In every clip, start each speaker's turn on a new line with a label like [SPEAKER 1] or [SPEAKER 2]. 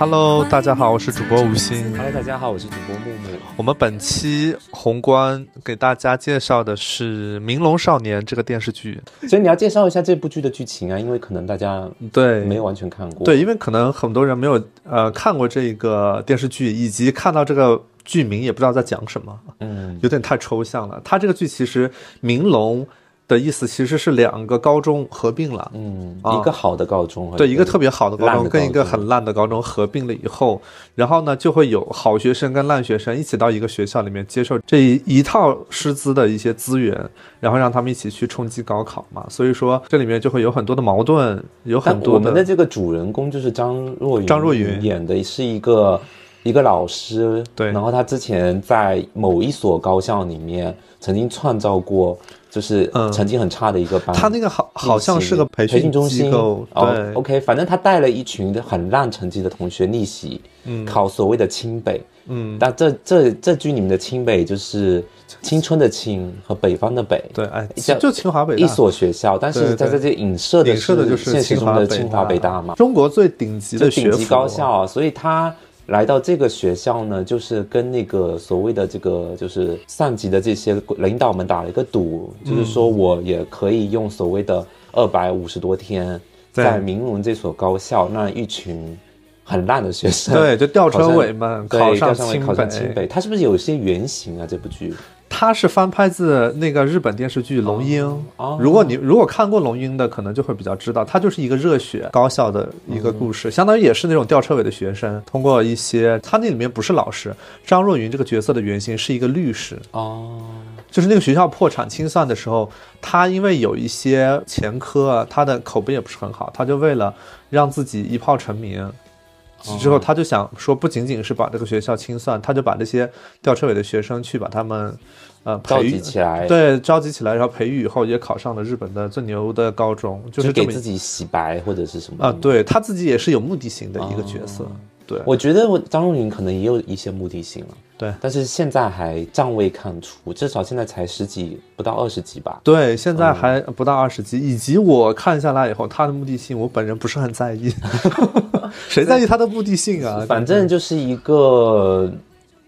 [SPEAKER 1] Hello，大家好，我是主播吴昕。
[SPEAKER 2] Hello，大家好，我是主播木木。
[SPEAKER 1] 我们本期宏观给大家介绍的是《明龙少年》这个电视剧。
[SPEAKER 2] 所以你要介绍一下这部剧的剧情啊，因为可能大家
[SPEAKER 1] 对
[SPEAKER 2] 没有完全看过。
[SPEAKER 1] 对，因为可能很多人没有呃看过这个电视剧，以及看到这个剧名也不知道在讲什么，
[SPEAKER 2] 嗯，
[SPEAKER 1] 有点太抽象了。它这个剧其实明龙的意思其实是两个高中合并了，
[SPEAKER 2] 嗯，
[SPEAKER 1] 啊
[SPEAKER 2] 一个好的告终和，
[SPEAKER 1] 对，一个特别好的高
[SPEAKER 2] 烂
[SPEAKER 1] 中
[SPEAKER 2] 的
[SPEAKER 1] 跟一个
[SPEAKER 2] 高中
[SPEAKER 1] 很烂的高中合并了以后，然后呢，就会有好学生跟烂学生一起到一个学校里面接受这一一套师资的一些资源，然后让他们一起去冲击高考嘛。所以说这里面就会有很多的矛盾，有很
[SPEAKER 2] 但
[SPEAKER 1] 多
[SPEAKER 2] 我们的这个主人公就是张若昀，
[SPEAKER 1] 张若昀
[SPEAKER 2] 演的是一个一个老师，
[SPEAKER 1] 对
[SPEAKER 2] 然后他之前在某一所高校里面曾经创造过，就是
[SPEAKER 1] 嗯
[SPEAKER 2] 成绩很差的一个班，
[SPEAKER 1] 他那个好好像是个培
[SPEAKER 2] 培
[SPEAKER 1] 训
[SPEAKER 2] 中
[SPEAKER 1] 机
[SPEAKER 2] 心
[SPEAKER 1] 构，
[SPEAKER 2] 哦
[SPEAKER 1] 对，
[SPEAKER 2] ，OK，反正他带了一群很烂成绩的同学逆袭，
[SPEAKER 1] 嗯
[SPEAKER 2] 考所谓的清北。
[SPEAKER 1] 嗯，
[SPEAKER 2] 但这这这剧里面的清北就是青春的青和北方的北，
[SPEAKER 1] 对，哎，其
[SPEAKER 2] 像
[SPEAKER 1] 就清华北
[SPEAKER 2] 一
[SPEAKER 1] 大。
[SPEAKER 2] 所学校，但
[SPEAKER 1] 对
[SPEAKER 2] 是
[SPEAKER 1] 对
[SPEAKER 2] 在这里影射的
[SPEAKER 1] 影射的就是
[SPEAKER 2] 现实
[SPEAKER 1] 清
[SPEAKER 2] 中
[SPEAKER 1] 华
[SPEAKER 2] 的清华北大嘛，
[SPEAKER 1] 中国最顶级
[SPEAKER 2] 就
[SPEAKER 1] 的学
[SPEAKER 2] 顶级
[SPEAKER 1] 府
[SPEAKER 2] 高校啊，所以他来到这个学校呢，就是跟那个所谓的这个就是上级的这些领导们打了一个赌，就是说我也可以用所谓的二百五十多天，
[SPEAKER 1] 对
[SPEAKER 2] 在明龙这所高校让一群很烂的学生
[SPEAKER 1] 对，就吊
[SPEAKER 2] 考上
[SPEAKER 1] 车尾们
[SPEAKER 2] 对
[SPEAKER 1] 考
[SPEAKER 2] 调
[SPEAKER 1] 上
[SPEAKER 2] 上
[SPEAKER 1] 清
[SPEAKER 2] 考上
[SPEAKER 1] 北
[SPEAKER 2] 清，北，它是不是有一些原型啊？这部剧
[SPEAKER 1] 它是翻拍自那个日本电视剧《龙樱》
[SPEAKER 2] 哦
[SPEAKER 1] 如果你如果看过《龙樱》的，可能就会比较知道，它就是一个热血高校的一个故
[SPEAKER 2] 嗯
[SPEAKER 1] 事，相当于也是那种吊车尾的学生，通过一些他那里面不是老师，张若昀这个角色的原型是一个律师，
[SPEAKER 2] 哦，
[SPEAKER 1] 就是那个学校破产清算的时候，他因为有一些前科啊，他的口碑也不是很好，他就为了让自己一炮成名，
[SPEAKER 2] 哦
[SPEAKER 1] 之后他就想说，不仅仅是把这个学校清算，他就把这些吊车尾的学生去把他们，呃，
[SPEAKER 2] 召
[SPEAKER 1] 培
[SPEAKER 2] 集
[SPEAKER 1] 育
[SPEAKER 2] 起来，，
[SPEAKER 1] 对，召集起来，然后培育以后也考上了日本的最牛的高中，就是
[SPEAKER 2] 就
[SPEAKER 1] 这
[SPEAKER 2] 给
[SPEAKER 1] 么一
[SPEAKER 2] 自己洗白或者是什么
[SPEAKER 1] 啊、对他自己也是有目的性的一个角色，
[SPEAKER 2] 哦
[SPEAKER 1] 对
[SPEAKER 2] 我觉得我张若昀可能也有一些目的性了，
[SPEAKER 1] 对
[SPEAKER 2] 但是现在还暂未看出，至少现在才十几，不到二十集吧。
[SPEAKER 1] 对，现
[SPEAKER 2] 嗯
[SPEAKER 1] 在还不到二十集，以及我看下来以后，他的目的性我本人不是很在 意，谁在意他的目的性啊？
[SPEAKER 2] 反正就是一个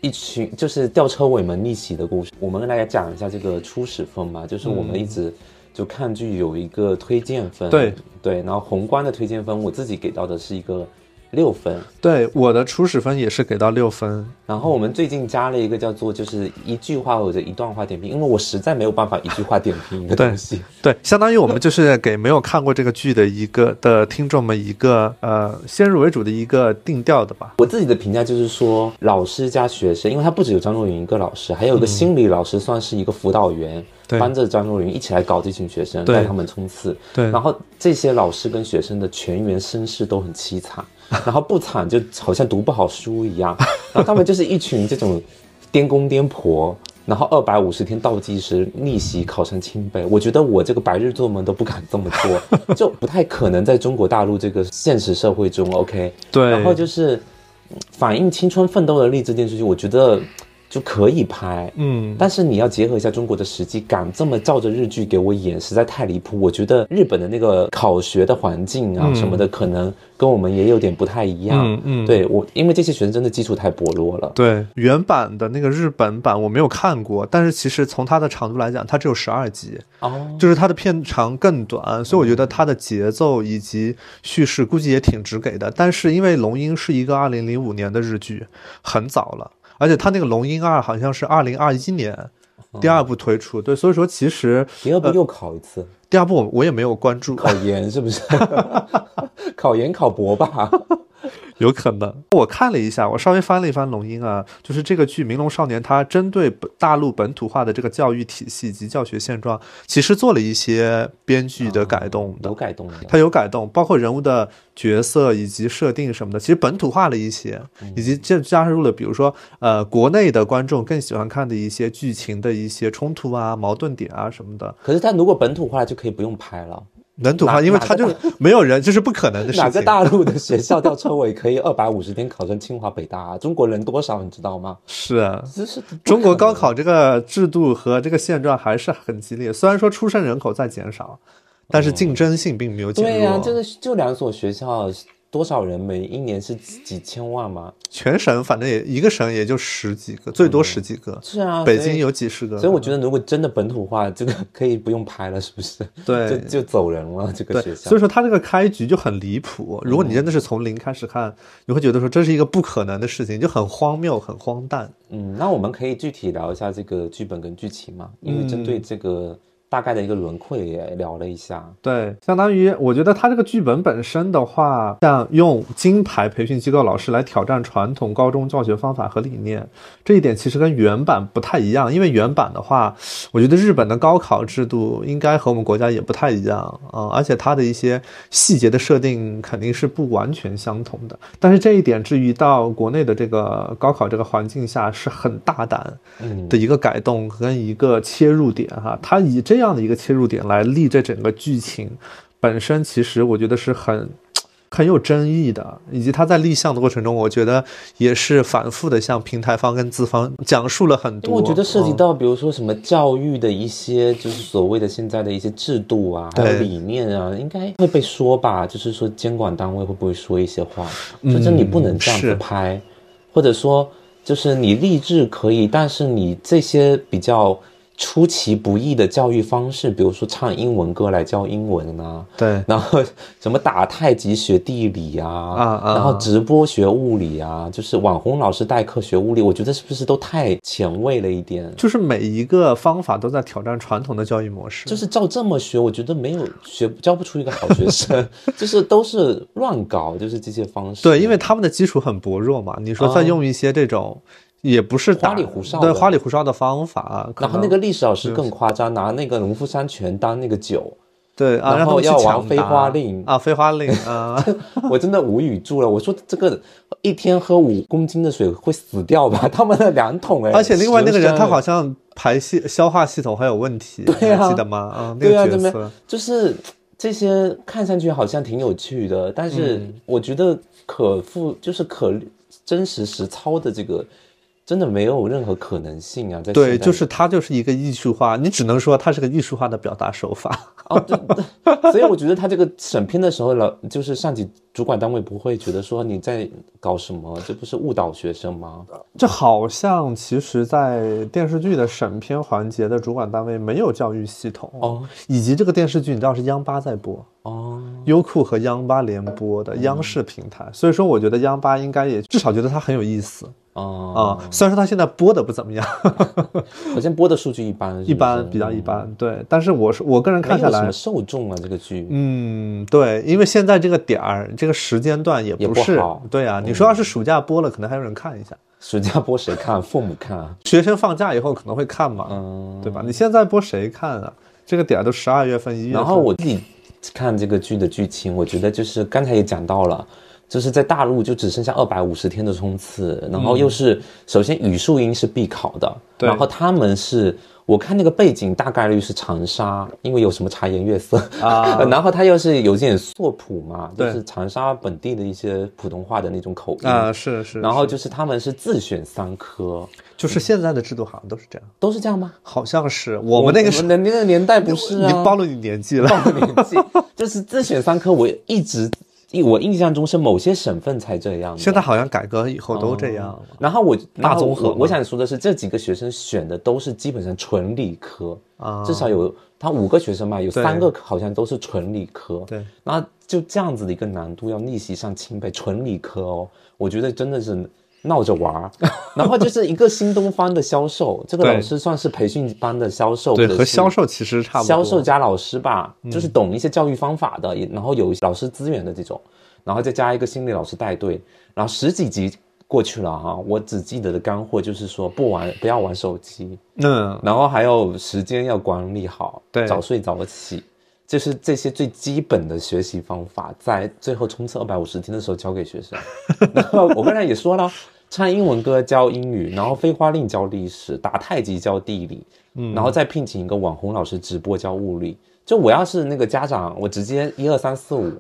[SPEAKER 2] 一群就是吊车尾门逆袭的故事。我们来讲一下这个初始分吧，就是我们一直就看剧有一个推荐分，
[SPEAKER 1] 嗯对
[SPEAKER 2] 对，然后宏观的推荐分我自己给到的是一个六分。
[SPEAKER 1] 对我的初始分也是给到六分，
[SPEAKER 2] 然后我们最近加了一个叫做就是一句话或者一段话点评，因为我实在没有办法一句话点评一个
[SPEAKER 1] 对
[SPEAKER 2] 东西。
[SPEAKER 1] 对，相当于我们就是给没有看过这个剧的一个的听众们一个呃先入为主的一个定调的吧。
[SPEAKER 2] 我自己的评价就是说，老师加学生，因为他不只有张若昀一个老师，还有一个心理老师，算是一个辅导员，
[SPEAKER 1] 对
[SPEAKER 2] 帮着张若昀一起来搞这群学生，
[SPEAKER 1] 对
[SPEAKER 2] 带他们冲刺。
[SPEAKER 1] 对
[SPEAKER 2] 然后这些老师跟学生的全员身世都很凄 惨，然后不惨就好像读不好书一样，然后他们就是一群这种颠公颠婆。然后二百五十天倒计时逆袭考上清北，我觉得我这个白日做梦都不敢这么 做，就不太可能在中国大陆这个现实社会中，OK，
[SPEAKER 1] 对，
[SPEAKER 2] 然后就是嗯反映青春奋斗的励志电视剧，我觉得就可以拍。
[SPEAKER 1] 嗯，
[SPEAKER 2] 但是你要结合一下中国的实际，敢这么照着日剧给我演，实在太离谱。我觉得日本的那个考学的环境啊
[SPEAKER 1] 嗯
[SPEAKER 2] 什么的，可能跟我们也有点不太一样。
[SPEAKER 1] 嗯嗯
[SPEAKER 2] 对我，因为这些学生真的基础太薄弱了。
[SPEAKER 1] 对原版的那个日本版我没有看过，但是其实从它的长度来讲，它只有十二集，
[SPEAKER 2] 哦，
[SPEAKER 1] 就是它的片长更短，所以我觉得它的节奏以及叙事估计也挺直给的。但是因为《龙樱》是一个二零零五年的日剧，很早了，而且它那个《龙樱二》好像是二零二一年第二部推出，对，所以说其实
[SPEAKER 2] 第二部又考一次，
[SPEAKER 1] 第二部我我也没有关注，
[SPEAKER 2] 考研是不是？考研考博吧？
[SPEAKER 1] 有可能。我看了一下，我稍微翻了一翻龙樱啊，就是这个剧《明龙少年》，它针对本大陆本土化的这个教育体系及教学现状，其实做了一些编剧的改动的
[SPEAKER 2] 有。改动的。
[SPEAKER 1] 它有改动，包括人物的角色以及设定什么的，其实本土化了一些，
[SPEAKER 2] 嗯
[SPEAKER 1] 以及这加入了比如说呃国内的观众更喜欢看的一些剧情的一些冲突啊、矛盾点啊什么的。
[SPEAKER 2] 可是他如果本土化就可以不用拍了。
[SPEAKER 1] 本土化，
[SPEAKER 2] 哪
[SPEAKER 1] 因为
[SPEAKER 2] 哪
[SPEAKER 1] 它
[SPEAKER 2] 个
[SPEAKER 1] 就是没有人，这是不可能的事
[SPEAKER 2] 哪个
[SPEAKER 1] 情。
[SPEAKER 2] 大陆的学校吊车尾可以二百五十天考上清华北大、啊？中国人多少你知道吗？
[SPEAKER 1] 是啊，
[SPEAKER 2] 这是
[SPEAKER 1] 中国高考这个制度和这个现状还是很激烈，虽然说
[SPEAKER 2] 啊
[SPEAKER 1] 出生人口在减少，但是竞争性并没有减弱。
[SPEAKER 2] 对呀、这个就两所学校多少人每一年是几千万吗？
[SPEAKER 1] 全省反正也一个省也就十几个，最多十几个。
[SPEAKER 2] 是啊，
[SPEAKER 1] 北
[SPEAKER 2] 所以
[SPEAKER 1] 京有几十个，
[SPEAKER 2] 所以我觉得，如果真的本土化，这个可以不用拍了，是不是？
[SPEAKER 1] 对
[SPEAKER 2] 就就走人了这个
[SPEAKER 1] 对，
[SPEAKER 2] 学校嗯
[SPEAKER 1] 所以。说他这个开局就很离谱。如果你真的是从零开始看，你会觉得说这是一个不可能的事情，就很荒谬、很荒诞。
[SPEAKER 2] 嗯，那我们可以具体聊一下这个剧本跟剧情嘛？因为针
[SPEAKER 1] 嗯
[SPEAKER 2] 对这个大概的一个轮廓也聊了一下。
[SPEAKER 1] 对，相当于我觉得他这个剧本本身的话，像用金牌培训机构老师来挑战传统高中教学方法和理念，这一点其实跟原版不太一样。因为原版的话，我觉得日本的高考制度应该和我们国家也不太一样啊、呃而且它的一些细节的设定肯定是不完全相同的。但是这一点，至于到国内的这个高考这个环境下，是很大胆，
[SPEAKER 2] 嗯
[SPEAKER 1] 的一个改动跟一个切入点哈，它以这样的一个切入点来立这整个剧情本身，其实我觉得是很很有争议的，以及它在立项的过程中，我觉得也是反复的向平台方跟资方讲述了很
[SPEAKER 2] 因
[SPEAKER 1] 多。
[SPEAKER 2] 为我觉得涉及
[SPEAKER 1] 嗯
[SPEAKER 2] 到，比如说什么教育的一些，就是所谓的现在的一些制度啊，还有
[SPEAKER 1] 对
[SPEAKER 2] 理念啊，应该会被说吧？就是说监管单位会不会说一些话，说这你不能这样子
[SPEAKER 1] 嗯是
[SPEAKER 2] 拍，或者说就是你励志可以，但是你这些比较出其不意的教育方式，比如说唱英文歌来教英文啊，
[SPEAKER 1] 对
[SPEAKER 2] 然后什么打太极学地理啊，
[SPEAKER 1] 啊
[SPEAKER 2] 然后直播学物理啊，就是网红老师代课学物理，我觉得是不是都太前卫了一点？
[SPEAKER 1] 就是每一个方法都在挑战传统的教育模式，
[SPEAKER 2] 就是照这么学，我觉得没有学教不出一个好学生， 就是都是乱搞，就是这些方式。
[SPEAKER 1] 对，因为他们的基础很薄弱嘛。你说再用一些这种，也不是打
[SPEAKER 2] 哦花里胡哨
[SPEAKER 1] 对
[SPEAKER 2] 的
[SPEAKER 1] 花里胡哨的方法，可
[SPEAKER 2] 然后
[SPEAKER 1] 能
[SPEAKER 2] 那个历史老师更夸张，拿那个农夫山泉当那个酒，
[SPEAKER 1] 对啊，让
[SPEAKER 2] 然
[SPEAKER 1] 他
[SPEAKER 2] 后
[SPEAKER 1] 们去
[SPEAKER 2] 要玩
[SPEAKER 1] 抢
[SPEAKER 2] 飞
[SPEAKER 1] 答
[SPEAKER 2] 花令
[SPEAKER 1] 啊，飞花令 啊。
[SPEAKER 2] 我真的无语住了。我说这个一天喝五公斤的水会死掉吧？ 他们的两桶哎，
[SPEAKER 1] 而且另外那个人
[SPEAKER 2] 十升
[SPEAKER 1] 他好像排泄消化系统还有问题，
[SPEAKER 2] 对啊
[SPEAKER 1] 你还记得吗？啊，那
[SPEAKER 2] 对啊，
[SPEAKER 1] 个
[SPEAKER 2] 怎
[SPEAKER 1] 角
[SPEAKER 2] 么
[SPEAKER 1] 色
[SPEAKER 2] 样，就是这些看上去好像挺有趣的，但是
[SPEAKER 1] 嗯
[SPEAKER 2] 我觉得可复就是可真实实操的这个，真的没有任何可能性啊！在
[SPEAKER 1] 对，
[SPEAKER 2] 现在
[SPEAKER 1] 就是他就是一个艺术化，你只能说他是个艺术化的表达手法。
[SPEAKER 2] 哦，对对，所以我觉得他这个审片的时候，老就是上级主管单位不会觉得说你在搞什么，这不是误导学生吗？
[SPEAKER 1] 这好像其实，在电视剧的审片环节的主管单位没有教育系统，
[SPEAKER 2] 哦
[SPEAKER 1] 以及这个电视剧你知道是央八在播，
[SPEAKER 2] 哦，
[SPEAKER 1] 优酷和央八联播的央视平台，所以说我觉得央八应该也至少觉得它很有意思
[SPEAKER 2] 哦、
[SPEAKER 1] 啊、虽然说它现在播的不怎么样，
[SPEAKER 2] 好像播的数据一般，是不是
[SPEAKER 1] 一般比较一般，对，但是我是我个人看
[SPEAKER 2] 没
[SPEAKER 1] 下
[SPEAKER 2] 有什
[SPEAKER 1] 来
[SPEAKER 2] 么。受众啊，这个剧。
[SPEAKER 1] 嗯，对，因为现在这个点儿，这个时间段也
[SPEAKER 2] 也
[SPEAKER 1] 不
[SPEAKER 2] 不
[SPEAKER 1] 是
[SPEAKER 2] 好嗯
[SPEAKER 1] 对啊。你说要是暑假播了，可能还有人看一下；
[SPEAKER 2] 暑假播谁看？父母看啊。
[SPEAKER 1] 学生放假以后可能会看嘛，
[SPEAKER 2] 嗯，
[SPEAKER 1] 对吧？你现在播谁看啊？这个点儿都十二月份、一月份。
[SPEAKER 2] 然后我自己看这个剧的剧情，我觉得就是刚才也讲到了，就是在大陆就只剩下二百五十天的冲刺，然后又是、首先语数英是必考的，
[SPEAKER 1] 嗯对
[SPEAKER 2] 然后他们是。我看那个背景大概率是长沙，因为有什么茶颜悦色
[SPEAKER 1] 啊
[SPEAKER 2] 然后他又是有点硕普嘛，就
[SPEAKER 1] 对
[SPEAKER 2] 是长沙本地的一些普通话的那种口音
[SPEAKER 1] 啊，是是，
[SPEAKER 2] 然后
[SPEAKER 1] 是
[SPEAKER 2] 就是他们是自选三科，
[SPEAKER 1] 就是现在的制度好像都是这样，
[SPEAKER 2] 都是这样吗？
[SPEAKER 1] 好像是我们那个时
[SPEAKER 2] 我们那个年代不是啊，
[SPEAKER 1] 你暴露你年纪了。
[SPEAKER 2] 暴年纪， 就是自选三科，我一直我印象中是某些省份才这样 的。
[SPEAKER 1] 现在好像改革以后都这样，
[SPEAKER 2] 然后我
[SPEAKER 1] 大综合
[SPEAKER 2] 然后我
[SPEAKER 1] 嘛
[SPEAKER 2] 我想说的是，这几个学生选的都是基本上纯理科，
[SPEAKER 1] 啊
[SPEAKER 2] 至少有他五个学生嘛，有
[SPEAKER 1] 对
[SPEAKER 2] 三个好像都是纯理科。
[SPEAKER 1] 对，
[SPEAKER 2] 那就这样子的一个难度要逆袭上清北纯理科哦，我觉得真的是闹着 玩儿。然后就是一个新东方的销售，这个
[SPEAKER 1] 对
[SPEAKER 2] 老师算是培训班哦的销售，
[SPEAKER 1] 对，
[SPEAKER 2] 或者
[SPEAKER 1] 和
[SPEAKER 2] 是
[SPEAKER 1] 销售其实差不多。嗯
[SPEAKER 2] 销售加老师吧，就是懂一些教育方法的，也然后有老师资源的这种，然后再加一个心理老师带队，然后十几集过去了哈、我只记得的干货就是说不玩不要玩手机，
[SPEAKER 1] 嗯，
[SPEAKER 2] 然后还有时间要管理好，
[SPEAKER 1] 对
[SPEAKER 2] 早睡早起，就是这些最基本的学习方法，在最后冲刺二百五十天的时候教给学生。然后我刚才也说了，唱英文歌教英语，然后飞花令教历史，打太极教地理，
[SPEAKER 1] 嗯
[SPEAKER 2] 然后再聘请一个网红老师直播教物理。就我要是那个家长，我直接一二三四五。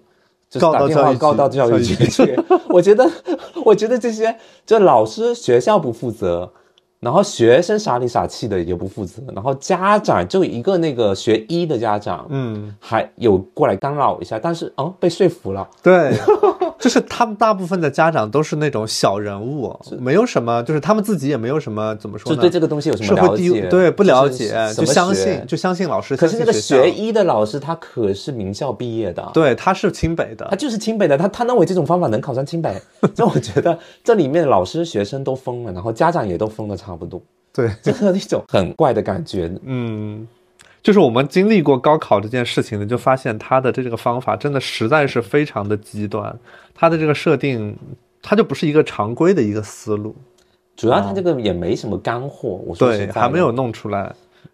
[SPEAKER 2] 就是
[SPEAKER 1] 告
[SPEAKER 2] 打
[SPEAKER 1] 到
[SPEAKER 2] 电话
[SPEAKER 1] 教育
[SPEAKER 2] 告
[SPEAKER 1] 局
[SPEAKER 2] 到教育
[SPEAKER 1] 教育
[SPEAKER 2] 局去，我觉得， 我觉得这些就老师学校不负责，然后学生傻里傻气的也不负责，然后家长就一个那个学医的家长，
[SPEAKER 1] 嗯，
[SPEAKER 2] 哦 还有过来干扰一下，但是嗯被说服了，
[SPEAKER 1] 对，就是他们大部分的家长都是那种小人物，没有什么，就是他们自己也没有什么怎么说
[SPEAKER 2] 就
[SPEAKER 1] 呢？
[SPEAKER 2] 对这个东西有什么
[SPEAKER 1] 社会
[SPEAKER 2] 了
[SPEAKER 1] 地
[SPEAKER 2] 解
[SPEAKER 1] 位？对不了解
[SPEAKER 2] 是，什
[SPEAKER 1] 就
[SPEAKER 2] 么
[SPEAKER 1] 相
[SPEAKER 2] 学
[SPEAKER 1] 信就相信老师。
[SPEAKER 2] 可是那个
[SPEAKER 1] 相信学
[SPEAKER 2] 学
[SPEAKER 1] 校，
[SPEAKER 2] 医的老师，他可是名校毕业的，
[SPEAKER 1] 对，他是清北的
[SPEAKER 2] 他，就是清北的，他他认为这种方法能考上清北， 所以我觉得这里面老师、学生都疯了，然后家长也都疯的差不多，
[SPEAKER 1] 对，
[SPEAKER 2] 这个一种很怪的感觉。
[SPEAKER 1] 嗯，就是我们经历过高考这件事情的，就发现他的这个方法真的实在是非常的极端，他的这个设定，他就不是一个常规的一个思路，
[SPEAKER 2] 主要他这个也没什么干货，我说
[SPEAKER 1] 嗯
[SPEAKER 2] 实
[SPEAKER 1] 对，
[SPEAKER 2] 在的
[SPEAKER 1] 还没有弄出来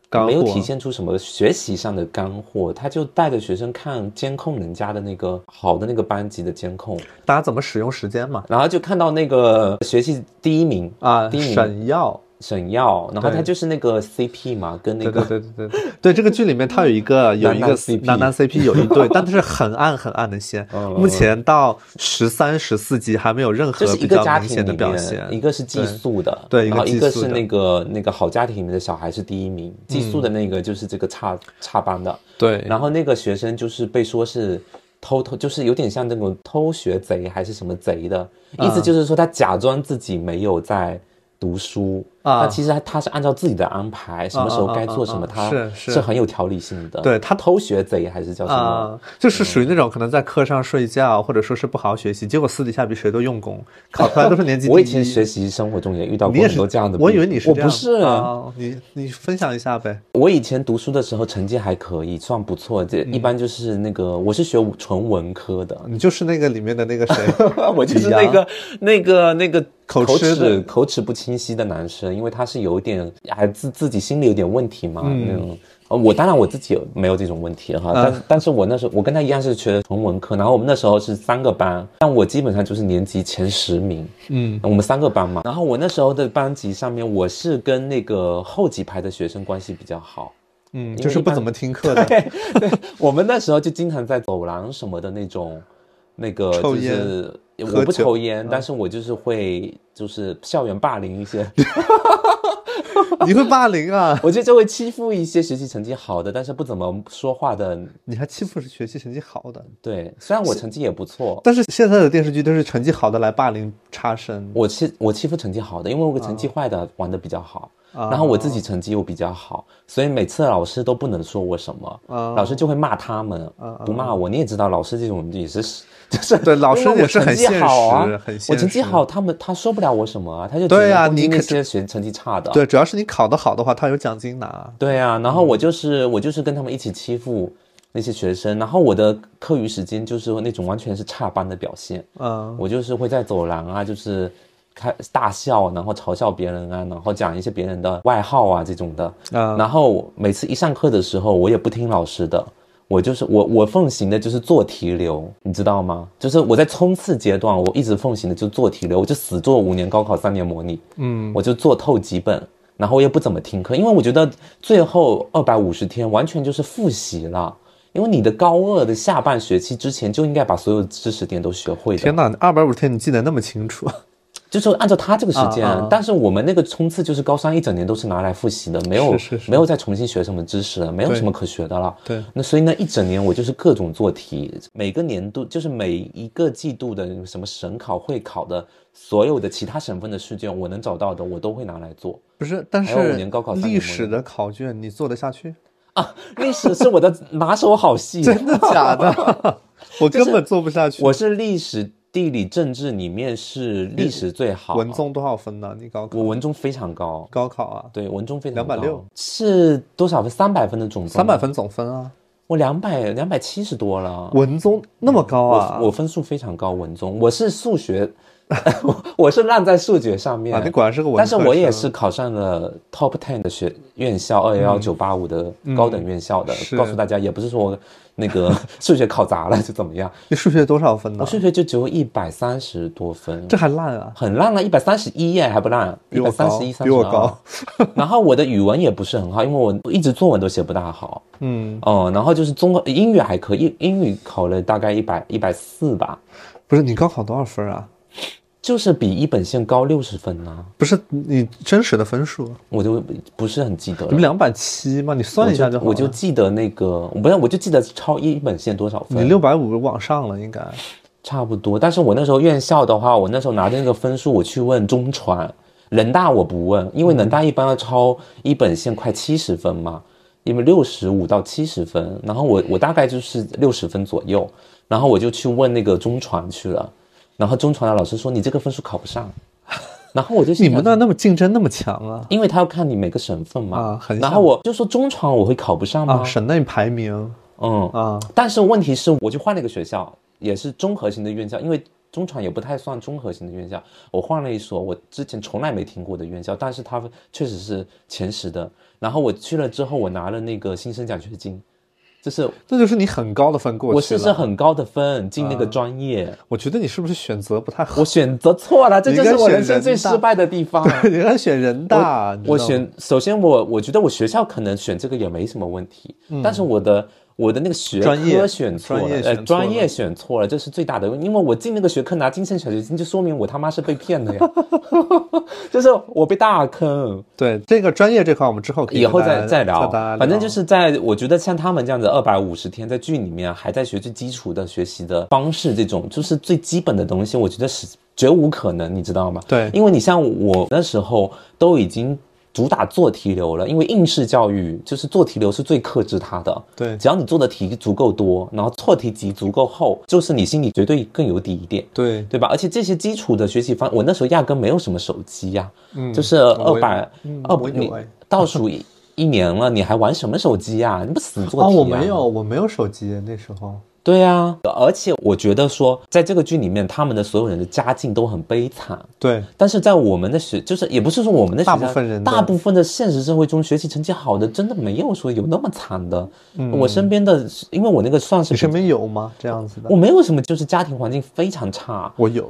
[SPEAKER 1] 干货，
[SPEAKER 2] 没有体现出什么学习上的干货，他就带着学生看监控人家的那个好的那个班级的监控，
[SPEAKER 1] 大家怎么使用时间嘛？
[SPEAKER 2] 然后就看到那个学习第一名
[SPEAKER 1] 啊，
[SPEAKER 2] 第一名
[SPEAKER 1] 沈耀，
[SPEAKER 2] 沈耀，然后
[SPEAKER 1] 对
[SPEAKER 2] 他就是那个 CP 嘛，跟那
[SPEAKER 1] 对
[SPEAKER 2] 个
[SPEAKER 1] 对对对对对，这个剧里面它有一 个有一个
[SPEAKER 2] 男男 CP
[SPEAKER 1] 男男 CP 有 一对，但是很暗很暗的线
[SPEAKER 2] 嗯，嗯
[SPEAKER 1] 目前到十三十四集还没有任
[SPEAKER 2] 就
[SPEAKER 1] 何
[SPEAKER 2] 是
[SPEAKER 1] 比
[SPEAKER 2] 一个
[SPEAKER 1] 较
[SPEAKER 2] 家
[SPEAKER 1] 明
[SPEAKER 2] 庭
[SPEAKER 1] 显
[SPEAKER 2] 里
[SPEAKER 1] 的
[SPEAKER 2] 面，
[SPEAKER 1] 表现，
[SPEAKER 2] 一个是寄宿的，
[SPEAKER 1] 对对一个
[SPEAKER 2] 然后一个
[SPEAKER 1] 寄宿
[SPEAKER 2] 是
[SPEAKER 1] 的嗯
[SPEAKER 2] 那个那个好家庭里面的小孩是第一名，寄宿的那个就是这个差差班的，
[SPEAKER 1] 对
[SPEAKER 2] 然后那个学生就是被说是偷偷，就是有点像那种偷学贼还是什么贼的，意
[SPEAKER 1] 嗯
[SPEAKER 2] 思就是说他假装自己没有在读书，
[SPEAKER 1] 啊
[SPEAKER 2] 那其实他他是按照自己的安排，什么时候该做什么，
[SPEAKER 1] 啊啊啊啊啊
[SPEAKER 2] 他
[SPEAKER 1] 是是
[SPEAKER 2] 很有条理性的。
[SPEAKER 1] 对他
[SPEAKER 2] 偷学贼还是叫什么？嗯
[SPEAKER 1] 啊，就是属于那种可能在课上睡觉，或者说是不好好学习，结果私底下比谁都用功，考出来都是年级第一。
[SPEAKER 2] 我以前学习生活中也遇到
[SPEAKER 1] 你也
[SPEAKER 2] 过很
[SPEAKER 1] 是
[SPEAKER 2] 多这样的，
[SPEAKER 1] 我以为你是
[SPEAKER 2] 我
[SPEAKER 1] 这样
[SPEAKER 2] 不是，
[SPEAKER 1] 啊，你你分享一下呗。
[SPEAKER 2] 我以前读书的时候成绩还可以，算不错。这
[SPEAKER 1] 嗯
[SPEAKER 2] 一般就是那个，我是学纯文科的，
[SPEAKER 1] 你就是那个里面的那个 谁，
[SPEAKER 2] 我就是那个那个那个
[SPEAKER 1] 口
[SPEAKER 2] 口
[SPEAKER 1] 吃的
[SPEAKER 2] 齿口齿不清晰的男生，因为他是有一点还自自己心里有点问题嘛，那种。呃我当然我自己没有这种问题哈，但但是我那时候我跟他一样是学纯文科，然后我们那时候是三个班，但我基本上就是年级前十名，
[SPEAKER 1] 嗯，
[SPEAKER 2] 我们三个班嘛。然后我那时候的班级上面，我是跟那个后几排的学生关系比较好，
[SPEAKER 1] 嗯，
[SPEAKER 2] 为
[SPEAKER 1] 就是
[SPEAKER 2] 一
[SPEAKER 1] 不
[SPEAKER 2] 般
[SPEAKER 1] 怎么听课的，
[SPEAKER 2] 对，对，我们那时候就经常在走廊什么的那种，那个
[SPEAKER 1] 抽
[SPEAKER 2] 就
[SPEAKER 1] 烟
[SPEAKER 2] 是
[SPEAKER 1] 喝
[SPEAKER 2] 我不
[SPEAKER 1] 酒嗯
[SPEAKER 2] 抽烟，但是我就是会就是校园霸凌一 些，
[SPEAKER 1] 你会霸凌啊？
[SPEAKER 2] 我就就会欺负一些学习成绩好的，但是不怎么说话的。
[SPEAKER 1] 你还欺负是学习成绩好的，
[SPEAKER 2] 对，虽然我成绩也不错，
[SPEAKER 1] 但是现在的电视剧都是成绩好的来霸凌差生。
[SPEAKER 2] 我欺我欺负成绩好的，因为我成绩坏的玩的比较好，
[SPEAKER 1] 啊
[SPEAKER 2] 然后我自己成绩又比较好，所以每次老师都不能说我什么，
[SPEAKER 1] 啊
[SPEAKER 2] 老师就会骂他们，不骂我。你也知道，老师这种也是 就是
[SPEAKER 1] 对老师
[SPEAKER 2] 因为我
[SPEAKER 1] 也是很
[SPEAKER 2] 成绩好啊
[SPEAKER 1] 现实很现实
[SPEAKER 2] 我成绩好，他们他说不了我什么啊，他就
[SPEAKER 1] 对啊
[SPEAKER 2] 只能攻击
[SPEAKER 1] 你可
[SPEAKER 2] 那些学成绩差的，
[SPEAKER 1] 对，主嗯要是你考得好的话，他有奖金拿。
[SPEAKER 2] 对啊，然后我就是、我就是跟他们一起欺负那些学生，然后我的课余时间就是那种完全是差班的表现，
[SPEAKER 1] 嗯，
[SPEAKER 2] 我就是会在走廊啊，就是开大笑，然后嘲笑别人啊，然后讲一些别人的外号啊这种的。
[SPEAKER 1] 啊
[SPEAKER 2] 然后每次一上课的时候，我也不听老师的，我就是我我奉行的就是做题流，你知道吗？就是我在冲刺阶段，我一直奉行的就是做题流，我就死做五年高考三年模拟，嗯，我就做透几本。然后我也不怎么听课，因为我觉得最后二百五十天完全就是复习了，因为你的高二的下半学期之前就应该把所有知识点都学会的。
[SPEAKER 1] 天哪，二百五十天你记得那么清楚，
[SPEAKER 2] 就是按照他这个时间，
[SPEAKER 1] 啊啊啊
[SPEAKER 2] 但是我们那个冲刺就是高三一整年都是拿来复习的，没有
[SPEAKER 1] 是是是
[SPEAKER 2] 没有再重新学什么知识了，没有什么可学的了。
[SPEAKER 1] 对
[SPEAKER 2] 那所以呢，一整年我就是各种做题，每个年度就是每一个季度的什么省考、会考的所有的其他省份的试卷，我能找到的我都会拿来做。
[SPEAKER 1] 不是？但
[SPEAKER 2] 还
[SPEAKER 1] 是
[SPEAKER 2] 有五年高考三
[SPEAKER 1] 历
[SPEAKER 2] 年模
[SPEAKER 1] 史
[SPEAKER 2] 拟
[SPEAKER 1] 的考卷你做得下 去？
[SPEAKER 2] 历史是我的拿手好 戏，
[SPEAKER 1] 真的假的？ 我根本做不下去。
[SPEAKER 2] 我是历史、地理、政治里面是历史最好，
[SPEAKER 1] 文综多少分呢？你高考
[SPEAKER 2] 我文综非常高。
[SPEAKER 1] 高考啊，
[SPEAKER 2] 对，文综非常高
[SPEAKER 1] 260
[SPEAKER 2] 是多少分？三百分的总分吗，
[SPEAKER 1] 三百分总分啊，
[SPEAKER 2] 我两百两百七十多了。
[SPEAKER 1] 文综那么高啊？
[SPEAKER 2] 嗯我分数非常高，文综我是数学， 我我是烂在数学上面。
[SPEAKER 1] 啊，你果然是个文科
[SPEAKER 2] 但是
[SPEAKER 1] 生。嗯
[SPEAKER 2] 我也是考上了 top ten 的学院校，二幺幺九八五的高等院校的。
[SPEAKER 1] 是
[SPEAKER 2] 告诉大家，也不是说我那个 数学考砸了就怎么样，
[SPEAKER 1] 你数学多少分呢
[SPEAKER 2] 我？数学就只有一百三十多分，
[SPEAKER 1] 这还烂啊！
[SPEAKER 2] 很烂了，一百三十一耶，还不烂，
[SPEAKER 1] 比
[SPEAKER 2] 一
[SPEAKER 1] 我
[SPEAKER 2] 百
[SPEAKER 1] 高
[SPEAKER 2] 三十一，三
[SPEAKER 1] 比
[SPEAKER 2] 十
[SPEAKER 1] 我
[SPEAKER 2] 二
[SPEAKER 1] 高。
[SPEAKER 2] 然后我的语文也不是很好，因为我一直作文都写不大好。
[SPEAKER 1] 嗯，
[SPEAKER 2] 哦，然后就是综合英语还可以，英语考了大概一百一百四吧，
[SPEAKER 1] 不是你高考多少分啊？
[SPEAKER 2] 就是比一本线高六十分呢、
[SPEAKER 1] 不是你真实的分数，
[SPEAKER 2] 我就不是很记得
[SPEAKER 1] 你们
[SPEAKER 2] 了。
[SPEAKER 1] 两百七吗？你算一下
[SPEAKER 2] 我就
[SPEAKER 1] 好了。
[SPEAKER 2] 我就记得那个，我不是，我就记得超一本线多少
[SPEAKER 1] 你
[SPEAKER 2] 分。
[SPEAKER 1] 六百五往上了，应该
[SPEAKER 2] 差不多。但是我那时候院校的话，我那时候拿着那个分数，我去问中传、人大我不问，因为人大一般要超一本线快七十分嘛，因为六十五到七十分，然后我我大概就是六十分左右，然后我就去问那个中传去了，然后中传的老师说你这个分数考不上，然后我就
[SPEAKER 1] 你们
[SPEAKER 2] 想
[SPEAKER 1] 那那么竞争那么强啊
[SPEAKER 2] 因为他要看你每个省份嘛，
[SPEAKER 1] 啊很
[SPEAKER 2] 然后我就说中传我会考不上吗？
[SPEAKER 1] 啊，省内排名
[SPEAKER 2] 嗯，
[SPEAKER 1] 啊，
[SPEAKER 2] 但是问题是，我就换了一个学校，也是综合型的院校，因为中传也不太算综合型的院校，我换了一所我之前从来没听过的院校，但是它确实是前十的。然后我去了之后，我拿了那个新生奖学金， 就是
[SPEAKER 1] 那就是你很高的分过
[SPEAKER 2] 我
[SPEAKER 1] 去
[SPEAKER 2] 是是
[SPEAKER 1] 了。
[SPEAKER 2] 很高的分进
[SPEAKER 1] 啊
[SPEAKER 2] 那个专业，
[SPEAKER 1] 我觉得你是不是选择不太好？
[SPEAKER 2] 我选择错了，这
[SPEAKER 1] 你
[SPEAKER 2] 就
[SPEAKER 1] 应该
[SPEAKER 2] 是我人
[SPEAKER 1] 选
[SPEAKER 2] 生
[SPEAKER 1] 人
[SPEAKER 2] 最
[SPEAKER 1] 大
[SPEAKER 2] 失败的地方。啊
[SPEAKER 1] 你应该选人大，你知道
[SPEAKER 2] 我
[SPEAKER 1] 吗
[SPEAKER 2] 选，首先我我觉得我学校可能选这个也没什么问题，但是我的我的那个学
[SPEAKER 1] 嗯专业
[SPEAKER 2] 科选错了，
[SPEAKER 1] 专业选
[SPEAKER 2] 呃，
[SPEAKER 1] 错了
[SPEAKER 2] 专业选错了，这是最大的问题，因为我进那个学科拿金圣奖学金，就说明我他妈是被骗 的呀，就是我被大坑。
[SPEAKER 1] 对这个专业这块，我们之后可以
[SPEAKER 2] 以后
[SPEAKER 1] 跟大
[SPEAKER 2] 再
[SPEAKER 1] 家
[SPEAKER 2] 再聊
[SPEAKER 1] 大家，
[SPEAKER 2] 反正就是在我觉得像他们这样子二百五十天在剧里面还在学最基础的学习的方式，这种就是最基本的东西，我觉得是绝无可能，你知道吗？
[SPEAKER 1] 对
[SPEAKER 2] 因为你像我那时候都已经主打做题流了，因为应试教育就是做题流是最克制它的。
[SPEAKER 1] 对
[SPEAKER 2] 只要你做的题足够多，然后错题集足够厚，就是你心里绝对更有底一点。
[SPEAKER 1] 对
[SPEAKER 2] 对吧？而且这些基础的学习方，我那时候压根没有什么手机呀、
[SPEAKER 1] 嗯
[SPEAKER 2] 就是
[SPEAKER 1] 我
[SPEAKER 2] 二
[SPEAKER 1] 有
[SPEAKER 2] 百
[SPEAKER 1] 嗯
[SPEAKER 2] 二
[SPEAKER 1] 我
[SPEAKER 2] 百，
[SPEAKER 1] 有
[SPEAKER 2] 你
[SPEAKER 1] 哎
[SPEAKER 2] 倒数一一年了，你还玩什么手机呀、你不死做题、啊
[SPEAKER 1] 哦，我没有，。我没有手机那时候。
[SPEAKER 2] 对呀、而且我觉得说，在这个剧里面，他们的所有人的家境都很悲惨，
[SPEAKER 1] 对，
[SPEAKER 2] 但是在我们的学，就是也不是说我们的学校
[SPEAKER 1] 大部分人的
[SPEAKER 2] 大部分的现实社会中，学习成绩好的真的没有说有那么惨的。我身边的，因为我那个算
[SPEAKER 1] 嗯
[SPEAKER 2] 是
[SPEAKER 1] 你身
[SPEAKER 2] 比
[SPEAKER 1] 边有吗？这样子的
[SPEAKER 2] 我，没有什么，就是家庭环境非常差，
[SPEAKER 1] 我有。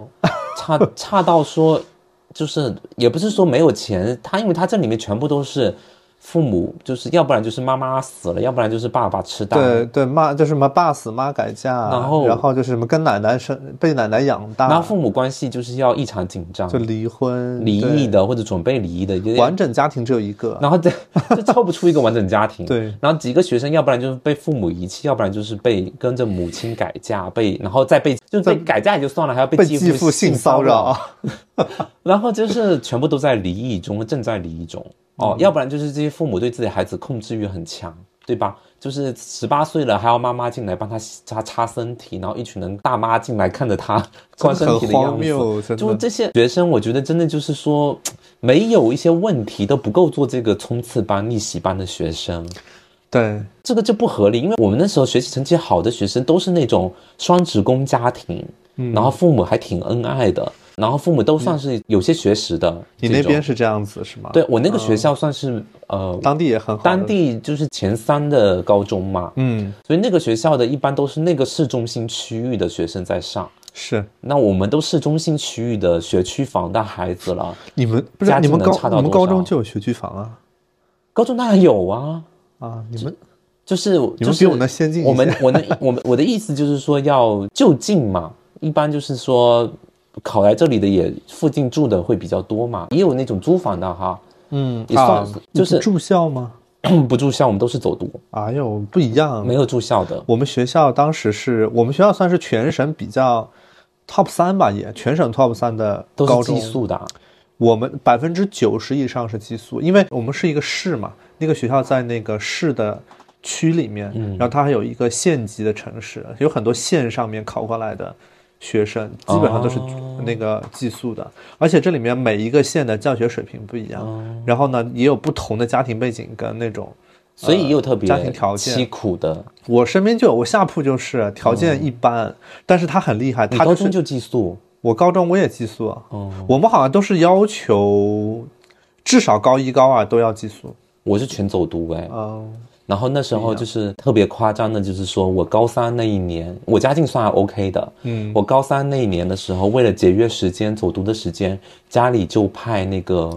[SPEAKER 2] 差 差到说，就是也不是说没有钱，他因为他这里面全部都是父母，就是要不然就是妈妈死了，要不然就是爸爸吃大。
[SPEAKER 1] 对对，妈就是什么爸死妈改嫁，
[SPEAKER 2] 然后
[SPEAKER 1] 然后就是什么跟奶奶生被奶奶养
[SPEAKER 2] 然后
[SPEAKER 1] 大，
[SPEAKER 2] 父母关系就是要异常紧张
[SPEAKER 1] 啊就，离婚
[SPEAKER 2] 离
[SPEAKER 1] 对
[SPEAKER 2] 异的或者准备离异的，就是
[SPEAKER 1] 完整家庭只有一个。
[SPEAKER 2] 然后这就凑不出一个完整家 庭。
[SPEAKER 1] 对，
[SPEAKER 2] 然后几个学生，要不然就是被父母遗弃，要不然就是被跟着母亲改嫁，被然后再被就是被改嫁也就算了，还要被
[SPEAKER 1] 被
[SPEAKER 2] 继
[SPEAKER 1] 继父性
[SPEAKER 2] 性
[SPEAKER 1] 骚
[SPEAKER 2] 扰。
[SPEAKER 1] 扰，
[SPEAKER 2] 然后就是全部都在离异中，正在离异中
[SPEAKER 1] 嗯
[SPEAKER 2] 哦，要不然就是这些父母对自己的孩子控制欲很强，对吧？就是十八岁了，还要妈妈进来帮他擦擦身体，然后一群人大妈进来看着他 关身
[SPEAKER 1] 很
[SPEAKER 2] 体的样
[SPEAKER 1] 荒
[SPEAKER 2] 子，
[SPEAKER 1] 谬，真
[SPEAKER 2] 就
[SPEAKER 1] 的。
[SPEAKER 2] 这些学生，我觉得真的就是说，没有一些问题都不够做这个冲刺班、逆袭班的学生，
[SPEAKER 1] 对
[SPEAKER 2] 这个就不合理。因为我们那时候学习成绩好的学生都是那种双职工家庭，
[SPEAKER 1] 嗯
[SPEAKER 2] 然后父母还挺恩爱的，然后父母都算是有些学识的
[SPEAKER 1] 你
[SPEAKER 2] 这种。
[SPEAKER 1] 那边是这样子是吗？
[SPEAKER 2] 对，我那个学校算是、呃
[SPEAKER 1] 当地也很好的。
[SPEAKER 2] 当地就是前三的高中嘛，
[SPEAKER 1] 嗯
[SPEAKER 2] 所以那个学校的一般都是那个市中心区域的学生在上。
[SPEAKER 1] 是
[SPEAKER 2] 那我们都市中心区域的学区房的孩子了，
[SPEAKER 1] 你们不是
[SPEAKER 2] 家
[SPEAKER 1] 你
[SPEAKER 2] 境
[SPEAKER 1] 们
[SPEAKER 2] 能
[SPEAKER 1] 高
[SPEAKER 2] 差
[SPEAKER 1] 你
[SPEAKER 2] 到
[SPEAKER 1] 们
[SPEAKER 2] 多
[SPEAKER 1] 高中
[SPEAKER 2] 少
[SPEAKER 1] 就有学区房啊
[SPEAKER 2] 高中当然有啊，
[SPEAKER 1] 啊你们
[SPEAKER 2] 就是
[SPEAKER 1] 你
[SPEAKER 2] 就
[SPEAKER 1] 们
[SPEAKER 2] 是
[SPEAKER 1] 比我们先进一些
[SPEAKER 2] 我们我的我们我的意思就是说要就近嘛，一般就是说考来这里的也附近住的会比较多嘛，也有那种租房的哈，
[SPEAKER 1] 嗯
[SPEAKER 2] 也
[SPEAKER 1] 啊
[SPEAKER 2] 算
[SPEAKER 1] 你不
[SPEAKER 2] 就是
[SPEAKER 1] 住校吗？
[SPEAKER 2] 不住校，我们都是走读，
[SPEAKER 1] 哎呦不一样，
[SPEAKER 2] 没有住校的。
[SPEAKER 1] 我们学校当时是我们学校算是全省比较 top 三吧，也全省 top 三的
[SPEAKER 2] 都
[SPEAKER 1] 高
[SPEAKER 2] 是寄
[SPEAKER 1] 中。呃
[SPEAKER 2] 宿的啊，
[SPEAKER 1] 我们百分之九十以上是寄宿，因为我们是一个市嘛，那个学校在那个市的区里面，
[SPEAKER 2] 嗯
[SPEAKER 1] 然后它还有一个县级的城市，有很多县上面考过来的学生，基本上都是
[SPEAKER 2] 哦
[SPEAKER 1] 那个寄宿的，而且这里面每一个县的教学水平不一样，
[SPEAKER 2] 哦
[SPEAKER 1] 然后呢也有不同的家庭背景跟那种。
[SPEAKER 2] 所以也有特别
[SPEAKER 1] 家庭条件
[SPEAKER 2] 凄苦的。
[SPEAKER 1] 我身边就有，我下铺就是条件一般，但是他很厉害，
[SPEAKER 2] 嗯你
[SPEAKER 1] 他
[SPEAKER 2] 高
[SPEAKER 1] 就
[SPEAKER 2] 中
[SPEAKER 1] 是
[SPEAKER 2] 就寄宿，
[SPEAKER 1] 我高中我也寄宿啊，
[SPEAKER 2] 哦
[SPEAKER 1] 我们好像都是要求至少高一高二都要寄宿。
[SPEAKER 2] 我是全走读哎。
[SPEAKER 1] 嗯，
[SPEAKER 2] 然后那时候就是特别夸张的，就是说我高三那一年，我家境算还 OK 的，嗯，我高三那一年的时候，为了节约时间走读的时间，家里就派那个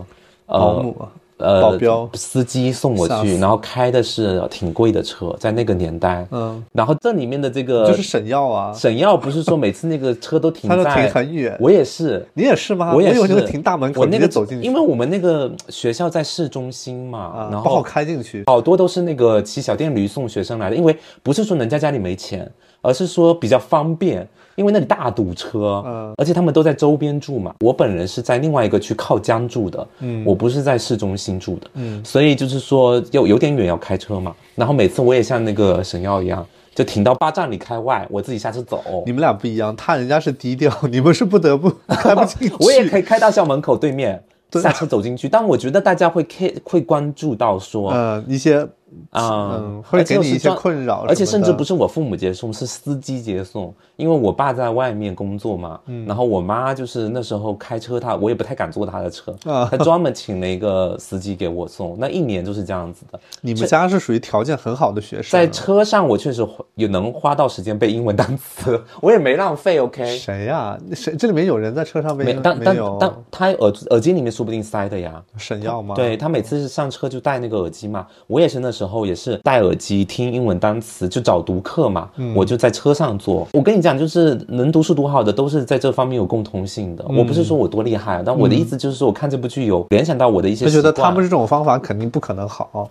[SPEAKER 2] 呃
[SPEAKER 1] 保姆啊，
[SPEAKER 2] 呃
[SPEAKER 1] 保镖
[SPEAKER 2] 司机送我
[SPEAKER 1] 吓
[SPEAKER 2] 去，然后开的是挺贵的车，在那个年代，
[SPEAKER 1] 嗯，
[SPEAKER 2] 然后这里面的这个
[SPEAKER 1] 就是省药啊，
[SPEAKER 2] 沈耀不是说每次那个车都停
[SPEAKER 1] 他都
[SPEAKER 2] 呃在
[SPEAKER 1] 停很远。
[SPEAKER 2] 我也是，
[SPEAKER 1] 你也是吗？
[SPEAKER 2] 我也
[SPEAKER 1] 以为就是是停大门口，
[SPEAKER 2] 我那
[SPEAKER 1] 你
[SPEAKER 2] 个
[SPEAKER 1] 就走进去，
[SPEAKER 2] 因为我们那个学校在市中心嘛，
[SPEAKER 1] 啊
[SPEAKER 2] 然
[SPEAKER 1] 不好
[SPEAKER 2] 后
[SPEAKER 1] 开进去。
[SPEAKER 2] 好多都是那个骑小电驴送学生来的，因为不是说人家家里没钱，而是说比较方便。因为那里大堵车，嗯，而且他们都在周边住嘛。我本人是在另外一个区靠江住的，嗯，我不是在市中心住的，嗯，所以就是说又有点远要开车嘛。然后每次我也像那个神药一样，就停到八站里开外，我自己下车走。
[SPEAKER 1] 你们俩不一样，他人家是低调， 你们是不得不开不进去。
[SPEAKER 2] 我也可以开到校门口对面。下车走进去，但我觉得大家会 care 会关注到说，
[SPEAKER 1] 呃，一些
[SPEAKER 2] 啊、
[SPEAKER 1] 嗯，会给你一些困扰，
[SPEAKER 2] 而且甚至不是我父母接送，是司机接送，因为我爸在外面工作嘛，然后我妈就是那时候开车她，她我也不太敢坐她的车，她专门请了一个司机给我送，那一年就是这样子的。
[SPEAKER 1] 你们家是属于条件很好的学生，
[SPEAKER 2] 在车上我确实也能花到时间背英文单词， 我也没浪费。OK，
[SPEAKER 1] 谁呀、啊？谁？这里面有人在车上背
[SPEAKER 2] 没？但
[SPEAKER 1] 没
[SPEAKER 2] 但但他耳耳机里面说不定塞的呀，
[SPEAKER 1] 省药吗？
[SPEAKER 2] 对他每次是上车就戴那个耳机嘛，我也是那。时候也是戴耳机听英文单词，就找读课嘛。嗯、我就在车上做。我跟你讲，就是能读书读好的，都是在这方面有共通性的。嗯、我不是说我多厉害，但我的意思就是说，我看这部剧有联想到我的一些。
[SPEAKER 1] 就觉得嗯他们这种方法肯定不可能
[SPEAKER 2] 哦
[SPEAKER 1] 好，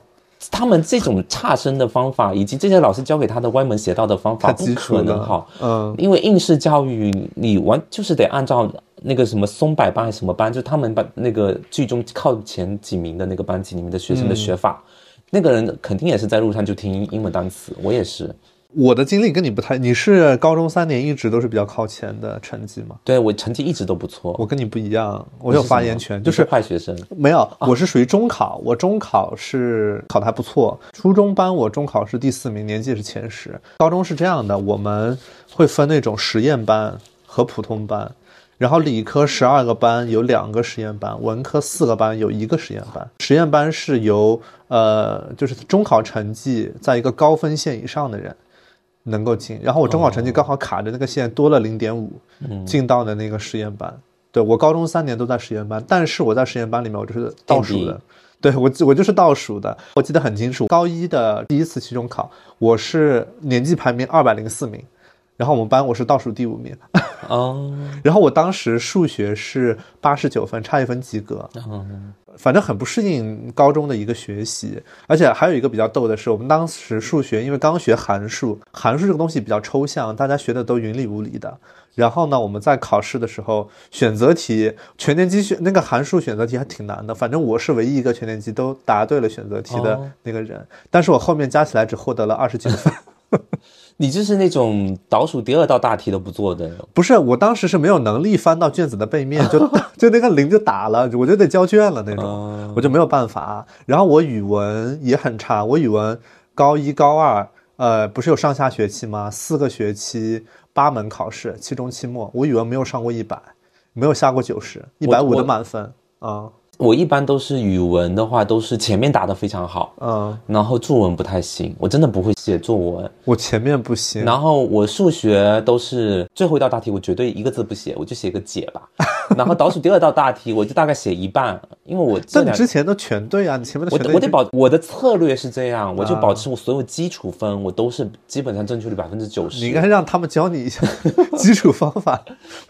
[SPEAKER 2] 他们这种差生的方法，以及这些老师教给他的歪门邪道的方法，不可能好。
[SPEAKER 1] 嗯，
[SPEAKER 2] 因为应试教育你完就是得按照。那个什么松柏班还是什么班，就他们班那个剧中靠前几名的那个班级里面的学生的学法。
[SPEAKER 1] 嗯
[SPEAKER 2] 那个人肯定也是在路上就听英文单词，我也是。
[SPEAKER 1] 我的经历跟你不太，你是高中三年一直都是比较靠前的成绩吗？
[SPEAKER 2] 对我成绩一直都不错。
[SPEAKER 1] 我跟你不一样，我有发言权，
[SPEAKER 2] 哦是哦
[SPEAKER 1] 就是
[SPEAKER 2] 坏学生。
[SPEAKER 1] 没有，我是属于中考，我中考是考的还不错，初中班我中考是第四名，年级也是前十。高中是这样的，我们会分那种实验班和普通班，然后理科十二个班有两个实验班，文科四个班有一个实验班。实验班是由呃，就是中考成绩在一个高分线以上的人能够进，然后我中考成绩刚好卡着那个线多了零点五，进到的那个实验班。对我高中三年都在实验班，但是我在实验班里面我就是倒数的，对我我就是倒数的，我记得很清楚。高一的第一次期中考，我是年级排名二百零四名。然后我们班我是倒数第五名，
[SPEAKER 2] 哦
[SPEAKER 1] 然后我当时数学是八十九分，差一分及格，反正很不适应高中的一个学习，而且还有一个比较逗的是，我们当时数学因为刚学函数，函数这个东西比较抽象，大家学的都云里雾里的。然后呢，我们在考试的时候，选择题全年级选那个函数选择题还挺难的。反正我是唯一一个全年级都答对了选择题的那个人，哦、但是我后面加起来只获得了二十九分。
[SPEAKER 2] 你就是那种倒数第二道大题都不做的，
[SPEAKER 1] 不是？我当时是没有能力翻到卷子的背面， 就就那个零就打了，我就得交卷了那种，
[SPEAKER 2] 哦
[SPEAKER 1] 嗯、我就没有办法。然后我语文也很差，我语文高一高二，呃，不是有上下学期吗？四个学期八门考试，期中期末，我语文没有上过一百，没有下过九十，一百五的满分啊。嗯
[SPEAKER 2] 我一般都是语文的话，都是前面答的非常好，
[SPEAKER 1] 嗯，
[SPEAKER 2] 然后作文不太行，我真的不会写作文，
[SPEAKER 1] 我前面不行，
[SPEAKER 2] 然后我数学都是最后一道大题，我绝对一个字不写，我就写个解吧， 然后倒数第二道大题，我就大概写一半，因为我
[SPEAKER 1] 但你之前都全对啊，你前面
[SPEAKER 2] 我
[SPEAKER 1] 的啊
[SPEAKER 2] 我得保我的策略是这样，我就保持我所有基础分，啊、我都是基本上正确率百分之九十，
[SPEAKER 1] 你应该让他们教你一下 基础方法，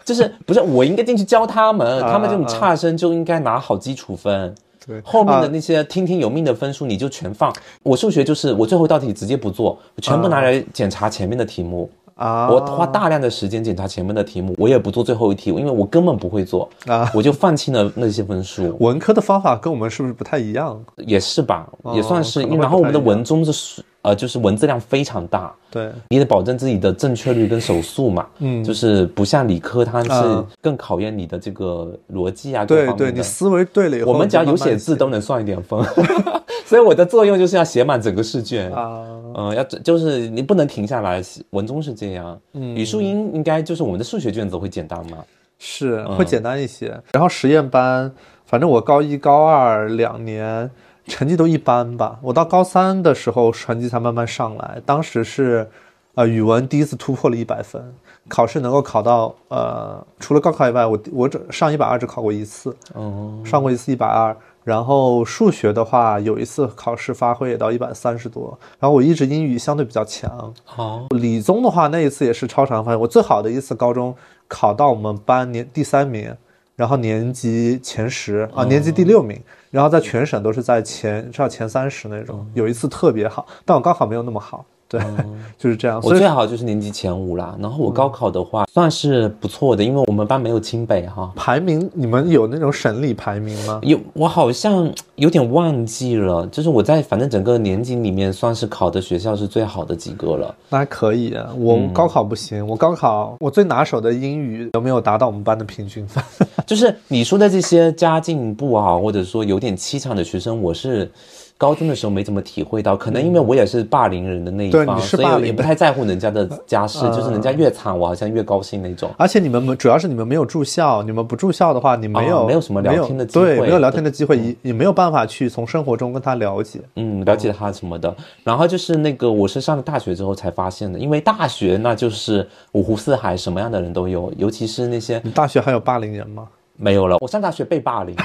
[SPEAKER 2] 就是不是我应该进去教他 们，
[SPEAKER 1] 啊
[SPEAKER 2] 他们这种差生就应该拿好基。处分，
[SPEAKER 1] 对
[SPEAKER 2] 后面的那些听天由命的分数你就全放。啊、我数学就是我最后一道题直接不做，我全部拿来检查前面的题目
[SPEAKER 1] 啊。
[SPEAKER 2] 我花大量的时间检查前面的题目，我也不做最后一题，因为我根本不会做
[SPEAKER 1] 啊，
[SPEAKER 2] 我就放弃了那些分数。
[SPEAKER 1] 文科的方法跟我们是不是不太一样？
[SPEAKER 2] 也是吧，也算是。
[SPEAKER 1] 哦、
[SPEAKER 2] 然后我们的文综是呃，就是文字量非常大，
[SPEAKER 1] 对，
[SPEAKER 2] 你得保证自己的正确率跟手速嘛。
[SPEAKER 1] 嗯，啊
[SPEAKER 2] 就是不像理科，它是更考验你的这个逻辑啊，
[SPEAKER 1] 对
[SPEAKER 2] 各方
[SPEAKER 1] 对，
[SPEAKER 2] 面
[SPEAKER 1] 你
[SPEAKER 2] 的。
[SPEAKER 1] 思维对了以后，
[SPEAKER 2] 我们只要有
[SPEAKER 1] 慢慢
[SPEAKER 2] 写字都能算一点分， 所以我的作用就是要写满整个试卷
[SPEAKER 1] 写。啊。
[SPEAKER 2] 嗯，要就是你不能停下来。文综是这样，
[SPEAKER 1] 嗯
[SPEAKER 2] 语数英应该就是我们的数学卷子会简单吗？
[SPEAKER 1] 是会简单一些。嗯然后实验班，反正我高一、高二两年成绩都一般吧。我到高三的时候成绩才慢慢上来。当时是，呃，语文第一次突破了一百分，考试能够考到呃，除了高考以外，我我只上一百二只考过一次，
[SPEAKER 2] 哦，
[SPEAKER 1] 上过一次一百二。然后数学的话，有一次考试发挥也到一百三十多。然后我一直英语相对比较强，
[SPEAKER 2] 好，
[SPEAKER 1] 理综的话，那一次也是超常发挥。我最好的一次高中考到我们班年第三名，然后年级前十
[SPEAKER 2] 哦
[SPEAKER 1] 啊，年级第六名，
[SPEAKER 2] 哦
[SPEAKER 1] 然后在全省都是在前至少前三十那种。有一次特别好，但我高考没有那么好，对， 就是这样。
[SPEAKER 2] 我
[SPEAKER 1] 所以嗯
[SPEAKER 2] 最好就是年级前五啦。然后我高考的话、算是不错的，因为我们班没有清北哈。
[SPEAKER 1] 排名，你们有那种省里排名吗？
[SPEAKER 2] 有我好像有点忘记了，就是我在反正整个年级里面算是考的学校是最好的几个了。
[SPEAKER 1] 那还可以啊，我高考不行，
[SPEAKER 2] 嗯
[SPEAKER 1] 我高考我最拿手的英语都没有达到我们班的平均分。
[SPEAKER 2] 就是你说的这些家境不好，或者说有点凄惨的学生，我是高中的时候没怎么体会到，可能因为我也是霸凌人的那一
[SPEAKER 1] 对
[SPEAKER 2] 方，
[SPEAKER 1] 你是
[SPEAKER 2] 所以
[SPEAKER 1] 霸凌嗯
[SPEAKER 2] 也不
[SPEAKER 1] 的
[SPEAKER 2] 太在乎人家的家世，就是人家越惨，我好像越高兴那种。
[SPEAKER 1] 而且你们没主要是你们没有住校，你们不住校的话，你没有、
[SPEAKER 2] 哦没有什么聊天的机会
[SPEAKER 1] 对，没有聊天的机会，也也没有办法去从生活中跟他了解。
[SPEAKER 2] 嗯，了解他什么的。然后就是那个，我是上了大学之后才发现的，因为大学那就是五湖四海，什么样的人都有，尤其是那些
[SPEAKER 1] 你大学还有霸凌人吗？
[SPEAKER 2] 没有了。我上大学被霸凌，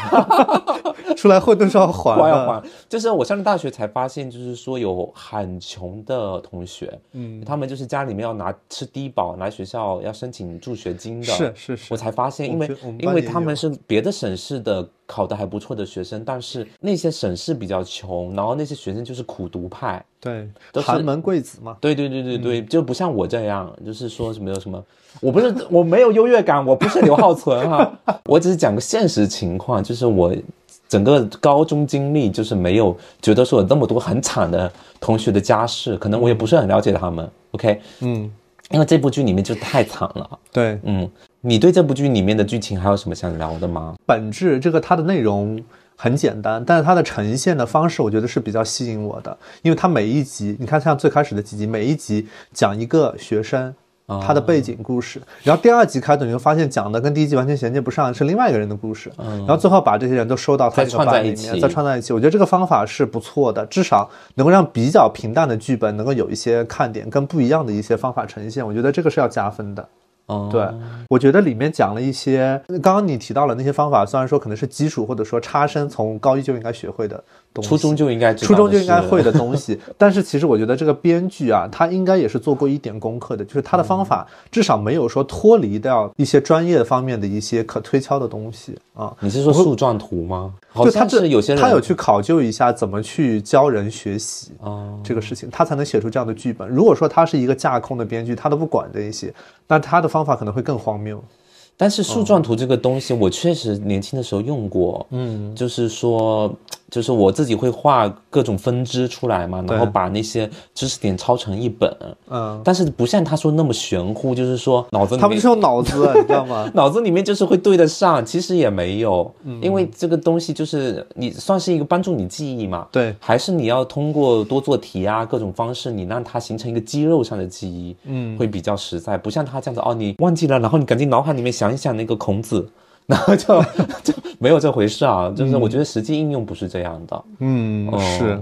[SPEAKER 1] 出来混都是要 还
[SPEAKER 2] 我要
[SPEAKER 1] 的。
[SPEAKER 2] 还。就是我上了大学才发现，就是说有很穷的同学，嗯，他们就是家里面要拿吃低保，来学校要申请助学金的，
[SPEAKER 1] 是是是
[SPEAKER 2] 我才发现，因为
[SPEAKER 1] 觉得我们
[SPEAKER 2] 因
[SPEAKER 1] 班
[SPEAKER 2] 为
[SPEAKER 1] 也
[SPEAKER 2] 他
[SPEAKER 1] 有
[SPEAKER 2] 们是别的省市的考得还不错的学生，但是那些省市比较穷，然后那些学生就是苦读派。
[SPEAKER 1] 对，
[SPEAKER 2] 都是
[SPEAKER 1] 寒门贵子嘛。
[SPEAKER 2] 对对对对对，
[SPEAKER 1] 嗯
[SPEAKER 2] 就不像我这样，就是说什么有什么，我不是我没有优越感，我不是刘浩 存哈、我只是讲个现实情况，就是我整个高中经历就是没有觉得说有那么多很惨的同学的家世，可能我也不是很了解他们。OK，
[SPEAKER 1] 嗯，
[SPEAKER 2] 因为这部剧里面就太惨了。
[SPEAKER 1] 对，
[SPEAKER 2] 嗯，你对这部剧里面的剧情还有什么想聊的吗？
[SPEAKER 1] 本质这个它的内容很简单，但是它的呈现的方式，我觉得是比较吸引我的，因为它每一集，你看像最开始的几集，每一集讲一个学生。
[SPEAKER 2] 哦
[SPEAKER 1] 他的背景故事，然后第二集开头你就发现讲的跟第一集完全衔接不上，是另外一个人的故事，然后最后把这些人都收到他
[SPEAKER 2] 哦再
[SPEAKER 1] 这个
[SPEAKER 2] 串在
[SPEAKER 1] 班里
[SPEAKER 2] 一
[SPEAKER 1] 面，
[SPEAKER 2] 起
[SPEAKER 1] 再串在一起。我觉得这个方法是不错的，至少能够让比较平淡的剧本能够有一些看点跟不一样的一些方法呈现，我觉得这个是要加分的。
[SPEAKER 2] 哦、
[SPEAKER 1] 对，我觉得里面讲了一些，刚刚你提到了那些方法，虽然说可能是基础或者说差生从高一就应该学会的东西，
[SPEAKER 2] 初中就应该知道
[SPEAKER 1] 初中就应该
[SPEAKER 2] 的是
[SPEAKER 1] 会的东 西，但是其实我觉得这个编剧啊，他应该也是做过一点功课的，就是他的方法
[SPEAKER 2] 嗯
[SPEAKER 1] 至少没有说脱离掉一些专业方面的一些可推敲的东西啊。
[SPEAKER 2] 你是说树状图吗？好
[SPEAKER 1] 就他
[SPEAKER 2] 像
[SPEAKER 1] 这
[SPEAKER 2] 是有些人
[SPEAKER 1] 他有去考究一下怎么去教人学习
[SPEAKER 2] 哦
[SPEAKER 1] 这个事情，他才能写出这样的剧本。如果说他是一个架空的编剧，他都不管这一些，那他的方法可能会更荒谬。
[SPEAKER 2] 但是
[SPEAKER 1] 嗯
[SPEAKER 2] 树状图这个东西，我确实年轻的时候用过，嗯，就是说，就是我自己会画各种分支出来嘛，然后把那些知识点抄成一本，
[SPEAKER 1] 嗯，
[SPEAKER 2] 但是不像他说那么玄乎，就是说脑子里
[SPEAKER 1] 他们
[SPEAKER 2] 面
[SPEAKER 1] 就是用脑子，你知道吗？
[SPEAKER 2] 脑子里面就是会对得上，其实也没有，
[SPEAKER 1] 嗯
[SPEAKER 2] 因为这个东西就是你算是一个帮助你记忆嘛，
[SPEAKER 1] 对
[SPEAKER 2] 还是你要通过多做题啊，各种方式，你让它形成一个肌肉上的记忆，嗯，会比较实在，不像他这样子哦，你忘记了，然后你赶紧脑海里面想一想那个孔子。 然后就就没有这回事啊，就是我觉得实际应用不是这样的。
[SPEAKER 1] 嗯，
[SPEAKER 2] 哦
[SPEAKER 1] 是。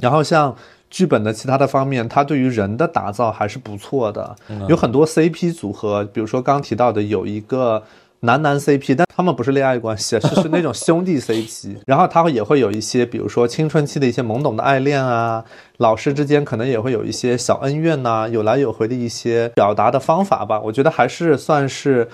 [SPEAKER 1] 然后像剧本的其他的方面，它对于人的打造还是不错的，有很多 CP 组合，比如说刚提到的有一个。男男 CP，但他们不是恋爱关系，是是那种兄弟 CP。然后他会也会有一些，比如说青春期的一些懵懂的爱恋啊，老师之间可能也会有一些小恩怨呐、有来有回的一些表达的方法吧。我觉得还是算是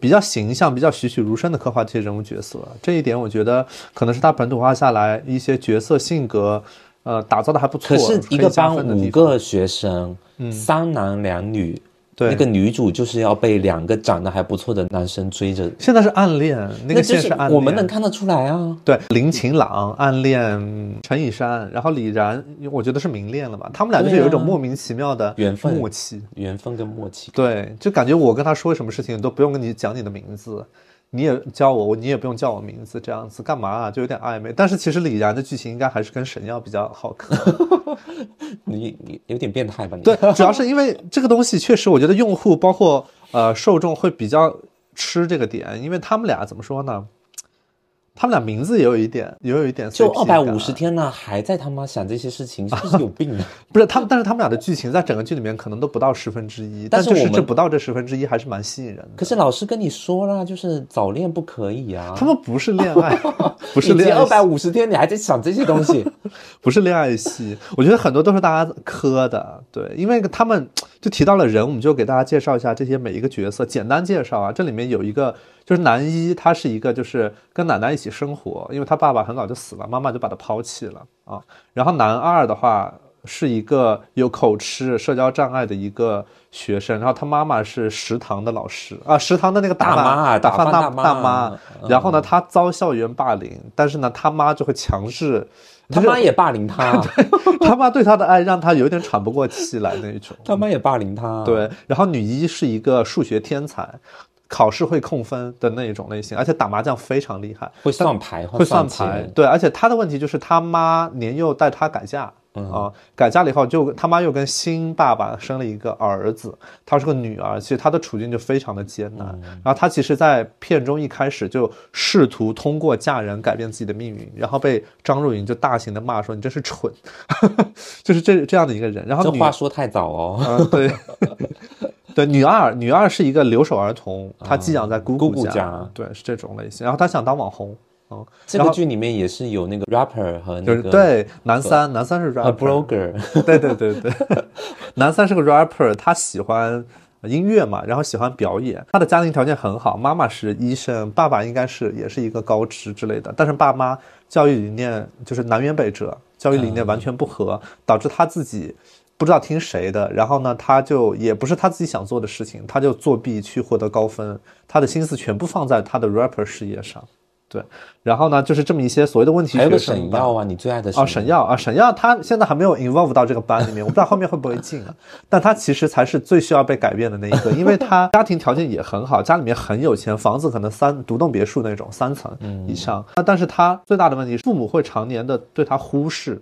[SPEAKER 1] 比较形象、比较栩栩如生的刻画这些人物角色。这一点，我觉得可能是他本土化下来一些角色性格，呃，打造的还不错。
[SPEAKER 2] 可是一
[SPEAKER 1] 可
[SPEAKER 2] 个
[SPEAKER 1] 以加
[SPEAKER 2] 班
[SPEAKER 1] 分的
[SPEAKER 2] 五
[SPEAKER 1] 地方，
[SPEAKER 2] 个学生，三男两女，
[SPEAKER 1] 嗯对
[SPEAKER 2] 那个女主就是要被两个长得还不错的男生追着，
[SPEAKER 1] 现在是暗恋，那个
[SPEAKER 2] 就
[SPEAKER 1] 线
[SPEAKER 2] 是
[SPEAKER 1] 暗恋。
[SPEAKER 2] 我们能看得出来啊。
[SPEAKER 1] 对林晴朗暗恋陈以珊，然后李然，我觉得是明恋了吧？他们俩就是有一种
[SPEAKER 2] 对啊
[SPEAKER 1] 莫名其妙的
[SPEAKER 2] 缘分
[SPEAKER 1] 默契。
[SPEAKER 2] 缘分跟默契。
[SPEAKER 1] 对，就感觉我跟他说什么事情都不用跟你讲你的名字，你也叫我，你也不用叫我名字，这样子干嘛啊？就有点暧昧。但是其实李然的剧情应该还是跟沈耀比较好磕。
[SPEAKER 2] 你你有点变态吧？你
[SPEAKER 1] 对，主要是因为这个东西确实，我觉得用户包括呃受众会比较吃这个点，因为他们俩怎么说呢？他们俩名字也有一点，也有一点
[SPEAKER 2] 就
[SPEAKER 1] CP
[SPEAKER 2] 二百
[SPEAKER 1] 感
[SPEAKER 2] 五十天呢，还在他妈想这些事情，是不是有病 啊？
[SPEAKER 1] 不是他们，但是他们俩的剧情在整个剧里面可能都不到十分之一，
[SPEAKER 2] 但
[SPEAKER 1] 但
[SPEAKER 2] 是
[SPEAKER 1] 就是
[SPEAKER 2] 我们
[SPEAKER 1] 这不到这十分之一还是蛮吸引人的。
[SPEAKER 2] 可是老师跟你说了，就是早恋不可以啊。
[SPEAKER 1] 他们不是恋 爱，不是
[SPEAKER 2] 已经
[SPEAKER 1] 恋
[SPEAKER 2] 二
[SPEAKER 1] 爱
[SPEAKER 2] 百五十天，你还在想这些东西？
[SPEAKER 1] 不是恋爱戏，我觉得很多都是大家磕的，对，因为他们就提到了人，我们就给大家介绍一下这些每一个角色，简单介绍啊。这里面有一个就是男一，他是一个就是跟奶奶一起生活，因为他爸爸很早就死了，妈妈就把他抛弃了啊。然后男二的话，是一个有口吃、社交障碍的一个学生，然后他妈妈是食堂的老师啊，食堂的那个
[SPEAKER 2] 大
[SPEAKER 1] 饭
[SPEAKER 2] 妈
[SPEAKER 1] 打
[SPEAKER 2] 打
[SPEAKER 1] 饭
[SPEAKER 2] 饭
[SPEAKER 1] 大
[SPEAKER 2] 大妈嗯
[SPEAKER 1] 妈。然后呢，他遭校园霸凌，但是呢，他妈就会强制，
[SPEAKER 2] 他妈也霸凌他，
[SPEAKER 1] 他妈 对他的爱让他有点喘不过气来那一种。
[SPEAKER 2] 他妈也霸凌他。，
[SPEAKER 1] 对，然后女一是一个数学天才，考试会控分的那一种类型，而且打麻将非常厉害，
[SPEAKER 2] 会算牌，
[SPEAKER 1] 会算牌
[SPEAKER 2] 钱。。
[SPEAKER 1] 对，而且他的问题就是他妈年幼带他改嫁。啊、
[SPEAKER 2] 嗯
[SPEAKER 1] 改嫁了以后就他妈又跟新爸爸生了一个儿子，她是个女儿，其实她的处境就非常的艰难。
[SPEAKER 2] 嗯
[SPEAKER 1] 然后她其实，在片中一开始就试图通过嫁人改变自己的命运，然后被张若昀就大型的骂说你真是蠢，就是这这样的一个人。然后
[SPEAKER 2] 这
[SPEAKER 1] 女
[SPEAKER 2] 话说太早哦。
[SPEAKER 1] 啊，对，对，女二，女二是一个留守儿童，她寄养在姑
[SPEAKER 2] 啊姑姑
[SPEAKER 1] 家，
[SPEAKER 2] 家
[SPEAKER 1] 对，是这种类型。然后她想当网红，嗯，
[SPEAKER 2] 这个剧里面也是有那个 rapper 和
[SPEAKER 1] 就
[SPEAKER 2] 那
[SPEAKER 1] 是
[SPEAKER 2] 个
[SPEAKER 1] 对男三，男三是
[SPEAKER 2] 呃
[SPEAKER 1] rapper，
[SPEAKER 2] blogger，
[SPEAKER 1] 对对对对， 男三是个 rapper，他喜欢。音乐嘛，然后喜欢表演。他的家庭条件很好，妈妈是医生，爸爸应该是也是一个高知之类的。但是爸妈教育理念就是南辕北辙，教育理念完
[SPEAKER 2] 嗯
[SPEAKER 1] 全不合，导致他自己不知道听谁的，然后呢，他就也不是他自己想做的事情，他就作弊去获得高分，他的心思全部放在他的 rapper 事业上，对，然后呢，就是这么一些所谓的问题
[SPEAKER 2] 还有
[SPEAKER 1] 学
[SPEAKER 2] 个
[SPEAKER 1] 生
[SPEAKER 2] 沈
[SPEAKER 1] 吧。
[SPEAKER 2] 耀啊，你最爱的
[SPEAKER 1] 啊，沈耀啊，沈耀他现在还没有 involve 到这个班里面，我不知道后面会不会进啊。但他其实才是最需要被改变的那一个，因为他家庭条件也很好，家里面很有钱，房子可能三独栋别墅那种三层
[SPEAKER 2] 嗯
[SPEAKER 1] 以上。那、但是他最大的问题是父母会常年的对他忽视。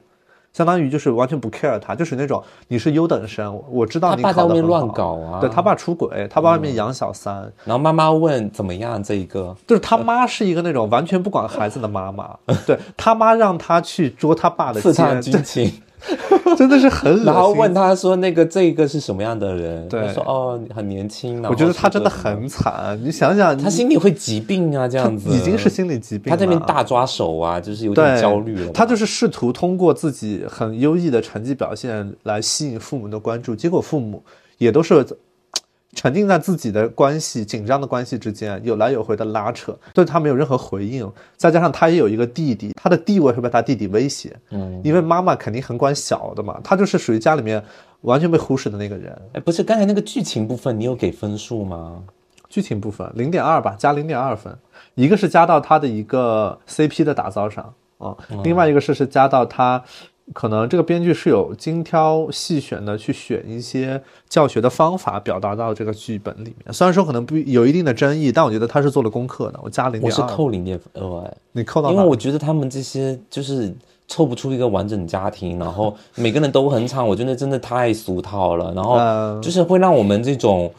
[SPEAKER 1] 相当于就是完全不 care 他，就是那种你是优等生，我我知道
[SPEAKER 2] 他
[SPEAKER 1] 你
[SPEAKER 2] 爸在
[SPEAKER 1] 考得
[SPEAKER 2] 外面
[SPEAKER 1] 很
[SPEAKER 2] 乱
[SPEAKER 1] 好
[SPEAKER 2] 搞啊嗯
[SPEAKER 1] 对他爸出轨，他爸外面养小三，
[SPEAKER 2] 然后妈妈问怎么样这一个，
[SPEAKER 1] 就是他妈是一个那种完全不管孩子的妈妈，对他妈让他去捉他爸的
[SPEAKER 2] 刺探
[SPEAKER 1] 奸，
[SPEAKER 2] 军情，
[SPEAKER 1] 真的是很恶心。
[SPEAKER 2] 然后问他说那个这个是什么样的人，
[SPEAKER 1] 对
[SPEAKER 2] 他说哦很年轻，
[SPEAKER 1] 我觉得他
[SPEAKER 2] 他
[SPEAKER 1] 真的，很惨，你想想，
[SPEAKER 2] 他心里会疾病啊这样子，
[SPEAKER 1] 已经是心理疾病
[SPEAKER 2] 他
[SPEAKER 1] 了，
[SPEAKER 2] 这边大抓手啊，就是有点
[SPEAKER 1] 对
[SPEAKER 2] 焦虑了，
[SPEAKER 1] 他就是试图通过自己很优异的成绩表现来吸引父母的关注，结果父母也都是。沉浸在自己的关系紧张的关系之间，有来有回的拉扯，对他没有任何回应。再加上他也有一个弟弟，他的地位会被他弟弟威胁，嗯，因为妈妈肯定很管小的嘛，他就是属于家里面完全被忽视的那个人。
[SPEAKER 2] 哎不是刚才那个剧情部分你有给分数吗？
[SPEAKER 1] 剧情部分零点二吧，加零点二分，一个是加到他的一个 CP 的打造上啊、
[SPEAKER 2] 哦
[SPEAKER 1] 另外一个是是加到他可能这个编剧是有精挑细选的去选一些教学的方法表达到这个剧本里面，虽然说可能不有一定的争议，但我觉得他是做了功课的，我加零
[SPEAKER 2] 我
[SPEAKER 1] 点
[SPEAKER 2] 是
[SPEAKER 1] 二，
[SPEAKER 2] 扣零点二哎。
[SPEAKER 1] 你扣到
[SPEAKER 2] 因
[SPEAKER 1] 哪
[SPEAKER 2] 为？我觉得他们这些就是凑不出一个完整家庭，然后每个人都很惨，我觉得真的太俗套了。然后
[SPEAKER 1] 嗯
[SPEAKER 2] 就是会让我们这种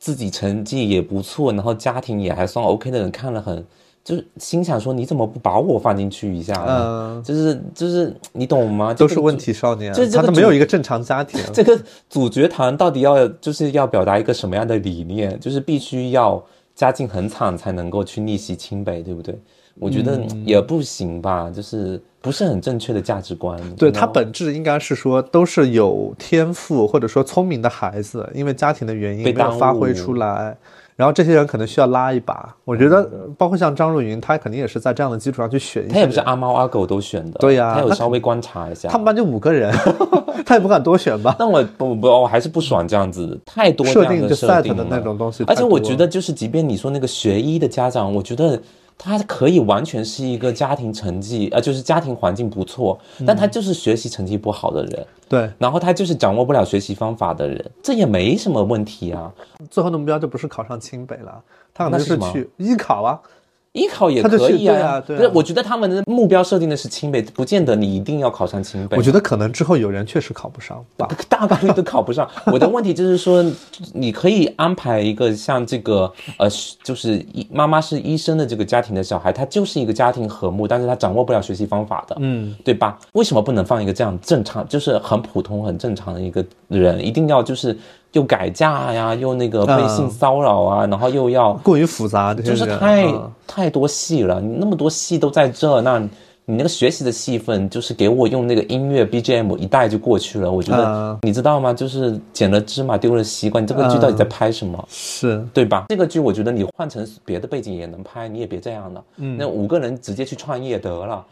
[SPEAKER 2] 自己成绩也不错，然后家庭也还算 OK 的人看了很，就是心想说你怎么不把我放进去一下呢？
[SPEAKER 1] 嗯，
[SPEAKER 2] 就是就是你懂吗？
[SPEAKER 1] 都是
[SPEAKER 2] 这个
[SPEAKER 1] 问
[SPEAKER 2] 主。
[SPEAKER 1] 题少年
[SPEAKER 2] 这，这
[SPEAKER 1] 他
[SPEAKER 2] 个
[SPEAKER 1] 都
[SPEAKER 2] 主
[SPEAKER 1] 没有一个正常家庭。
[SPEAKER 2] 这个主角团到底要就是要表达一个什么样的理念？就是必须要家境很惨才能够去逆袭清北，对不对？我觉得
[SPEAKER 1] 嗯
[SPEAKER 2] 也不行吧，就是不是很正确的价值观。
[SPEAKER 1] 对
[SPEAKER 2] you know？
[SPEAKER 1] 他本质应该是说，都是有天赋或者说聪明的孩子，因为家庭的原因
[SPEAKER 2] 被
[SPEAKER 1] 没有
[SPEAKER 2] 耽
[SPEAKER 1] 发挥
[SPEAKER 2] 误
[SPEAKER 1] 出来。然后这些人可能需要拉一把，我觉得呃包括像张若昀，他肯定也是在这样的基础上去选一些人。
[SPEAKER 2] 嗯他也不是阿猫阿狗都选的，
[SPEAKER 1] 对呀
[SPEAKER 2] 他有
[SPEAKER 1] 他
[SPEAKER 2] 稍微观察一下
[SPEAKER 1] 他。们班就五个人， 他也不敢多选 吧？
[SPEAKER 2] 但我不不，我还是不爽这样子，太多这
[SPEAKER 1] 设
[SPEAKER 2] 样
[SPEAKER 1] 定
[SPEAKER 2] 的
[SPEAKER 1] 就
[SPEAKER 2] 设
[SPEAKER 1] set
[SPEAKER 2] 定
[SPEAKER 1] 的那
[SPEAKER 2] 了
[SPEAKER 1] 种东西太
[SPEAKER 2] 而
[SPEAKER 1] 多
[SPEAKER 2] 且
[SPEAKER 1] 了，
[SPEAKER 2] 我觉得，就是即便你说那个学医的家长，我觉得他可以完全是一个家庭成绩，呃，就是家庭环境不错，但
[SPEAKER 1] 嗯
[SPEAKER 2] 他就是学习成绩不好的人，
[SPEAKER 1] 对
[SPEAKER 2] 然后他就是掌握不了学习方法的人，这也没什么问题啊。
[SPEAKER 1] 最后的目标就不是考上清北了，他可能
[SPEAKER 2] 那
[SPEAKER 1] 就是是
[SPEAKER 2] 什么
[SPEAKER 1] 去艺考啊。
[SPEAKER 2] 艺考也
[SPEAKER 1] 他就
[SPEAKER 2] 可
[SPEAKER 1] 是
[SPEAKER 2] 以啊，
[SPEAKER 1] 对啊对啊
[SPEAKER 2] 不是我觉得他们的目标设定的是清北，不见得你一定要考上清北。
[SPEAKER 1] 我觉得可能之后有人确实考不上吧。
[SPEAKER 2] 大概率都考不上。我的问题就是说，你可以安排一个像这个呃，就是医妈妈是医生的这个家庭的小孩，他就是一个家庭和睦，但是他掌握不了学习方法的，嗯，对吧？为什么不能放一个这样正常，就是很普通、很正常的一个人，一定要就是又改嫁呀，又那个被性骚扰啊，然后又要
[SPEAKER 1] 过于复杂，这些
[SPEAKER 2] 就是
[SPEAKER 1] 人
[SPEAKER 2] 太、
[SPEAKER 1] 嗯
[SPEAKER 2] 太多戏了，你那么多戏都在这，那你那个学习的戏份，就是给我用那个音乐 BGM 一带就过去了。我觉得
[SPEAKER 1] 嗯
[SPEAKER 2] 你知道吗？就是捡了芝麻丢了西瓜，你这个剧到底在拍什么？
[SPEAKER 1] 是
[SPEAKER 2] 对吧？这个剧我觉得你换成别的背景也能拍，你也别这样了。嗯，那五个人直接去创业得了。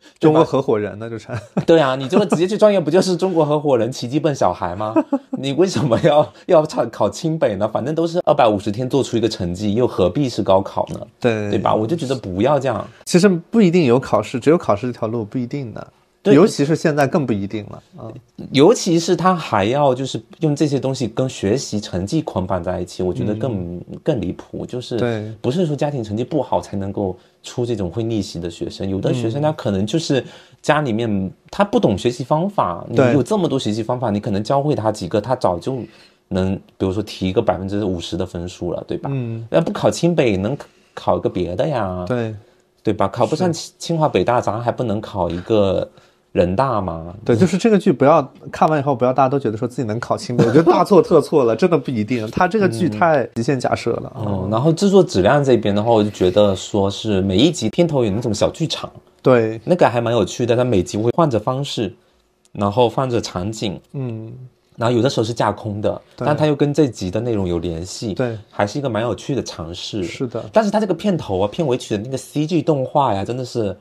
[SPEAKER 1] 中国合伙人那就成。
[SPEAKER 2] 对啊，你这个直接去创业，不就是中国合伙人奇迹笨小 孩吗？你为什么要 要考考清北呢？反正都是二百五十天做出一个成绩，又何必是高考呢？
[SPEAKER 1] 对
[SPEAKER 2] 对吧？我就觉得不要这样。
[SPEAKER 1] 其实不一定有考试，只有考试这条路不一定的，
[SPEAKER 2] 对
[SPEAKER 1] 尤其是现在更不一定了。嗯，
[SPEAKER 2] 尤其是他还要就是用这些东西跟学习成绩捆绑在一起，我觉得更、更离谱。就是
[SPEAKER 1] 嗯对
[SPEAKER 2] 不是说家庭成绩不好才能够出这种会逆袭的学生，有
[SPEAKER 1] 嗯
[SPEAKER 2] 的学生他可能就是家里面他不懂学习方法，你
[SPEAKER 1] 对
[SPEAKER 2] 有这么多学习方法，你可能教会他几个，他早就能比如说提一个百分之五十的分数了，对吧？
[SPEAKER 1] 嗯，
[SPEAKER 2] 那不考清北也能考一个别的呀，
[SPEAKER 1] 对
[SPEAKER 2] 对吧？考不上清清华北大，咱还不能考一个人大吗？
[SPEAKER 1] 对，就是这个剧不要看完以后不要大家都觉得说自己能考 清北，我觉得大错特错了，真的不一定。他这个剧太极限假设了啊。
[SPEAKER 2] 嗯嗯，然后制作质量这边的话，我就觉得说是每一集片头有那种小剧场，
[SPEAKER 1] 对，
[SPEAKER 2] 那个还蛮有趣的。它每集会换着方式，然后换着场景，
[SPEAKER 1] 嗯，
[SPEAKER 2] 然后有的时候是架空的，
[SPEAKER 1] 对
[SPEAKER 2] 但它又跟这集的内容有联系，
[SPEAKER 1] 对，
[SPEAKER 2] 还是一个蛮有趣的尝试。
[SPEAKER 1] 是的。
[SPEAKER 2] 但是它这个片头啊、片尾曲的那个 CG 动画呀，真的是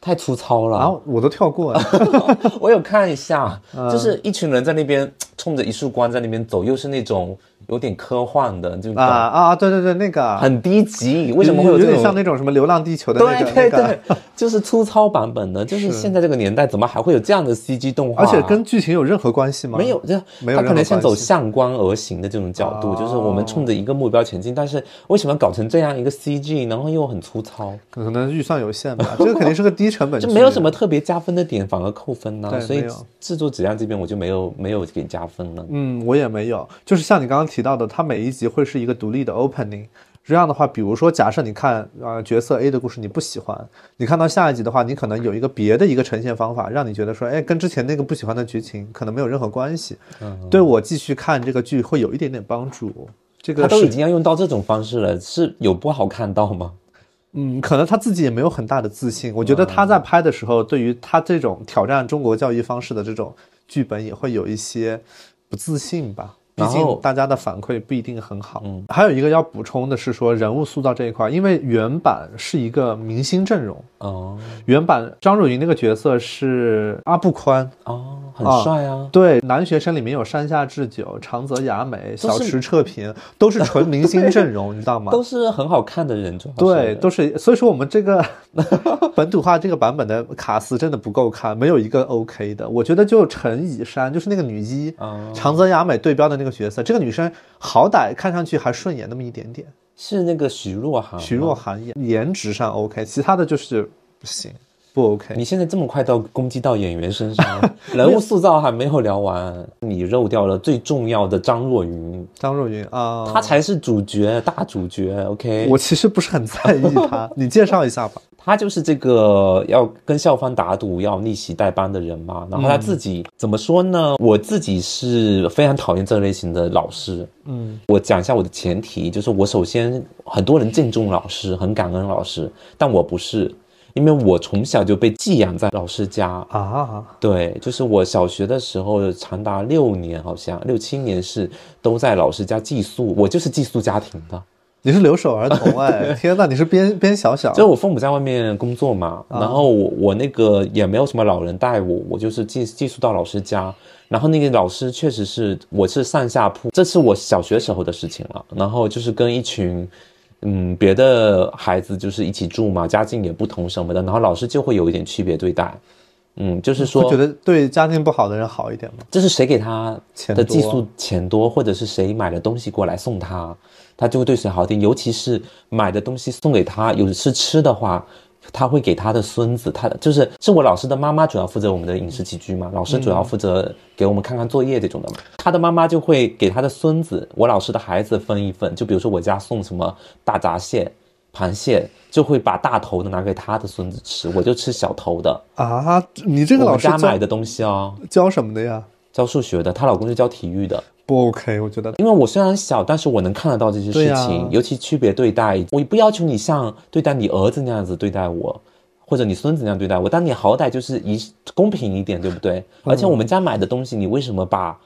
[SPEAKER 2] 太粗糙了。
[SPEAKER 1] 然后啊我都跳过了，
[SPEAKER 2] 我有看一下，
[SPEAKER 1] 嗯
[SPEAKER 2] 就是一群人在那边冲着一束光在那边走，又是那种有点科幻的，就
[SPEAKER 1] 啊啊，对对对，那个
[SPEAKER 2] 很低级。为什么会
[SPEAKER 1] 有
[SPEAKER 2] 有这
[SPEAKER 1] 点
[SPEAKER 2] 种
[SPEAKER 1] 像？那种什么《流浪地球》的那
[SPEAKER 2] 对
[SPEAKER 1] 个
[SPEAKER 2] 对
[SPEAKER 1] 那个
[SPEAKER 2] 对，就是粗糙版本的，就是现在这个年代，怎么还会有这样的 CG 动画、啊
[SPEAKER 1] 而且跟剧情有任何关系吗？
[SPEAKER 2] 没有，这
[SPEAKER 1] 没有
[SPEAKER 2] 他
[SPEAKER 1] 任
[SPEAKER 2] 可
[SPEAKER 1] 何
[SPEAKER 2] 能像
[SPEAKER 1] 关
[SPEAKER 2] 走
[SPEAKER 1] 系
[SPEAKER 2] 向光而行的这种角度，就是我们
[SPEAKER 1] 哦
[SPEAKER 2] 冲着一个目标前进，但是为什么搞成这样一个 CG，然后又很粗糙，
[SPEAKER 1] 可能预算有限 吧，这个肯定是个低成本剧，啊
[SPEAKER 2] 就没有什么特别加分的点，反而扣分呢、
[SPEAKER 1] 对
[SPEAKER 2] 所以
[SPEAKER 1] 没有
[SPEAKER 2] 制作质量这边我就没有没有给加分了。
[SPEAKER 1] 嗯，我也没有，就是像你刚刚提到的，它每一集会是一个独立的 opening。这样的话，比如说，假设你看呃角色 A 的故事你不喜欢，你看到下一集的话，你可能有一个别的一个呈现方法，让你觉得说，哎，跟之前那个不喜欢的剧情可能没有任何关系，
[SPEAKER 2] 嗯
[SPEAKER 1] 对我继续看这个剧会有一点点帮助。这
[SPEAKER 2] 他
[SPEAKER 1] 个
[SPEAKER 2] 都
[SPEAKER 1] 是
[SPEAKER 2] 已经要用到这种方式了，是有不好看到吗？
[SPEAKER 1] 嗯，可能他自己也没有很大的自信。我觉得
[SPEAKER 2] 嗯
[SPEAKER 1] 他在拍的时候，对于他这种挑战中国教育方式的这种剧本，也会有一些不自信吧。毕
[SPEAKER 2] 然后
[SPEAKER 1] 竟大家的反馈不一定很好。嗯，还有一个要补充的是说人物塑造这一块，因为原版是一个明星阵容，
[SPEAKER 2] 哦
[SPEAKER 1] 原版张汝云那个角色是阿布宽，
[SPEAKER 2] 哦，很
[SPEAKER 1] 啊
[SPEAKER 2] 帅啊！
[SPEAKER 1] 对，男学生里面有山下智久、长泽雅美、
[SPEAKER 2] 都
[SPEAKER 1] 小
[SPEAKER 2] 是
[SPEAKER 1] 池彻平，都是纯明星阵 容，你知道吗？
[SPEAKER 2] 都是很好看的人，主要是
[SPEAKER 1] 对，都是，所以说我们这 个本土化这个版本的卡斯真的不够看，没有一个 OK 的。我觉得就陈以山，就是那个女一，
[SPEAKER 2] 啊，
[SPEAKER 1] 长泽雅美对标的那个角色，这个女生好歹看上去还顺眼那么一点点，
[SPEAKER 2] 是那个徐若涵。
[SPEAKER 1] 徐若，涵颜颜值上 OK，其他的就是不行，不 OK。
[SPEAKER 2] 你现在这么快到攻击到演员身上 了，人物塑造还没有聊完，你漏掉了最重要的张若昀，
[SPEAKER 1] 张若昀啊，
[SPEAKER 2] 他才是主角，大主角。OK，
[SPEAKER 1] 我其实不是很在意 他，你介绍一下吧。
[SPEAKER 2] 他就是这个要跟校方打赌要逆袭代班的人嘛。然后他自己、怎么说呢？我自己是非常讨厌这类型的老师。
[SPEAKER 1] 嗯
[SPEAKER 2] 我讲一下我的前提，就是我首先很多人敬重老师，很感恩老师，但我不是，因为我从小就被寄养在老师家。
[SPEAKER 1] 啊，
[SPEAKER 2] 对，就是我小学的时候，长达六年，好像六七年是都在老师家寄宿，我就是寄宿家庭的。
[SPEAKER 1] 你是留守儿童哎，天呐，你是边边小小
[SPEAKER 2] 就我父母在外面工作嘛，
[SPEAKER 1] 啊
[SPEAKER 2] 然后我我那个也没有什么老人带我，我就是寄寄宿到老师家。然后那个老师确实是我是上下铺，这是我小学时候的事情了。然后就是跟一群。嗯，别的孩子就是一起住嘛，家境也不同什么的，然后老师就会有一点区别对待。嗯，就是说，
[SPEAKER 1] 会觉得对家庭不好的人好一点吗？
[SPEAKER 2] 这是谁给他
[SPEAKER 1] 钱
[SPEAKER 2] 的
[SPEAKER 1] 多
[SPEAKER 2] 寄宿钱多，或者是谁买的东西过来送他，他就会对谁好点。尤其是买的东西送给他，有是吃的话，他会给他的孙子，他的就是是我老师的妈妈主要负责我们的饮食起居嘛，老师主
[SPEAKER 1] 嗯
[SPEAKER 2] 要负责给我们看看作业这种的嘛。他的妈妈就会给他的孙子，我老师的孩子分一份，就比如说我家送什么大闸蟹、螃蟹，就会把大头的拿给他的孙子吃，我就吃小头的。
[SPEAKER 1] 啊，你这个老
[SPEAKER 2] 我们
[SPEAKER 1] 师
[SPEAKER 2] 家买
[SPEAKER 1] 教
[SPEAKER 2] 的东西哦，
[SPEAKER 1] 教什么的呀？
[SPEAKER 2] 教数学的，她老公是教体育的。
[SPEAKER 1] 不 OK，我觉得
[SPEAKER 2] 因为我虽然小，但是我能看得到这些
[SPEAKER 1] 对
[SPEAKER 2] 事
[SPEAKER 1] 呀
[SPEAKER 2] 情，尤其区别对待，我不要求你像对待你儿子那样子对待我，或者你孙子那样对待我，但你好歹就是一公平一点，对不对？而且我们家买的东西，你为什么把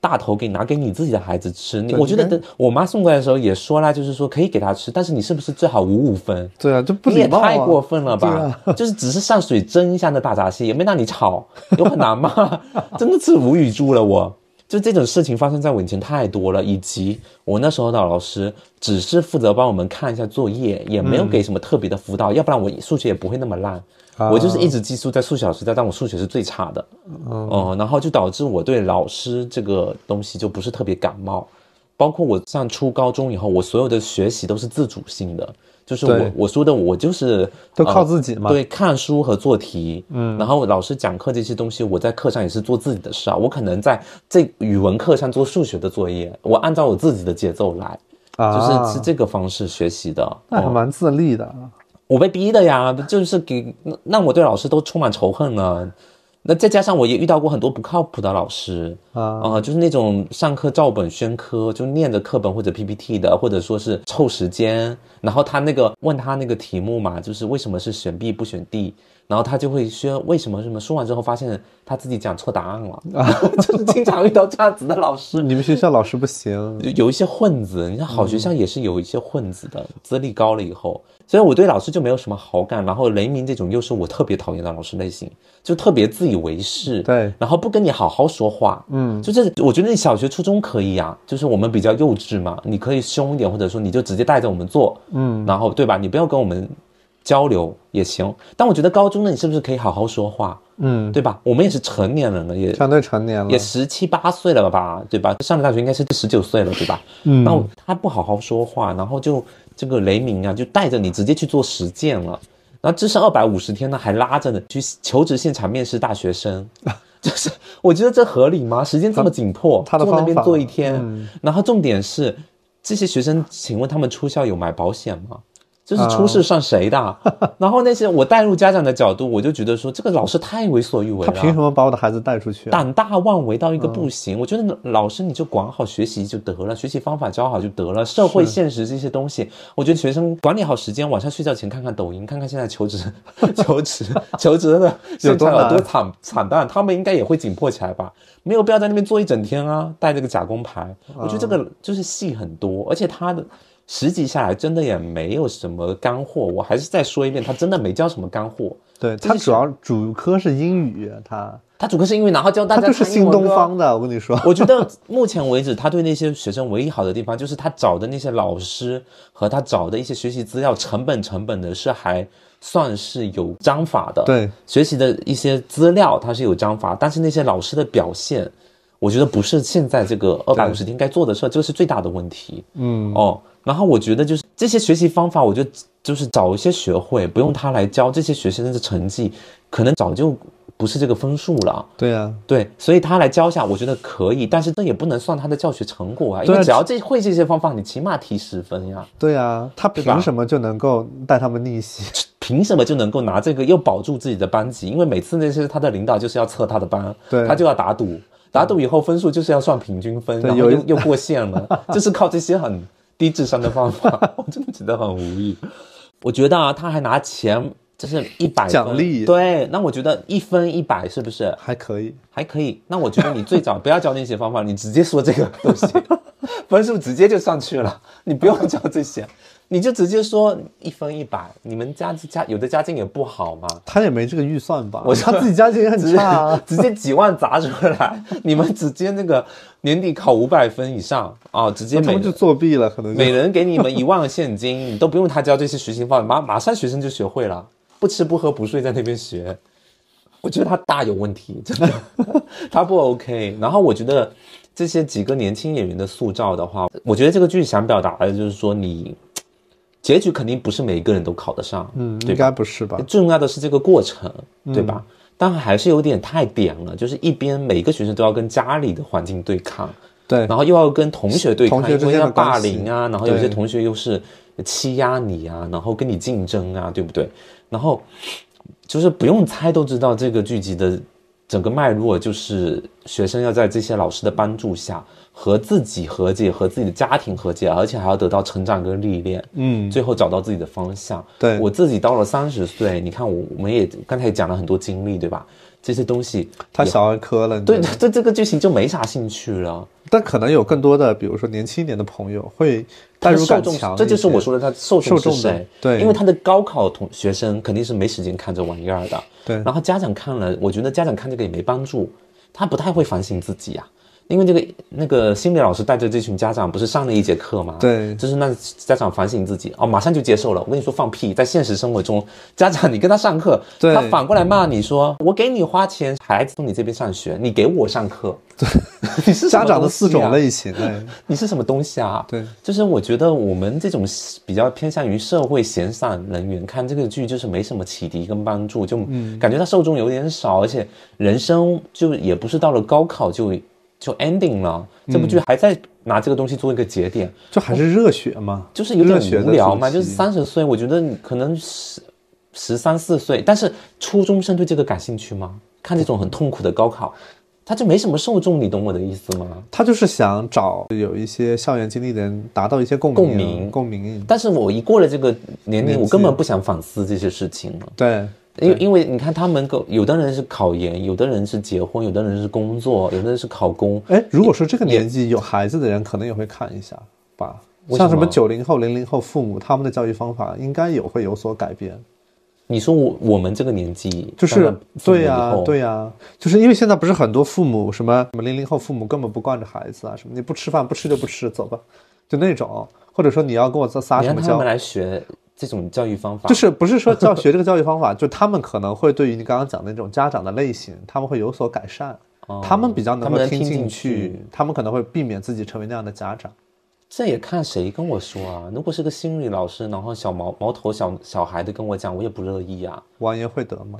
[SPEAKER 2] 大头给拿给你自己的孩子吃。你我觉得等我妈送过来的时候也说啦，就是说可以给他吃，但是你是不是最好五五分？
[SPEAKER 1] 对啊，这不
[SPEAKER 2] 你也
[SPEAKER 1] 礼貌、啊、
[SPEAKER 2] 太过分了
[SPEAKER 1] 对
[SPEAKER 2] 吧
[SPEAKER 1] 啊？
[SPEAKER 2] 就是只是上水蒸一下那大闸蟹，也没让你炒， 有很难吗？ 真的是无语住了我。就这种事情发生在我以前太多了，以及我那时候的老师只是负责帮我们看一下作业，也没有给什么特别的辅导，要不然我数学也不会那么烂。
[SPEAKER 1] 啊
[SPEAKER 2] 我就是一直寄宿在数学老师家，但我数学是最差的，嗯、然后就导致我对老师这个东西就不是特别感冒。包括我上初高中以后，我所有的学习都是自主性的，就是我
[SPEAKER 1] 对
[SPEAKER 2] 我说的，我就是呃
[SPEAKER 1] 都靠自己嘛。
[SPEAKER 2] 哦对，看书和做题，嗯，然后老师讲课这些东西，我在课上也是做自己的事啊。我可能在这语文课上做数学的作业，我按照我自己的节奏来，
[SPEAKER 1] 啊，
[SPEAKER 2] 就是是这个方式学习的。
[SPEAKER 1] 那还
[SPEAKER 2] 哦
[SPEAKER 1] 蛮自立的啊。
[SPEAKER 2] 我被逼的呀，就是给那那我对老师都充满仇恨了。那再加上我也遇到过很多不靠谱的老师
[SPEAKER 1] 啊
[SPEAKER 2] 呃就是那种上课照本宣科，就念着课本或者 PPT 的，或者说是凑时间。然后他那个问他那个题目嘛，就是为什么是选 B 不选 D，然后他就会说为什么什么，说完之后发现他自己讲错答案了， 就是经常遇到这样子的老师。
[SPEAKER 1] 你们学校老师不行，
[SPEAKER 2] 有有一些混子，你看好学校也是有一些混子的，资历高了以后，所以我对老师就没有什么好感。然后雷鸣这种又是我特别讨厌的老师类型，就特别自以为是，
[SPEAKER 1] 对
[SPEAKER 2] 然后不跟你好好说话，嗯，就是我觉得你小学、初中可以啊，就是我们比较幼稚嘛，你可以凶一点，或者说你就直接带着我们做，嗯，然后对吧？你不要跟我们交流也行。但我觉得高中呢，你是不是可以好好说话，
[SPEAKER 1] 嗯，
[SPEAKER 2] 对吧？我们也是成年人了，也
[SPEAKER 1] 相对成年了
[SPEAKER 2] 也。十七八岁了吧，对吧？上了大学应该是十九岁了，对吧？嗯，然后他不好好说话，然后就这个雷鸣啊，就带着你直接去做实践了。然后只剩二百五十天呢，还拉着呢去求职现场面试大学生， 就是我觉得这合理吗？时间这么紧迫，
[SPEAKER 1] 他的
[SPEAKER 2] 坐那边
[SPEAKER 1] 方法嗯
[SPEAKER 2] 坐一天，然后重点是这些学生，请问他们出校有买保险吗？就是出
[SPEAKER 1] 啊
[SPEAKER 2] 事上谁的？啊然后那些我带入家长的角度，我就觉得说这个老师太为所欲为
[SPEAKER 1] 他
[SPEAKER 2] 了。
[SPEAKER 1] 凭什么把我的孩子带出去啊？
[SPEAKER 2] 胆啊大妄为到一个
[SPEAKER 1] 嗯
[SPEAKER 2] 不行。我觉得老师你就管好学习就得了，学习方法教好就得了。社会现实这些东西，我觉得学生管理好时间，晚上睡觉前看看抖音，看看现在求职、 求职、 求职的 现场有
[SPEAKER 1] 难
[SPEAKER 2] 多惨惨淡，他们应该也会紧迫起来吧？没有必要在那边坐一整天啊，带这个假工牌。我觉得这个
[SPEAKER 1] 嗯
[SPEAKER 2] 就是戏很多，而且他的。实际下来真的也没有什么干货，我还是再说一遍，他真的没教什么干货。
[SPEAKER 1] 对
[SPEAKER 2] 这
[SPEAKER 1] 他
[SPEAKER 2] 是
[SPEAKER 1] 主要主科是英语，他
[SPEAKER 2] 他主课是因为然后教大
[SPEAKER 1] 他
[SPEAKER 2] 家
[SPEAKER 1] 就是
[SPEAKER 2] 看英
[SPEAKER 1] 新
[SPEAKER 2] 文
[SPEAKER 1] 东
[SPEAKER 2] 歌
[SPEAKER 1] 方的，我跟你 说，
[SPEAKER 2] 我觉得目前为止，他对那些学生唯一好的地方，就是他找的那些老师和他找的一些学习资料，成本成本的是还算是有章法的。
[SPEAKER 1] 对，
[SPEAKER 2] 学习的一些资料它是有章法，但是那些老师的表现，我觉得不是现在这个二百五十天该做的事儿，这个是最大的问题。嗯，哦，然后我觉得就是这些学习方法，我觉得就是早一些学会，不用他来教这些学生的成绩，可能早就不是这个分数了。
[SPEAKER 1] 对啊呀、
[SPEAKER 2] 对，所以他来教一下，我觉得可以，但是这也不能算他的教学成果啊，因
[SPEAKER 1] 对啊
[SPEAKER 2] 为只要这会这些方法，你起码提十分呀，
[SPEAKER 1] 对呀、他
[SPEAKER 2] 吧
[SPEAKER 1] 凭什么就能够带他们逆袭？
[SPEAKER 2] 凭什么就能够拿这个又保住自己的班级？因为每次那些他的领导就是要测他的班，
[SPEAKER 1] 对
[SPEAKER 2] 他就要打赌，打赌以后分数就是要算平均分，
[SPEAKER 1] 对
[SPEAKER 2] 然后
[SPEAKER 1] 有
[SPEAKER 2] 又
[SPEAKER 1] 一
[SPEAKER 2] 又过 线了，就是靠这些很低智商的方法， 我真的觉得很无语。我觉得啊，他还拿钱，就是一百
[SPEAKER 1] 奖励
[SPEAKER 2] 对，那我觉得一分一百是不是？
[SPEAKER 1] 还可以，
[SPEAKER 2] 还可以。那我觉得你最早不要教那些方法，你直接说这个东 西，分数直接就上去了，你不用教这些，你就直接说一分一百。你们家家有的家境也不好嘛，
[SPEAKER 1] 他也没这个预算吧？
[SPEAKER 2] 我
[SPEAKER 1] 他自己家境也很
[SPEAKER 2] 直接、。
[SPEAKER 1] 差啊
[SPEAKER 2] 直接几万砸出来，你们直接那个年底考五百分以上啊、直接
[SPEAKER 1] 他
[SPEAKER 2] 每
[SPEAKER 1] 们就作弊了，可能就
[SPEAKER 2] 每人给你们一万现金，你都不用他教这些学习方法，马马上学生就学会了，不吃不喝不睡在那边学。我觉得他大有问题，真 的，他不 OK。然后我觉得这些几个年轻演员的塑造的话，我觉得这个剧想表达的就是说你，结局肯定不是每一个人都考得上，嗯，
[SPEAKER 1] 应该不是吧？
[SPEAKER 2] 重要的是这个过程，对吧？但还是有点太点了，就是一边每个学生都要跟家里的环境对抗，
[SPEAKER 1] 对
[SPEAKER 2] 然后又要跟同学对抗，
[SPEAKER 1] 同学之
[SPEAKER 2] 因为
[SPEAKER 1] 间的
[SPEAKER 2] 要霸
[SPEAKER 1] 关系
[SPEAKER 2] 凌啊，然后有些
[SPEAKER 1] 对
[SPEAKER 2] 同学又是欺压你啊，然后跟你竞争啊，对不对？然后就是不用猜都知道这个剧集的整个脉络就是学生要在这些老师的帮助下和自己和解，和自己的家庭和解，而且还要得到成长跟历练，
[SPEAKER 1] 嗯，
[SPEAKER 2] 最后找到自己的方向。
[SPEAKER 1] 对
[SPEAKER 2] 我自己到了三十岁，你看我我们也刚才也讲了很多经历，对吧？这些东西，
[SPEAKER 1] 太小儿科了。你
[SPEAKER 2] 对
[SPEAKER 1] 觉得，
[SPEAKER 2] 对这个剧情就没啥兴趣了。
[SPEAKER 1] 但可能有更多的，比如说年轻一点的朋友会代
[SPEAKER 2] 他
[SPEAKER 1] 入
[SPEAKER 2] 受
[SPEAKER 1] 感
[SPEAKER 2] 众
[SPEAKER 1] 强一，些。
[SPEAKER 2] 这就是我说的他受
[SPEAKER 1] 受
[SPEAKER 2] 众是
[SPEAKER 1] 众的
[SPEAKER 2] 谁？
[SPEAKER 1] 对
[SPEAKER 2] 因为他的高考同学生肯定是没时间看这玩意儿的。
[SPEAKER 1] 对
[SPEAKER 2] 然后家长看了，我觉得家长看这个也没帮助，他不太会反省自己呀、啊因为这个那个心理老师带着这群家长不是上了一节课吗？
[SPEAKER 1] 对
[SPEAKER 2] 就是让家长反省自己哦，马上就接受了。我跟你说放屁，在现实生活中，家长你跟他上课，
[SPEAKER 1] 对
[SPEAKER 2] 他反过来骂你说我给你花钱，孩子从你这边上学，你给我上课，对， 你是什
[SPEAKER 1] 家
[SPEAKER 2] 么
[SPEAKER 1] 长的
[SPEAKER 2] 东西
[SPEAKER 1] 四种
[SPEAKER 2] 啊
[SPEAKER 1] 类型，哎，
[SPEAKER 2] 你是什么东西啊？
[SPEAKER 1] 对，
[SPEAKER 2] 就是我觉得我们这种比较偏向于社会闲散人员看这个剧，就是没什么启迪跟帮助，就
[SPEAKER 1] 嗯
[SPEAKER 2] 感觉它受众有点少，而且人生就也不是到了高考就就 ending 了，
[SPEAKER 1] 嗯
[SPEAKER 2] 这部剧还在拿这个东西做一个节点，
[SPEAKER 1] 就还是热血嘛，
[SPEAKER 2] 就是有点
[SPEAKER 1] 热血的
[SPEAKER 2] 无聊嘛。
[SPEAKER 1] 主题
[SPEAKER 2] 就是三十岁，我觉得你可能十十三四岁，但是初中生对这个感兴趣吗？看这种很痛苦的高考，他就没什么受众，你懂我的意思吗？
[SPEAKER 1] 他就是想找有一些校园经历的人达到一些共
[SPEAKER 2] 共
[SPEAKER 1] 鸣，
[SPEAKER 2] 鸣
[SPEAKER 1] 共鸣。
[SPEAKER 2] 但是我一过了这个年
[SPEAKER 1] 年纪
[SPEAKER 2] 龄，我根本不想反思这些事情了，
[SPEAKER 1] 对，
[SPEAKER 2] 因为因为你看他们个，有的人是考研，有的人是结婚，有的人是工作，有的人是考公，
[SPEAKER 1] 哎，如果说这个年纪有孩子的人，可能也会看一下吧。
[SPEAKER 2] 为
[SPEAKER 1] 像
[SPEAKER 2] 什
[SPEAKER 1] 什么
[SPEAKER 2] 么
[SPEAKER 1] 九零后、零零后父母，他们的教育方法应该有会有所改变。
[SPEAKER 2] 你说我我们这个年纪
[SPEAKER 1] 就是对呀、
[SPEAKER 2] 呀
[SPEAKER 1] 对呀、就是因为现在不是很多父母什么什么零零后父母根本不惯着孩子啊，什么你不吃饭不吃就不吃，走吧，就那种，或者说你要跟我撒撒
[SPEAKER 2] 你
[SPEAKER 1] 什
[SPEAKER 2] 让
[SPEAKER 1] 么
[SPEAKER 2] 他
[SPEAKER 1] 娇
[SPEAKER 2] 们，来学这种教育方法，
[SPEAKER 1] 就是不是说教学这个教育方法，就他们可能会对于你刚刚讲的那种家长的类型，他们会有所改善，
[SPEAKER 2] 哦
[SPEAKER 1] 他们比较能
[SPEAKER 2] 他们
[SPEAKER 1] 够
[SPEAKER 2] 能
[SPEAKER 1] 听
[SPEAKER 2] 听
[SPEAKER 1] 进
[SPEAKER 2] 进
[SPEAKER 1] 去
[SPEAKER 2] 去，
[SPEAKER 1] 他们可能会避免自己成为那样的家长。
[SPEAKER 2] 这也看谁跟我说啊。如果是个心理老师，然后小毛毛头小小孩的跟我讲，我也不乐意啊。
[SPEAKER 1] 王爷会得吗？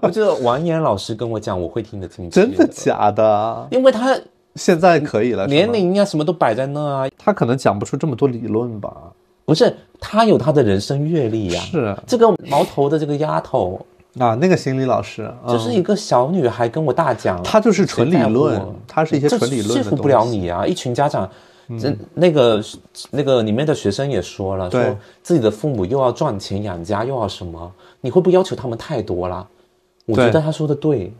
[SPEAKER 2] 我觉得王岩老师跟我讲，我会听得进去，
[SPEAKER 1] 真的，假的？
[SPEAKER 2] 因为他
[SPEAKER 1] 现在可以了，是吗
[SPEAKER 2] 年龄啊什么都摆在那啊，
[SPEAKER 1] 他可能讲不出这么多理论吧？
[SPEAKER 2] 不是，他有他的人生阅历呀、
[SPEAKER 1] 是啊，
[SPEAKER 2] 这个毛头的这个丫头，
[SPEAKER 1] 啊，那个心理老师，嗯
[SPEAKER 2] 就是一个小女孩跟我大讲，
[SPEAKER 1] 它嗯就是纯理
[SPEAKER 2] 谁
[SPEAKER 1] 论
[SPEAKER 2] 在乎啊，
[SPEAKER 1] 它是一些
[SPEAKER 2] 这
[SPEAKER 1] 纯理论
[SPEAKER 2] 说
[SPEAKER 1] 的东
[SPEAKER 2] 服
[SPEAKER 1] 西。嗯
[SPEAKER 2] 不了你啊！一群家长，这那个那个里面的学生也说了，
[SPEAKER 1] 对
[SPEAKER 2] 说自己的父母又要赚钱养家，又要什么，你会不会要求他们太多啦？我
[SPEAKER 1] 对
[SPEAKER 2] 觉得他说的对。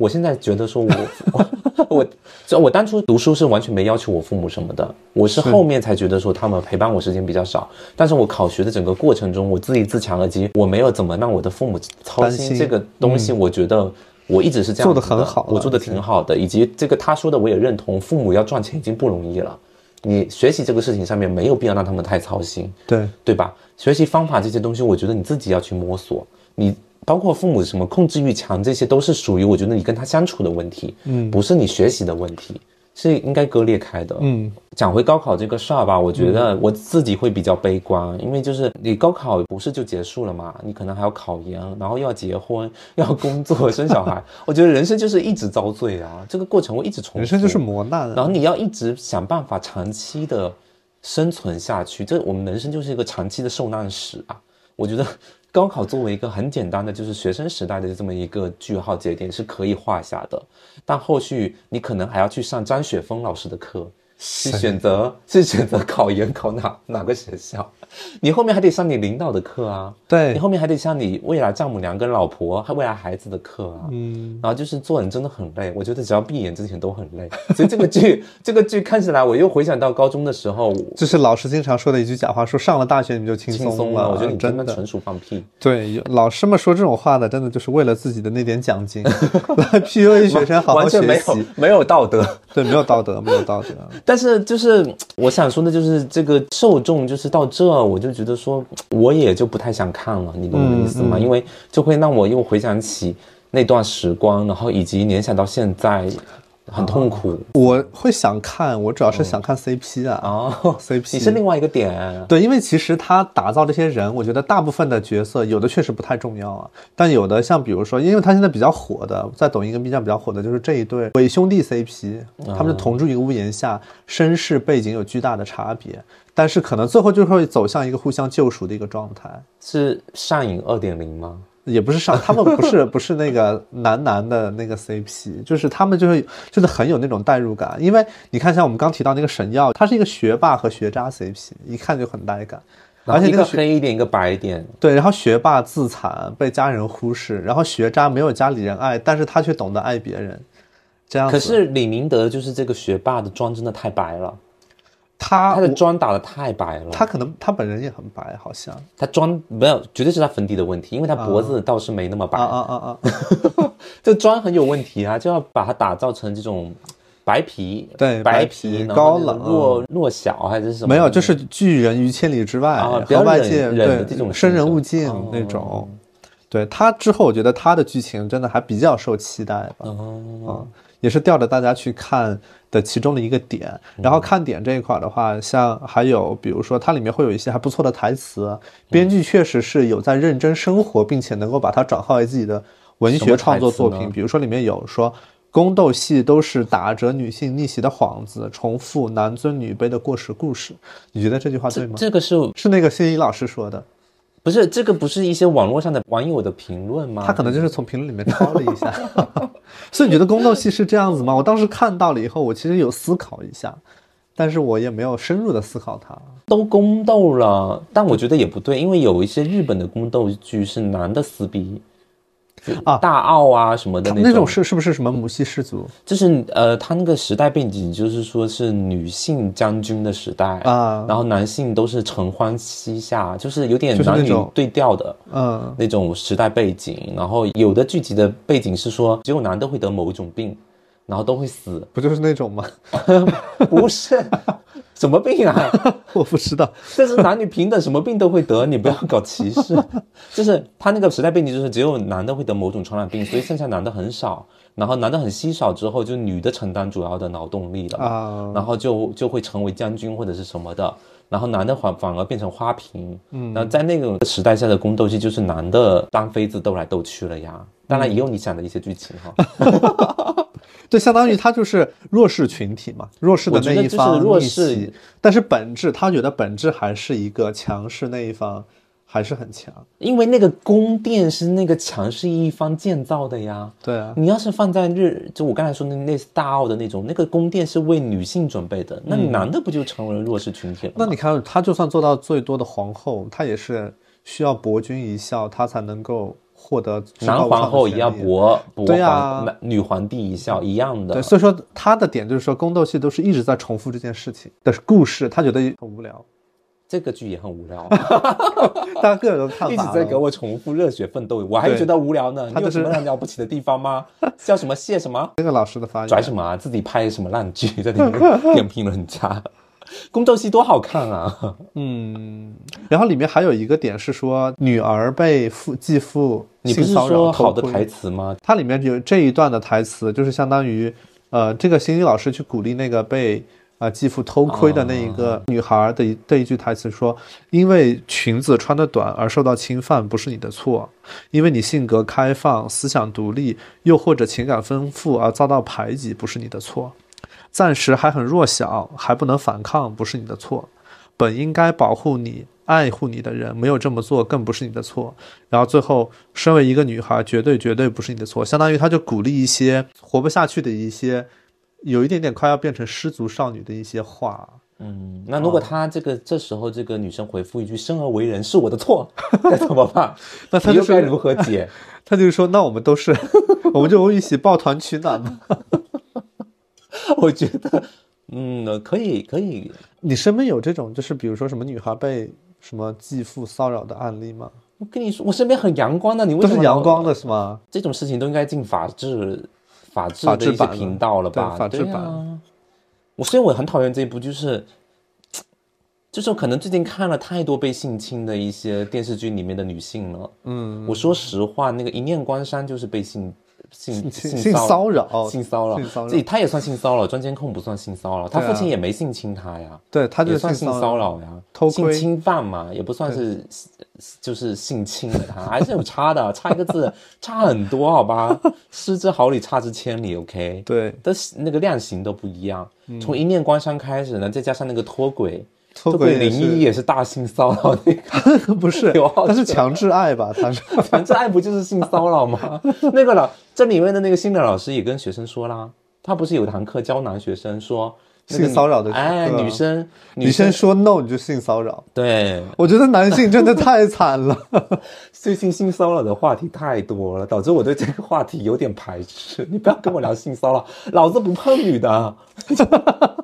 [SPEAKER 2] 我现在觉得说我， 我我这我当初读书是完全没要求我父母什么的，我是后面才觉得说他们陪伴我时间比较少，但是我考学的整个过程中，我自立自强，以及我没有怎么让我的父母操
[SPEAKER 1] 担心嗯
[SPEAKER 2] 心这个东西，我觉得我一直是这样
[SPEAKER 1] 做得
[SPEAKER 2] 子
[SPEAKER 1] 很好
[SPEAKER 2] 我
[SPEAKER 1] 了
[SPEAKER 2] 做的挺好的，以及这个他说的我也认同，父母要赚钱已经不容易了，你学习这个事情上面没有必要让他们太操心，
[SPEAKER 1] 对
[SPEAKER 2] 对吧？学习方法这些东西，我觉得你自己要去摸索，你。包括父母什么控制欲强，这些都是属于我觉得你跟他相处的问题，嗯，不是你学习的问题，是应该割裂开的，
[SPEAKER 1] 嗯，
[SPEAKER 2] 讲回高考这个事儿吧，我觉得我自己会比较悲观，因为就是你高考不是就结束了嘛，你可能还要考研，然后又要结婚，又要工作，生 小孩，我觉得人生就是一直遭罪啊，这个过程会一直重复。
[SPEAKER 1] 人生就是磨难
[SPEAKER 2] 然
[SPEAKER 1] 啊。
[SPEAKER 2] 后你要一直想办法长期的生存下去，这我们人生就是一个长期的受难史啊。我觉得高考作为一个很简单的，就是学生时代的这么一个句号节点是可以画下的，但后续你可能还要去上张雪峰老师的课。去选择 去选择考研考哪哪个学校，你后面还得上你领导的课啊，你
[SPEAKER 1] 对，
[SPEAKER 2] 后面还得上你未来丈母娘跟老婆还未来孩子的课啊，
[SPEAKER 1] 嗯，
[SPEAKER 2] 然后就是做人真的很累，我觉得只要闭眼之前都很累。所以这个剧， 这个剧看起来，我又回想到高中的时候，我
[SPEAKER 1] 就是老师经常说的一句假话，说上了大学你就轻
[SPEAKER 2] 轻松
[SPEAKER 1] 了。
[SPEAKER 2] 了。我觉得你
[SPEAKER 1] 真
[SPEAKER 2] 真的
[SPEAKER 1] 的
[SPEAKER 2] 纯属放屁。
[SPEAKER 1] 对，有老师们说这种话的，真的就是为了自己的那点奖 金来 PUA 学生好好
[SPEAKER 2] 完全没
[SPEAKER 1] 学
[SPEAKER 2] 有
[SPEAKER 1] 习。
[SPEAKER 2] 没有道德，
[SPEAKER 1] 对，没有道德，没有道 德。
[SPEAKER 2] 但是就是嗯我想说的，就是这个受众就是到这，我就觉得说嗯我也就不太想看了，你懂我的意思
[SPEAKER 1] 嗯
[SPEAKER 2] 吗？因为就会让我又回想起那段时光，然后以及联想到现在很痛苦
[SPEAKER 1] 我会想看，我主要是想看 CP 啊
[SPEAKER 2] 哦
[SPEAKER 1] CP
[SPEAKER 2] 嗯你是另外一个点，
[SPEAKER 1] 对，因为其实他打造这些人，我觉得大部分的角色有的确实不太重要啊，但有的像比如说，因为他现在比较火的，在抖音跟 B 站比较火的就是这一对伪兄弟 CP，他
[SPEAKER 2] 嗯
[SPEAKER 1] 们就同住一个屋檐下，身世背景有巨大的差别，但是可能最后就会走向一个互相救赎的一个状态。
[SPEAKER 2] 是上瘾二点零吗？
[SPEAKER 1] 也不是上，他们不是不是那个男男的那个 CP，就是他们就会就是很有那种代入感，因为你看像我们刚提到那个神药，他是一个学霸和学渣 CP，一看就很带感，而
[SPEAKER 2] 而
[SPEAKER 1] 且
[SPEAKER 2] 且一
[SPEAKER 1] 那个
[SPEAKER 2] 个
[SPEAKER 1] 学
[SPEAKER 2] 黑一点，一个白一点，
[SPEAKER 1] 对，然后学霸自残被家人忽视，然后学渣没有家里人爱，但是他却懂得爱别人，这样子。
[SPEAKER 2] 可是李明德就是这个学霸的妆真的太白了，
[SPEAKER 1] 他
[SPEAKER 2] 他的妆打的太白了，
[SPEAKER 1] 啊他可能他本人也很白，好像
[SPEAKER 2] 他妆没有，绝对是他粉底的问题，因为他脖子倒是没那么白，
[SPEAKER 1] 啊啊啊啊！
[SPEAKER 2] 这妆很有问题啊，就要把它打造成这种白皮，
[SPEAKER 1] 对白
[SPEAKER 2] 白
[SPEAKER 1] 皮
[SPEAKER 2] 然后
[SPEAKER 1] 高
[SPEAKER 2] 那个
[SPEAKER 1] 冷嗯
[SPEAKER 2] 弱弱小还是什么？
[SPEAKER 1] 没有，就是拒人于千里之外，
[SPEAKER 2] 啊不
[SPEAKER 1] 和
[SPEAKER 2] 要
[SPEAKER 1] 外
[SPEAKER 2] 忍
[SPEAKER 1] 界
[SPEAKER 2] 忍
[SPEAKER 1] 对
[SPEAKER 2] 的这种
[SPEAKER 1] 生
[SPEAKER 2] 性
[SPEAKER 1] 人
[SPEAKER 2] 格
[SPEAKER 1] 勿近
[SPEAKER 2] 哦
[SPEAKER 1] 那种。对他之后，我觉得他的剧情真的还比较受期待吧。
[SPEAKER 2] 哦，
[SPEAKER 1] 嗯，也是吊着大家去看的其中的一个点。然
[SPEAKER 2] 嗯
[SPEAKER 1] 后看点这一块儿的话，像还有比如说它里面会有一些还不错的台词，
[SPEAKER 2] 嗯
[SPEAKER 1] 编剧确实是有在认真生活，并且能够把它转化为自己的文
[SPEAKER 2] 什
[SPEAKER 1] 学
[SPEAKER 2] 么
[SPEAKER 1] 创作
[SPEAKER 2] 台词
[SPEAKER 1] 作
[SPEAKER 2] 呢
[SPEAKER 1] 品。比如说里面有说。宫斗戏都是打着女性逆袭的幌子，重复男尊女卑的过时故事。你觉得这句话对吗？
[SPEAKER 2] 这个是
[SPEAKER 1] 是那个谢一老师说的，
[SPEAKER 2] 不是这个不是一些网络上的网友的评论吗？
[SPEAKER 1] 他可能就是从评论里面抄了一 下。所以你觉得宫斗戏是这样子吗？我当时看到了以后，我其实有思考一下，但是我也没有深入的思考它。
[SPEAKER 2] 都宫斗了，但我觉得也不对，因为有一些日本的宫斗剧是男的撕逼
[SPEAKER 1] 啊
[SPEAKER 2] 大奥啊什么的
[SPEAKER 1] 他
[SPEAKER 2] 那
[SPEAKER 1] 们
[SPEAKER 2] 种，
[SPEAKER 1] 那种是是不是什么母系氏族
[SPEAKER 2] 就是呃，他那个时代背景就是说是女性将军的时代
[SPEAKER 1] 啊
[SPEAKER 2] 然后男性都是承欢膝下，就是有点
[SPEAKER 1] 就是那
[SPEAKER 2] 男女
[SPEAKER 1] 种
[SPEAKER 2] 对调的。
[SPEAKER 1] 嗯，
[SPEAKER 2] 那种时代背景，然后有的剧集的背景是说，只有男的会得某种病，然后都会死
[SPEAKER 1] ，不就是那种吗？
[SPEAKER 2] 不是 什么病啊？
[SPEAKER 1] 我不知道。
[SPEAKER 2] 这是男女平等，什么病都会得，你不要搞歧视。 就是他那个时代背景，就是只有男的会得某种传染病，所以剩下男的很少，然后男的很稀少之后，就女的承担主要的劳动力了嘛
[SPEAKER 1] 啊
[SPEAKER 2] 然后就就会成为将军或者是什么的，然后男的反反而变成花瓶，嗯，然后在那个时代下的宫斗剧就是男的当妃子斗来斗去了呀。当然也有你想的一些剧情哈，
[SPEAKER 1] 对，相当于他就是弱势群体嘛，弱势的
[SPEAKER 2] 我觉
[SPEAKER 1] 那
[SPEAKER 2] 得
[SPEAKER 1] 一
[SPEAKER 2] 就是
[SPEAKER 1] 方
[SPEAKER 2] 弱
[SPEAKER 1] 逆
[SPEAKER 2] 势
[SPEAKER 1] 袭，但是本质他觉得本质还是一个强势那一方还是很强。
[SPEAKER 2] 因为那个宫殿是那个强势一方建造的呀。
[SPEAKER 1] 对啊，
[SPEAKER 2] 你要是放在日，就我刚才说的那类似大澳的那种，那个宫殿是为女性准备的，那男的不就成为了弱势群体了
[SPEAKER 1] 嗯那
[SPEAKER 2] 吗？
[SPEAKER 1] 你看他就算做到最多的皇后，他也是需要博君一笑，他才能够获得至
[SPEAKER 2] 男
[SPEAKER 1] 高无上
[SPEAKER 2] 皇
[SPEAKER 1] 的
[SPEAKER 2] 后也
[SPEAKER 1] 权
[SPEAKER 2] 要
[SPEAKER 1] 利
[SPEAKER 2] 博博
[SPEAKER 1] 对呀
[SPEAKER 2] 皇、男女皇帝一笑一样的
[SPEAKER 1] 对，，所以说他的点就是说，宫斗戏都是一直在重复这件事情的故事，他觉得很无聊，
[SPEAKER 2] 这个剧也很无 聊。
[SPEAKER 1] 大家各有各看
[SPEAKER 2] 一直
[SPEAKER 1] 法
[SPEAKER 2] 在给
[SPEAKER 1] 了。
[SPEAKER 2] 我重复热血奋斗，我还觉得无聊呢。
[SPEAKER 1] 他就
[SPEAKER 2] 你有
[SPEAKER 1] 是
[SPEAKER 2] 什么了不起的地 方吗？叫什么谢什么
[SPEAKER 1] 这个老师的发
[SPEAKER 2] 拽
[SPEAKER 1] 言，
[SPEAKER 2] 什么啊？自己拍什么烂剧 在里面点评人家，宫斗戏多好看啊！
[SPEAKER 1] 嗯，然后里面还有一个点是说，女儿被父继父
[SPEAKER 2] 你不
[SPEAKER 1] 性
[SPEAKER 2] 是
[SPEAKER 1] 骚扰
[SPEAKER 2] 说好的
[SPEAKER 1] 偷窥
[SPEAKER 2] 台词吗？
[SPEAKER 1] 它里面有这一段的台词，就是相当于，呃，这个星星老师去鼓励那个被啊继父偷窥的那一个女孩的一这一句台词说：“因为裙子穿得短而受到侵犯不是你的错，因为你性格开放、思想独立，又或者情感丰富而遭到排挤不是你的错，暂时还很弱小，还不能反抗不是你的错，本应该保护你。”爱护你的人没有这么做，更不是你的错。然后最后，身为一个女孩，绝对绝对不是你的错，相当于他就鼓励一些活不下去的一些，有一点点快要变成失足少女的一些话。
[SPEAKER 2] 嗯，那如果他这个这时候这个女生回复一句“生而为人是我的错”， 该怎么办？
[SPEAKER 1] 那他
[SPEAKER 2] 你
[SPEAKER 1] 就
[SPEAKER 2] 又该
[SPEAKER 1] 是，
[SPEAKER 2] 如何解？
[SPEAKER 1] 他就是说，那我们都是， 我们就一起抱团取暖嘛。
[SPEAKER 2] 我觉得，嗯，可以可以，
[SPEAKER 1] 你身边有这种，就是比如说什么女孩被什么继父骚扰的案例吗？
[SPEAKER 2] 我跟你说，我身边很阳光的，你为
[SPEAKER 1] 都
[SPEAKER 2] 什么
[SPEAKER 1] 是
[SPEAKER 2] 老
[SPEAKER 1] 阳光的是吗？
[SPEAKER 2] 这种事情都应该进法制法制
[SPEAKER 1] 法
[SPEAKER 2] 的
[SPEAKER 1] 制
[SPEAKER 2] 一些
[SPEAKER 1] 版了
[SPEAKER 2] 频道了吧？
[SPEAKER 1] 对法制版
[SPEAKER 2] 啊。我所以我很讨厌这一部，就是就是可能最近看了太多被性侵的一些电视剧里面的女性了。
[SPEAKER 1] 嗯，
[SPEAKER 2] 我说实话，那个一念关山就是被性性
[SPEAKER 1] 性
[SPEAKER 2] 性
[SPEAKER 1] 性
[SPEAKER 2] 骚
[SPEAKER 1] 骚扰，
[SPEAKER 2] 性骚扰
[SPEAKER 1] 性骚，扰
[SPEAKER 2] 自己他也算性骚扰，专监控不算性骚扰，他
[SPEAKER 1] 对啊
[SPEAKER 2] 父亲也没性侵他呀。
[SPEAKER 1] 对，他就
[SPEAKER 2] 也
[SPEAKER 1] 是
[SPEAKER 2] 算性骚
[SPEAKER 1] 扰。
[SPEAKER 2] 扰呀，
[SPEAKER 1] 偷
[SPEAKER 2] 性
[SPEAKER 1] 窥
[SPEAKER 2] 侵犯嘛，也不算是就是性侵了他，还是有差的，差一个字，差很多，好吧？失之毫厘，差之千里，OK。
[SPEAKER 1] 对， 嗯
[SPEAKER 2] 但是那个量刑都不一样，从一念关山开始呢，再加上那个脱轨，
[SPEAKER 1] 脱
[SPEAKER 2] 对
[SPEAKER 1] 轨也
[SPEAKER 2] 林一
[SPEAKER 1] 是，
[SPEAKER 2] 也是大性骚扰那个，
[SPEAKER 1] 不是
[SPEAKER 2] 有好，
[SPEAKER 1] 但是
[SPEAKER 2] 几个
[SPEAKER 1] 强制爱吧？他说
[SPEAKER 2] 反正爱不就是性骚扰吗？ 那个老这里面的那个新的老师也跟学生说啦，他不是有堂课教男学生说、那个女
[SPEAKER 1] 性骚扰的
[SPEAKER 2] 哎，
[SPEAKER 1] 课啊
[SPEAKER 2] 女生
[SPEAKER 1] 女生说 no 你就性骚扰，
[SPEAKER 2] 对
[SPEAKER 1] 我觉得男性真的太惨 了。
[SPEAKER 2] 最近性骚扰的话题太多了，导致我对这个话题有点排斥。 你不要跟我聊性骚扰，老子不碰女的，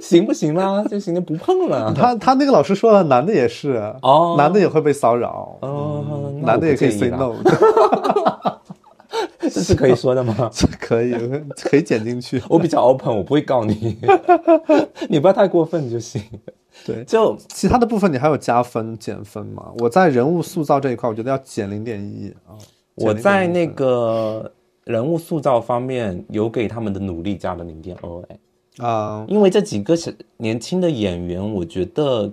[SPEAKER 2] 行不行啦？就行了，不碰了。
[SPEAKER 1] 他他那个老师说了，男的也是，
[SPEAKER 2] 哦
[SPEAKER 1] 男的也会被骚扰，
[SPEAKER 2] 哦，那
[SPEAKER 1] 男的
[SPEAKER 2] 我
[SPEAKER 1] 也
[SPEAKER 2] 不
[SPEAKER 1] 可以
[SPEAKER 2] 建
[SPEAKER 1] say
[SPEAKER 2] 议啦
[SPEAKER 1] no，
[SPEAKER 2] 这是可以说的吗？
[SPEAKER 1] 这可以可以剪进去。
[SPEAKER 2] 我比较 open，我不会告你， 你不要太过分就行。
[SPEAKER 1] 对
[SPEAKER 2] 就
[SPEAKER 1] 其他的部分你还有加分减分吗？我在人物塑造这一块，我觉得要减零点一啊。
[SPEAKER 2] 我
[SPEAKER 1] 减0.1
[SPEAKER 2] 在那个人物塑造方面有给他们的努力加了零点二，哎，
[SPEAKER 1] 啊、
[SPEAKER 2] 因为这几个小年轻的演员，我觉得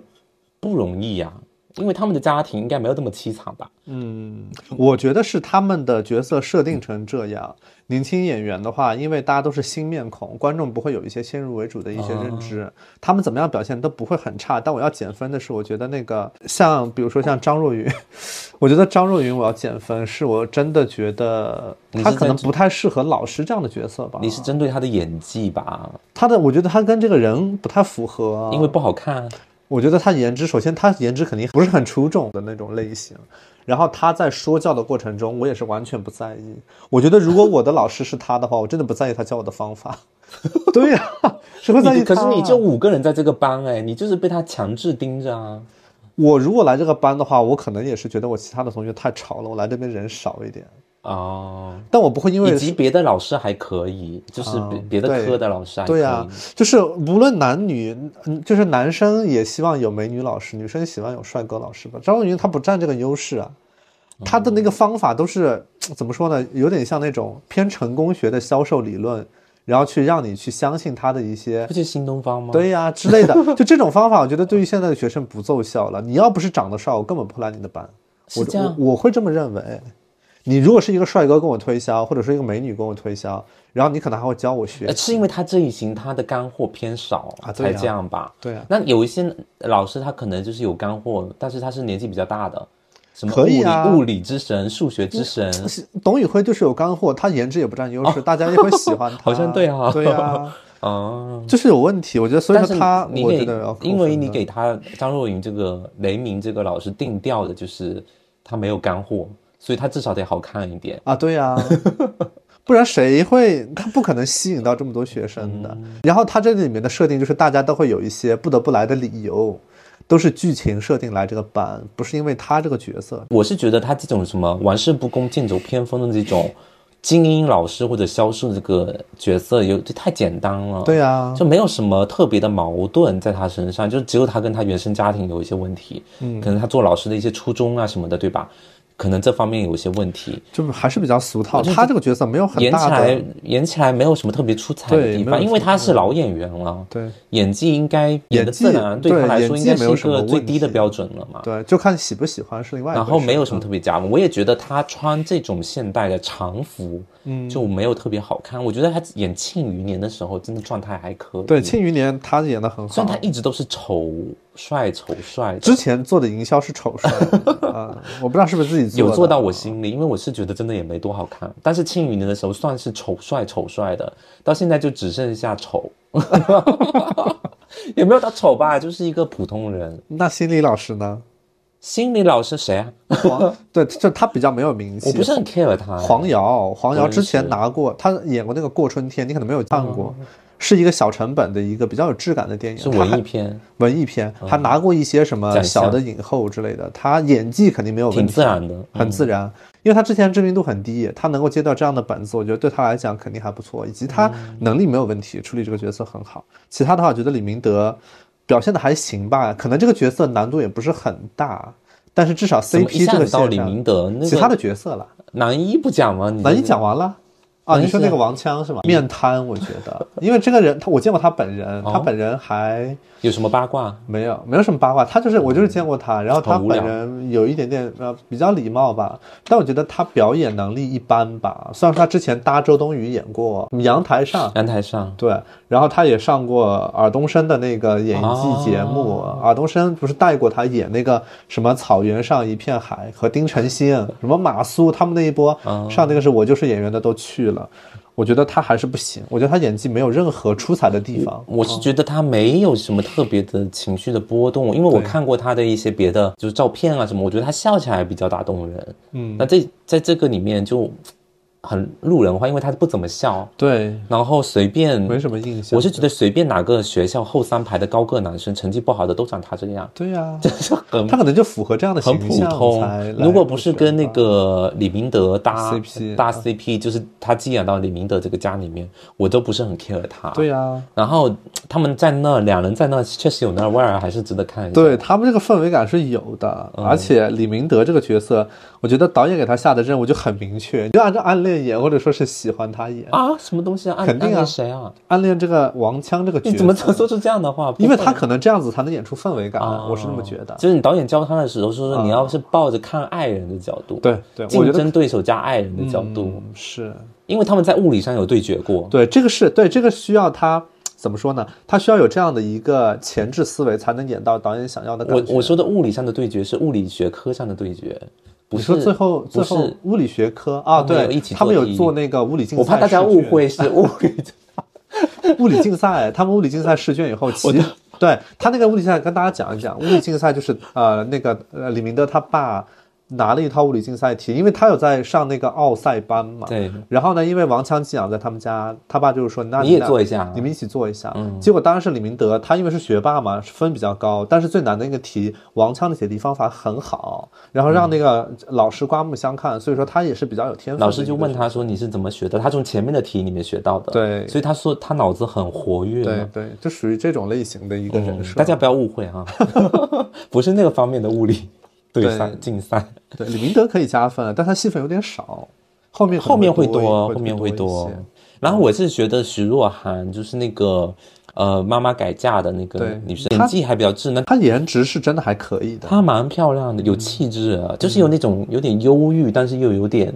[SPEAKER 2] 不容易呀、因为他们的家庭应该没有这么凄惨吧？
[SPEAKER 1] 嗯， 我觉得是他们的角色设定成这样。年轻演员的话，因为大家都是新面孔，观众不会有一些先入为主的一些认知，
[SPEAKER 2] 哦
[SPEAKER 1] 他们怎么样表现都不会很差。但我要减分的是，我觉得那个像比如说像张若昀， 我觉得张若昀我要减分，是我真的觉得
[SPEAKER 2] 你是
[SPEAKER 1] 他可能
[SPEAKER 2] 在
[SPEAKER 1] 不太适合老师这样的角色吧。
[SPEAKER 2] 你是针对他的演技吧？
[SPEAKER 1] 他的，我觉得他跟这个人不太符合、啊，
[SPEAKER 2] 因为不好看，
[SPEAKER 1] 我觉得他颜值，首先他颜值肯定不是很出众的那种类型，然后他在说教的过程中，我也是完全不在意。我觉得如果我的老师是他的话，我真的不在意他教我的方 法。对呀、谁会在意
[SPEAKER 2] 你
[SPEAKER 1] 他
[SPEAKER 2] 可
[SPEAKER 1] 啊、
[SPEAKER 2] 是你就五个人在这个班哎，你就是被他强制盯着啊。
[SPEAKER 1] 我如果来这个班的话，我可能也是觉得我其他的同学太吵了，我来这边人少一点，
[SPEAKER 2] 哦，
[SPEAKER 1] 但我不会因为
[SPEAKER 2] 以及别的老师还可以，就是别别的
[SPEAKER 1] 对
[SPEAKER 2] 科的老师还可以。
[SPEAKER 1] 对啊，就是无论男女，嗯，就是男生也希望有美女老师，女生喜欢有帅哥老师吧。张若昀他不占这个优势啊，
[SPEAKER 2] 嗯
[SPEAKER 1] 他的那个方法都是怎么说呢？有点像那种偏成功学的销售理论，然后去让你去相信他的一些
[SPEAKER 2] 不就是新东方吗？，
[SPEAKER 1] 对呀、之类的。就这种方法，我觉得对于现在的学生不奏效了。你要不是长得帅，我根本不来你的班。
[SPEAKER 2] 是
[SPEAKER 1] 我
[SPEAKER 2] 这样。
[SPEAKER 1] 我我会这么认为。你如果是一个帅哥跟我推销，或者是一个美女跟我推销，然后你可能还会教我学
[SPEAKER 2] 呃，。是因为他这一行他的干货偏少
[SPEAKER 1] 啊对啊
[SPEAKER 2] 才这样吧？
[SPEAKER 1] 对啊，
[SPEAKER 2] 那有一些老师他可能就是有干货，但是他是年纪比较大的，什么物
[SPEAKER 1] 可以
[SPEAKER 2] 理、
[SPEAKER 1] 啊
[SPEAKER 2] 物理之神、数学之神，
[SPEAKER 1] 董宇辉就是有干货，他颜值也不占优势，大家也会喜欢他。
[SPEAKER 2] 哦 好像对啊
[SPEAKER 1] 对啊，
[SPEAKER 2] 哦。
[SPEAKER 1] 就是有问题。我觉得，所以
[SPEAKER 2] 但
[SPEAKER 1] 说
[SPEAKER 2] 是
[SPEAKER 1] 他，
[SPEAKER 2] 你
[SPEAKER 1] 我
[SPEAKER 2] 给
[SPEAKER 1] 觉得要，扣
[SPEAKER 2] 因为
[SPEAKER 1] 分
[SPEAKER 2] 你
[SPEAKER 1] 的
[SPEAKER 2] 给他张若昀这个雷鸣这个老师定调的就是他没有干货，所以他至少得好看一点。
[SPEAKER 1] 啊，对 啊，不然谁会？他不可能吸引到这么多学生的。
[SPEAKER 2] 嗯
[SPEAKER 1] 然后他这里面的设定就是大家都会有一些不得不来的理由，都是剧情设定来这个班，不是因为他这个角色。
[SPEAKER 2] 我是觉得他这种什么玩世不恭、剑走偏锋的这种精英老师或者销售这个角色有这太简单了。
[SPEAKER 1] 对啊，
[SPEAKER 2] 就没有什么特别的矛盾在他身上，就只有他跟他原生家庭有一些问题，嗯，可能他做老师的一些初衷啊什么的，对吧？可能这方面有一些问题，
[SPEAKER 1] 就还是比较俗套。他这个角色没有很
[SPEAKER 2] 演起
[SPEAKER 1] 大的
[SPEAKER 2] 来演起来没有什么特别出彩的
[SPEAKER 1] 对
[SPEAKER 2] 地
[SPEAKER 1] 没
[SPEAKER 2] 方，
[SPEAKER 1] 有
[SPEAKER 2] 因为他是老演员了，
[SPEAKER 1] 对
[SPEAKER 2] 演技应该演的自然，
[SPEAKER 1] 演
[SPEAKER 2] 对
[SPEAKER 1] 技
[SPEAKER 2] 他来说
[SPEAKER 1] 对
[SPEAKER 2] 应该是一
[SPEAKER 1] 演技没有什么
[SPEAKER 2] 个
[SPEAKER 1] 问题
[SPEAKER 2] 最低的标准了嘛。
[SPEAKER 1] 对，嗯就看喜不喜欢是另外一回
[SPEAKER 2] 然
[SPEAKER 1] 事。
[SPEAKER 2] 后没有什么特别加分，我也觉得他穿这种现代的常服，嗯，就没有特别好看。我觉得他演《庆余年》的时候，真的状态还可以。
[SPEAKER 1] 对《庆余年》，他演的很好。
[SPEAKER 2] 虽然他一直都是丑帅丑帅的，
[SPEAKER 1] 之前做的营销是丑帅的 啊，我不知道是不是自己做的。
[SPEAKER 2] 有做到我心里，因为我是觉得真的也没多好看。但是庆余年的时候算是丑帅丑帅的，到现在就只剩下丑， 也没有到丑吧，就是一个普通人。
[SPEAKER 1] 那心理老师呢？
[SPEAKER 2] 心理老师谁啊？
[SPEAKER 1] 黄对，就他比较没有名气。
[SPEAKER 2] 我不是很 care 他。
[SPEAKER 1] 黄瑶，黄
[SPEAKER 2] 我
[SPEAKER 1] 瑶
[SPEAKER 2] 认识
[SPEAKER 1] 之前拿过，她演过那个《过春天》，你可能没有看过，是一个小成本的一个比较有质感的电影，
[SPEAKER 2] 嗯是
[SPEAKER 1] 她
[SPEAKER 2] 文
[SPEAKER 1] 还
[SPEAKER 2] 艺嗯片，
[SPEAKER 1] 文艺片，还拿过一些什么
[SPEAKER 2] 奖项
[SPEAKER 1] 小的影后之类的。她演技肯定没有问
[SPEAKER 2] 挺
[SPEAKER 1] 题，
[SPEAKER 2] 自然的。
[SPEAKER 1] 很自然，因为她之前知名度很低，她能够接到这样的本子，我觉得对她来讲肯定还不错，以及她
[SPEAKER 2] 嗯
[SPEAKER 1] 能力没有问题，处理这个角色很好。其他的话，我觉得李明德表现的还行吧，可能这个角色难度也不是很大，但是至少
[SPEAKER 2] 怎么一
[SPEAKER 1] CP
[SPEAKER 2] 下
[SPEAKER 1] 这个
[SPEAKER 2] 子到
[SPEAKER 1] 线
[SPEAKER 2] 李
[SPEAKER 1] 上，
[SPEAKER 2] 明德那
[SPEAKER 1] 其他
[SPEAKER 2] 个
[SPEAKER 1] 的角色了，
[SPEAKER 2] 男一不讲吗？你
[SPEAKER 1] 那你讲完了。啊，
[SPEAKER 2] 我也
[SPEAKER 1] 你说那
[SPEAKER 2] 是
[SPEAKER 1] 个 王锵是吗？面瘫，我觉得，因为这个人，他我见过他本人，
[SPEAKER 2] 哦
[SPEAKER 1] 他本人还
[SPEAKER 2] 有什么八卦？
[SPEAKER 1] 没有没有什么八卦，他就是我就是见过他，然后他
[SPEAKER 2] 好嗯无聊
[SPEAKER 1] 本人有一点点呃比较礼貌吧，但我觉得他表演能力一般吧。虽然说他之前搭周冬雨演过《阳台上》，
[SPEAKER 2] 阳台上
[SPEAKER 1] 对，然后他也上过尔冬升的那个演艺节目，
[SPEAKER 2] 啊
[SPEAKER 1] 尔冬升不是带过他演那个什么《草原上一片海》和丁程鑫、什么马苏他们那一波
[SPEAKER 2] 啊
[SPEAKER 1] 上那个是我就是演员的都去了，我觉得他还是不行，我觉得他演技没有任何出彩的地方。
[SPEAKER 2] 我是觉得他没有什么特别的情绪的波动，因为我看过他的一些别的就是照片啊什么，我觉得他笑起来比较打动人。嗯，那这在这个里面就很路人化，因为他不怎么笑，
[SPEAKER 1] 对，
[SPEAKER 2] 然后随便，
[SPEAKER 1] 没什么印象。
[SPEAKER 2] 我是觉得随便哪个学校后三排的高个男生成绩不好的都长他这样，
[SPEAKER 1] 对呀、
[SPEAKER 2] 就是很
[SPEAKER 1] 他可能就符合这样的
[SPEAKER 2] 很
[SPEAKER 1] 形
[SPEAKER 2] 普
[SPEAKER 1] 象
[SPEAKER 2] 通
[SPEAKER 1] 才。来
[SPEAKER 2] 如果不是跟那个李明德搭
[SPEAKER 1] CP
[SPEAKER 2] 搭 CP，就是他寄养到李明德这个家里面，我都不是很 care 他。
[SPEAKER 1] 对呀、
[SPEAKER 2] 然后他们在那，两人在那，确实有那味儿，还是值得看一下。
[SPEAKER 1] 对他们这个氛围感是有的，
[SPEAKER 2] 嗯
[SPEAKER 1] 而且李明德这个角色，我觉得导演给他下的任务就很明确，你就按照暗恋演，或者说是喜欢他演。
[SPEAKER 2] 啊，什么东西啊？暗
[SPEAKER 1] 肯定啊
[SPEAKER 2] 暗恋谁啊？
[SPEAKER 1] 暗恋这个王锵这个角
[SPEAKER 2] 你
[SPEAKER 1] 色，
[SPEAKER 2] 怎么说出这样的话？不会
[SPEAKER 1] 因为他可能这样子才能演出氛围感，
[SPEAKER 2] 啊
[SPEAKER 1] 我是这么觉得。
[SPEAKER 2] 就是你导演教他的时候，说是你要是抱着看爱人的角度，
[SPEAKER 1] 对对，我
[SPEAKER 2] 竞
[SPEAKER 1] 觉得
[SPEAKER 2] 争对手加爱人的角度，
[SPEAKER 1] 嗯是
[SPEAKER 2] 因为他们在物理上有对决过。
[SPEAKER 1] 对这个是对这个需要他怎么说呢？他需要有这样的一个前置思维，才能演到导演想要的感
[SPEAKER 2] 我
[SPEAKER 1] 觉。
[SPEAKER 2] 我说的物理上的对决是物理学科上的对决，不
[SPEAKER 1] 你
[SPEAKER 2] 是
[SPEAKER 1] 说最后最
[SPEAKER 2] 不
[SPEAKER 1] 后
[SPEAKER 2] 是。
[SPEAKER 1] 物理学科啊，
[SPEAKER 2] 他们有
[SPEAKER 1] 对
[SPEAKER 2] 一，起
[SPEAKER 1] 他们
[SPEAKER 2] 做
[SPEAKER 1] 有
[SPEAKER 2] 题
[SPEAKER 1] 做那个物理竞赛，
[SPEAKER 2] 我怕大家误会是物理，
[SPEAKER 1] 物理竞赛，他们物理竞赛试卷 以后，其对他那个物理竞赛跟大家讲一讲，物理竞赛就是呃那个呃李明德他爸拿了一套物理竞赛题，因为他有在上那个奥赛班嘛。
[SPEAKER 2] 对，
[SPEAKER 1] 然后呢，因为王强寄养在他们家，他爸就是说，那
[SPEAKER 2] 你也
[SPEAKER 1] 俩
[SPEAKER 2] 做一下
[SPEAKER 1] 你们一起做一下。结果当然是李明德，他因为是学霸嘛，分比较高，但是最难的那个题，王强的解题方法很好，然后让那个老师刮目相看，所以说他也是比较有天分的一个。
[SPEAKER 2] 老师就问他说你是怎么学的？他从前面的题里面学到的，
[SPEAKER 1] 对
[SPEAKER 2] 所以他说他脑子很活跃
[SPEAKER 1] 对
[SPEAKER 2] 嘛，
[SPEAKER 1] 对，就属于这种类型的一个人
[SPEAKER 2] 嗯
[SPEAKER 1] 设。
[SPEAKER 2] 大家不要误会 哈，不是那个方面的物理对
[SPEAKER 1] 对
[SPEAKER 2] 赛竞赛，
[SPEAKER 1] 对，李明德可以加分，但他戏份有点少，后面可能
[SPEAKER 2] 后面
[SPEAKER 1] 会
[SPEAKER 2] 会多，后面
[SPEAKER 1] 会
[SPEAKER 2] 会
[SPEAKER 1] 多
[SPEAKER 2] 多
[SPEAKER 1] 一些。
[SPEAKER 2] 然后我是觉得徐若涵就是那个呃妈妈改嫁的那个
[SPEAKER 1] 对
[SPEAKER 2] 女生，演技还比较稚嫩，
[SPEAKER 1] 他颜值是真的还可以的，
[SPEAKER 2] 她蛮漂亮的，
[SPEAKER 1] 嗯
[SPEAKER 2] 有气质啊，就是有那种有点忧郁，但是又有点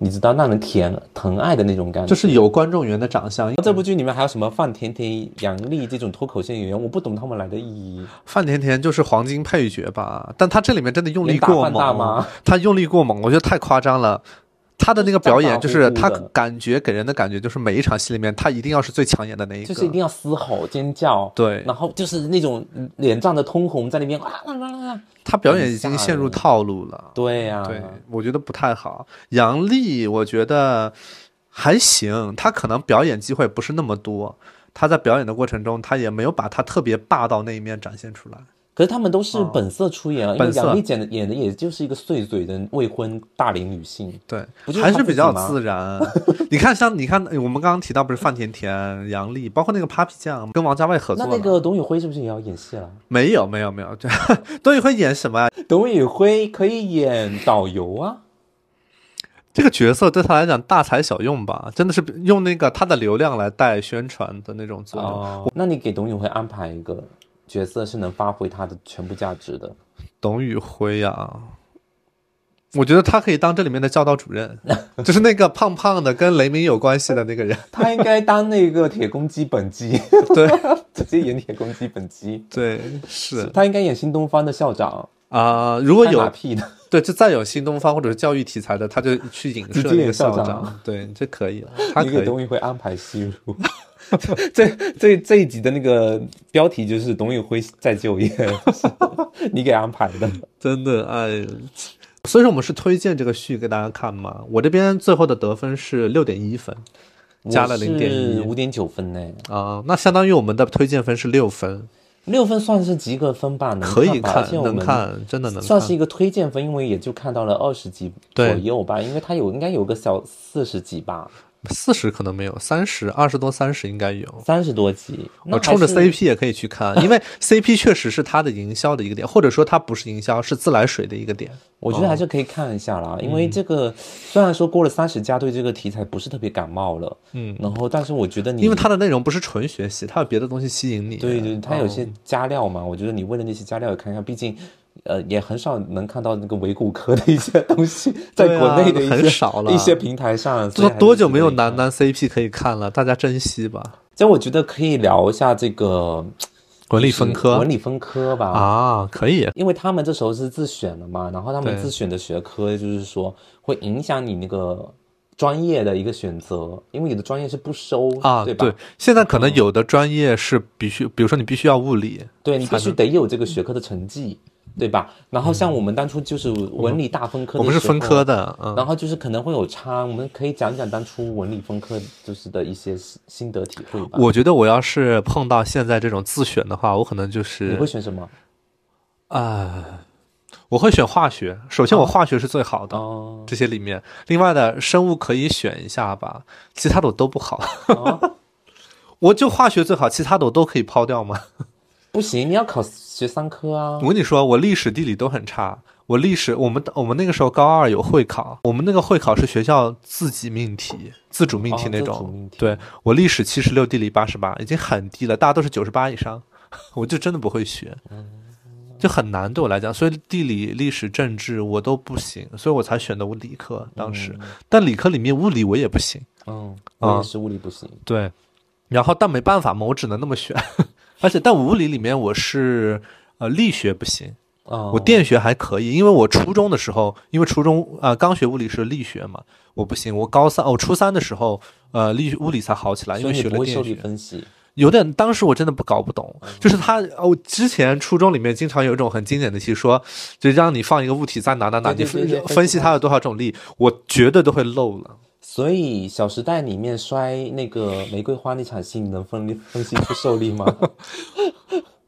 [SPEAKER 2] 你知道让人甜疼爱的那种感觉
[SPEAKER 1] 就。是嗯有观众缘的长相。
[SPEAKER 2] 这部剧里面还有什么范甜甜、杨笠这种脱口秀演员，我不懂他们来的意义。
[SPEAKER 1] 范甜甜就是黄金配角吧，但她这里面真的用力
[SPEAKER 2] 连打
[SPEAKER 1] 过
[SPEAKER 2] 范大
[SPEAKER 1] 猛
[SPEAKER 2] 妈，
[SPEAKER 1] 她用力过猛，我觉得太夸张了。她的那个表演就是，
[SPEAKER 2] 咋咋
[SPEAKER 1] 她
[SPEAKER 2] 呼呼的
[SPEAKER 1] 感觉给人的感觉就是每一场戏里面，她一定要是最抢眼的那一
[SPEAKER 2] 就是一
[SPEAKER 1] 个。
[SPEAKER 2] 定要嘶吼尖叫，
[SPEAKER 1] 对
[SPEAKER 2] 然后就是那种脸涨得通红，在那边啊啊啊啊，
[SPEAKER 1] 她表演已经陷入套路了。
[SPEAKER 2] 对啊呀、
[SPEAKER 1] 对，我觉得不太好。杨笠，我觉得还行，她可能表演机会不是那么多。她在表演的过程中，她也没有把她特别霸道那一面展现出来。
[SPEAKER 2] 可是他们都是本色出演啊，因为
[SPEAKER 1] 嗯本色
[SPEAKER 2] 杨笠演的演的也就是一个碎嘴的未婚大龄女性，
[SPEAKER 1] 对
[SPEAKER 2] 不就，是
[SPEAKER 1] 还
[SPEAKER 2] 她
[SPEAKER 1] 是
[SPEAKER 2] 自
[SPEAKER 1] 比
[SPEAKER 2] 己
[SPEAKER 1] 较
[SPEAKER 2] 吗
[SPEAKER 1] 自然。 你看，像你看，我们刚刚提到不是范甜甜、杨笠，包括那个 Papi 酱跟王家卫合
[SPEAKER 2] 那
[SPEAKER 1] 作
[SPEAKER 2] 那
[SPEAKER 1] 了，
[SPEAKER 2] 个董宇辉是不是也要演戏了？
[SPEAKER 1] 没有没有没有，这 董宇辉演什么啊？
[SPEAKER 2] 董宇辉可以演导游啊，
[SPEAKER 1] 这个角色对他来讲大材小用吧，真的是用那个他的流量来带宣传的那种作用。
[SPEAKER 2] 哦，那你给董宇辉安排一个角色是能发挥他的全部价值的，
[SPEAKER 1] 董宇辉呀、我觉得他可以当这里面的教导主 任，就是那个胖胖的跟雷鸣有关系的那个人。
[SPEAKER 2] 他应该当那个铁公鸡本鸡，
[SPEAKER 1] 对
[SPEAKER 2] 直接演铁公鸡本鸡，
[SPEAKER 1] 对， 是
[SPEAKER 2] 他应该演新东方的校长，
[SPEAKER 1] 啊、如果
[SPEAKER 2] 拍马
[SPEAKER 1] 有
[SPEAKER 2] 屁的。
[SPEAKER 1] 对，就再有新东方或者是教育题材的，他就去影射
[SPEAKER 2] 直接
[SPEAKER 1] 那
[SPEAKER 2] 演
[SPEAKER 1] 个校
[SPEAKER 2] 校
[SPEAKER 1] 长
[SPEAKER 2] 长。
[SPEAKER 1] 对，这可 以了，他
[SPEAKER 2] 你
[SPEAKER 1] 可
[SPEAKER 2] 给
[SPEAKER 1] 以。
[SPEAKER 2] 董宇辉安排戏路。 这这这一集的那个标题就是董宇辉再就 业，你给安排的。
[SPEAKER 1] 真的哎，所以说我们是推荐这个剧给大家看嘛。我这边最后的得分是六点一分，加了零点一
[SPEAKER 2] 五点九分呢，
[SPEAKER 1] 啊，那相当于我们的推荐分是六分，
[SPEAKER 2] 六分算是及格分吧，能
[SPEAKER 1] 可以
[SPEAKER 2] 吧而
[SPEAKER 1] 看，
[SPEAKER 2] 且我
[SPEAKER 1] 能
[SPEAKER 2] 们
[SPEAKER 1] 看，真的能看
[SPEAKER 2] 算。是一个推荐分，因为也就看到了二十集左右吧，因为它有应该有个小四十集吧，
[SPEAKER 1] 四十可能没有，三十二十多三十应该有。
[SPEAKER 2] 三十多集，
[SPEAKER 1] 我
[SPEAKER 2] 那
[SPEAKER 1] 哦冲着
[SPEAKER 2] 还是
[SPEAKER 1] CP 也可以去看， 因为 CP 确实是它的营销的一个点，或者说它不是营销，是自来水的一个点。
[SPEAKER 2] 我觉得还是可以看一下啦，
[SPEAKER 1] 哦
[SPEAKER 2] 因为这个虽然说过了三十加，对这个题材不是特别感冒了，嗯，然后但是我觉得你
[SPEAKER 1] 因为它的内容不是纯学习，它有别的嗯东西吸引你。
[SPEAKER 2] 对对，它有些加料嘛，我觉得你为了那些加料也看看，毕竟，呃，也很少能看到那个维骨科的一些东西，在
[SPEAKER 1] 对
[SPEAKER 2] 国
[SPEAKER 1] 啊
[SPEAKER 2] 内的一些、
[SPEAKER 1] 很少了
[SPEAKER 2] 一些平台上，所
[SPEAKER 1] 多
[SPEAKER 2] 以还是
[SPEAKER 1] 多久没有
[SPEAKER 2] 值得一
[SPEAKER 1] 男？
[SPEAKER 2] 看
[SPEAKER 1] 男 CP 可以看了？大家珍惜吧。
[SPEAKER 2] 这我觉得可以聊一下这个
[SPEAKER 1] 文理分科
[SPEAKER 2] 文理分科吧，
[SPEAKER 1] 啊，可以。
[SPEAKER 2] 因为他们这时候是自选的嘛，然后他们
[SPEAKER 1] 对
[SPEAKER 2] 自选的学科就是说会影响你那个专业的一个选择，因为有的专业是不收
[SPEAKER 1] 啊，
[SPEAKER 2] 对吧？
[SPEAKER 1] 现在可能有的专业是必须，比如说你必须要物理，
[SPEAKER 2] 对你必须得有这个学科的成绩，对吧？然后像我们当初就是文理大分科的时
[SPEAKER 1] 嗯我
[SPEAKER 2] 候，
[SPEAKER 1] 们是分科的，嗯，
[SPEAKER 2] 然后就是可能会有差，我们可以讲讲当初文理分科就是的一些心心得体会吧。
[SPEAKER 1] 我觉得我要是碰到现在这种自选的话，我可能就
[SPEAKER 2] 你
[SPEAKER 1] 是
[SPEAKER 2] 会选什么？
[SPEAKER 1] 啊、我会选化学。首先，我化学是最好的、
[SPEAKER 2] 哦，
[SPEAKER 1] 这些里面，另外的生物可以选一下吧，其他的我都不好。啊 我就化学最好，其他的我都可以抛掉吗？
[SPEAKER 2] 不行，你要考学三科啊
[SPEAKER 1] 我。跟你说，我历史、地理都很差。我历史，我们我们那个时候高二有会考，我们那个会考是学校自己命题、自主命题
[SPEAKER 2] 哦
[SPEAKER 1] 那种。
[SPEAKER 2] 自主命题
[SPEAKER 1] 对我历史七十六，地理八十八，已经很低了，大家都是九十八以上， 我就真的不会学，
[SPEAKER 2] 嗯
[SPEAKER 1] 就很难对我来讲。所以地理、历史、政治我都不行，所以我才选的我理科当时。但理科里面物理我也不行，
[SPEAKER 2] 嗯，我也是物理不行。
[SPEAKER 1] 对，然后但没办法嘛，我只能那么选。 而且但我物理里面我是呃力学不行，
[SPEAKER 2] 啊，
[SPEAKER 1] 我电学还可以，因为我初中的时候，因为初中呃刚学物理是力学嘛，我不行。我高三哦，初三的时候，呃，力物理才好起来，因
[SPEAKER 2] 所
[SPEAKER 1] 为
[SPEAKER 2] 以你
[SPEAKER 1] 学
[SPEAKER 2] 不
[SPEAKER 1] 了
[SPEAKER 2] 会受
[SPEAKER 1] 电
[SPEAKER 2] 力哦
[SPEAKER 1] 学。
[SPEAKER 2] 分析。
[SPEAKER 1] 有点，当时我真的不搞不懂，就是他，呃我之前初中里面经常有一种很经典的题，说就让你放一个物体在哪哪哪，
[SPEAKER 2] 对
[SPEAKER 1] 你
[SPEAKER 2] 对对
[SPEAKER 1] 分
[SPEAKER 2] 对分析
[SPEAKER 1] 分析
[SPEAKER 2] 它
[SPEAKER 1] 它有多少种力，我绝对都会漏了。
[SPEAKER 2] 所以《小时代》里面摔那个玫瑰花那场戏，你能分力分析出受力吗？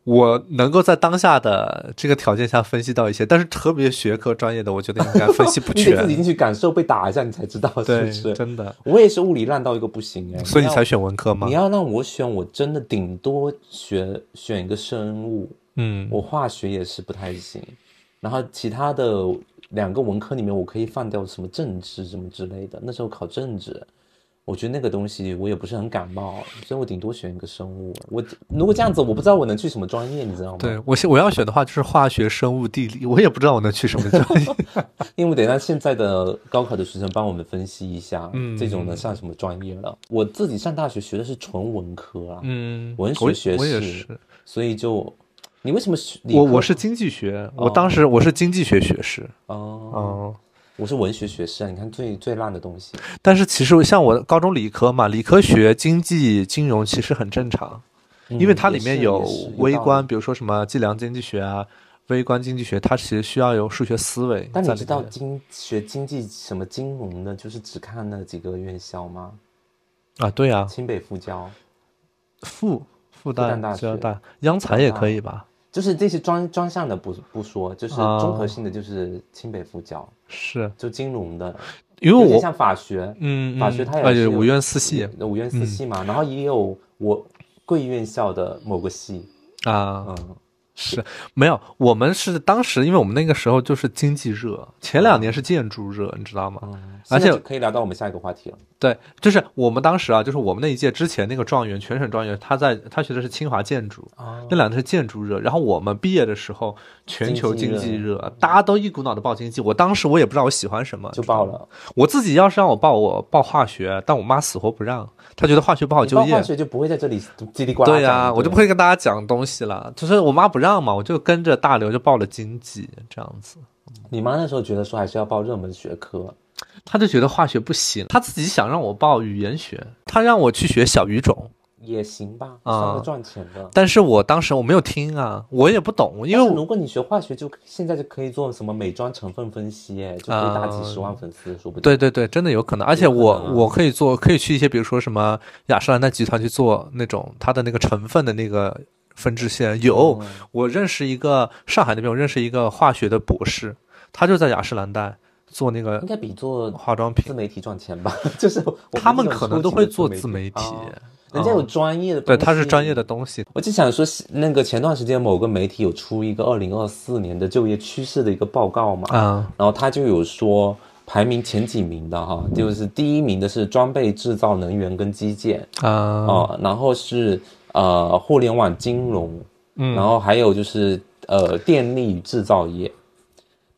[SPEAKER 1] 我能够在当下的这个条件下分析到一些，但是特别学科专业的，我觉得应该分析不
[SPEAKER 2] 你得自己
[SPEAKER 1] 全。
[SPEAKER 2] 进去感受，被打一下你才知道是不
[SPEAKER 1] 对，
[SPEAKER 2] 是？
[SPEAKER 1] 真的，
[SPEAKER 2] 我也是物理烂到一个不行哎，
[SPEAKER 1] 所以你
[SPEAKER 2] 要
[SPEAKER 1] 才选文科吗
[SPEAKER 2] 你？要让我选，我真的顶多学选一个生物，
[SPEAKER 1] 嗯，
[SPEAKER 2] 我化学也是不太行，然后其他的两个文科里面，我可以放掉什么政治什么之类的。那时候考政治，我觉得那个东西我也不是很感冒，所以我顶多选一个生物。我如果这样子，我不知道我能去什么专业，你知道吗？
[SPEAKER 1] 对我现我要选的话就是化学、生物、地理，我也不知道我能去什么 嗯专业。
[SPEAKER 2] 因为得让现在的高考的学生帮我们分析一下，
[SPEAKER 1] 嗯
[SPEAKER 2] 这种能上什么专业了。我自己上大学学的是纯文科啊，
[SPEAKER 1] 嗯
[SPEAKER 2] 文
[SPEAKER 1] 我
[SPEAKER 2] 学学
[SPEAKER 1] 我也
[SPEAKER 2] 士，
[SPEAKER 1] 是，
[SPEAKER 2] 所以就你为什么学理
[SPEAKER 1] 我
[SPEAKER 2] 科
[SPEAKER 1] 我是经济学，我当时我是经济学学士，
[SPEAKER 2] 哦，
[SPEAKER 1] 嗯，
[SPEAKER 2] 我是文学学士啊，你看最最烂的东西。
[SPEAKER 1] 但是其实像我高中理科嘛，理科学经济、金融其实很正常，
[SPEAKER 2] 嗯
[SPEAKER 1] 因为它里面有微观，，比如说什么计量经济学啊、微观经济学，它其实需要有数学思维在
[SPEAKER 2] 但
[SPEAKER 1] 里
[SPEAKER 2] 你
[SPEAKER 1] 面。
[SPEAKER 2] 知道经学经济什么金融的，就是只看那几个院校吗？
[SPEAKER 1] 啊？对啊，
[SPEAKER 2] 清北复交，
[SPEAKER 1] 复复
[SPEAKER 2] 旦
[SPEAKER 1] 旦、
[SPEAKER 2] 大
[SPEAKER 1] 交
[SPEAKER 2] 学
[SPEAKER 1] 大、央财也可以吧？
[SPEAKER 2] 就是这些专专项的不不说，就是
[SPEAKER 1] 啊
[SPEAKER 2] 综合性的就是清北复交，
[SPEAKER 1] 是
[SPEAKER 2] 就金融的，
[SPEAKER 1] 因为
[SPEAKER 2] 有点
[SPEAKER 1] 我
[SPEAKER 2] 像法学，
[SPEAKER 1] 嗯，
[SPEAKER 2] 法
[SPEAKER 1] 嗯
[SPEAKER 2] 学它
[SPEAKER 1] 啊
[SPEAKER 2] 也是有
[SPEAKER 1] 五院四系
[SPEAKER 2] 五院
[SPEAKER 1] 嗯
[SPEAKER 2] 四系嘛，然后也有我贵院校的某个系，
[SPEAKER 1] 啊，
[SPEAKER 2] 嗯，
[SPEAKER 1] 是没有，我们是当时，因为我们那个时候就是经济热，前两年是建筑热，你知道
[SPEAKER 2] 嗯
[SPEAKER 1] 吗？嗯而
[SPEAKER 2] 现在
[SPEAKER 1] 且
[SPEAKER 2] 就可以聊到我们下一个话题了。
[SPEAKER 1] 对，就是我们当时啊，就是我们那一届之前那个状元，全省状元，他在他学的是清华建筑，
[SPEAKER 2] 哦
[SPEAKER 1] 那两年是建筑热。然后我们毕业的时候，全球
[SPEAKER 2] 经
[SPEAKER 1] 经
[SPEAKER 2] 济
[SPEAKER 1] 济热，大家都一股脑的报经济。我当时我也不知道我喜欢什么，
[SPEAKER 2] 就
[SPEAKER 1] 知道
[SPEAKER 2] 爆
[SPEAKER 1] 吗。
[SPEAKER 2] 了，
[SPEAKER 1] 我自己要是让我报，我报化学，但我妈死活不让，她觉得化学不好
[SPEAKER 2] 你
[SPEAKER 1] 就
[SPEAKER 2] 报
[SPEAKER 1] 业
[SPEAKER 2] 化。学就不会在这里叽里呱啦讲。
[SPEAKER 1] 对呀、我就不
[SPEAKER 2] 会。
[SPEAKER 1] 会跟大家讲东西了。就是我妈不让嘛，我就跟着大刘就报了经济这样子。
[SPEAKER 2] 你妈那时候觉得说还是要报热门学科，
[SPEAKER 1] 他就觉得化学不行，他自己想让我报语言学，他让我去学小语种，
[SPEAKER 2] 也行吧，
[SPEAKER 1] 啊
[SPEAKER 2] 算个赚钱的。
[SPEAKER 1] 但是我当时我没有听啊，我也不懂，因为
[SPEAKER 2] 但是
[SPEAKER 1] 我
[SPEAKER 2] 如果你学化学就，现在就可以做什么美妆成分分析，哎，就可以打几十万粉丝，说不定。
[SPEAKER 1] 啊对对对，真的有可能，而且我
[SPEAKER 2] 有可能啊
[SPEAKER 1] 我可以做，可以去一些比如说什么雅诗兰黛集团去做那种它的那个成分的那个分支线。有，
[SPEAKER 2] 哦
[SPEAKER 1] 我认识一个上海那边，我认识一个化学的博士，他就在雅诗兰黛。做那个
[SPEAKER 2] 应该比做
[SPEAKER 1] 化妆品，
[SPEAKER 2] 自媒体赚钱吧？ 就是我
[SPEAKER 1] 他们可能都会做
[SPEAKER 2] 自啊
[SPEAKER 1] 自媒体，
[SPEAKER 2] 人家有专业的，
[SPEAKER 1] 对，它是专业的。东西。
[SPEAKER 2] 我就想说，那个前段时间某个媒体有出一个二零二四年的就业趋势的一个报告嘛，
[SPEAKER 1] 嗯
[SPEAKER 2] 然后他就有说排名前几名的哈，就是第一名的是装备制造、能源跟基建
[SPEAKER 1] 啊，
[SPEAKER 2] 哦，然后是呃互联网金融，
[SPEAKER 1] 嗯
[SPEAKER 2] 然后还有就是呃电力与制造业，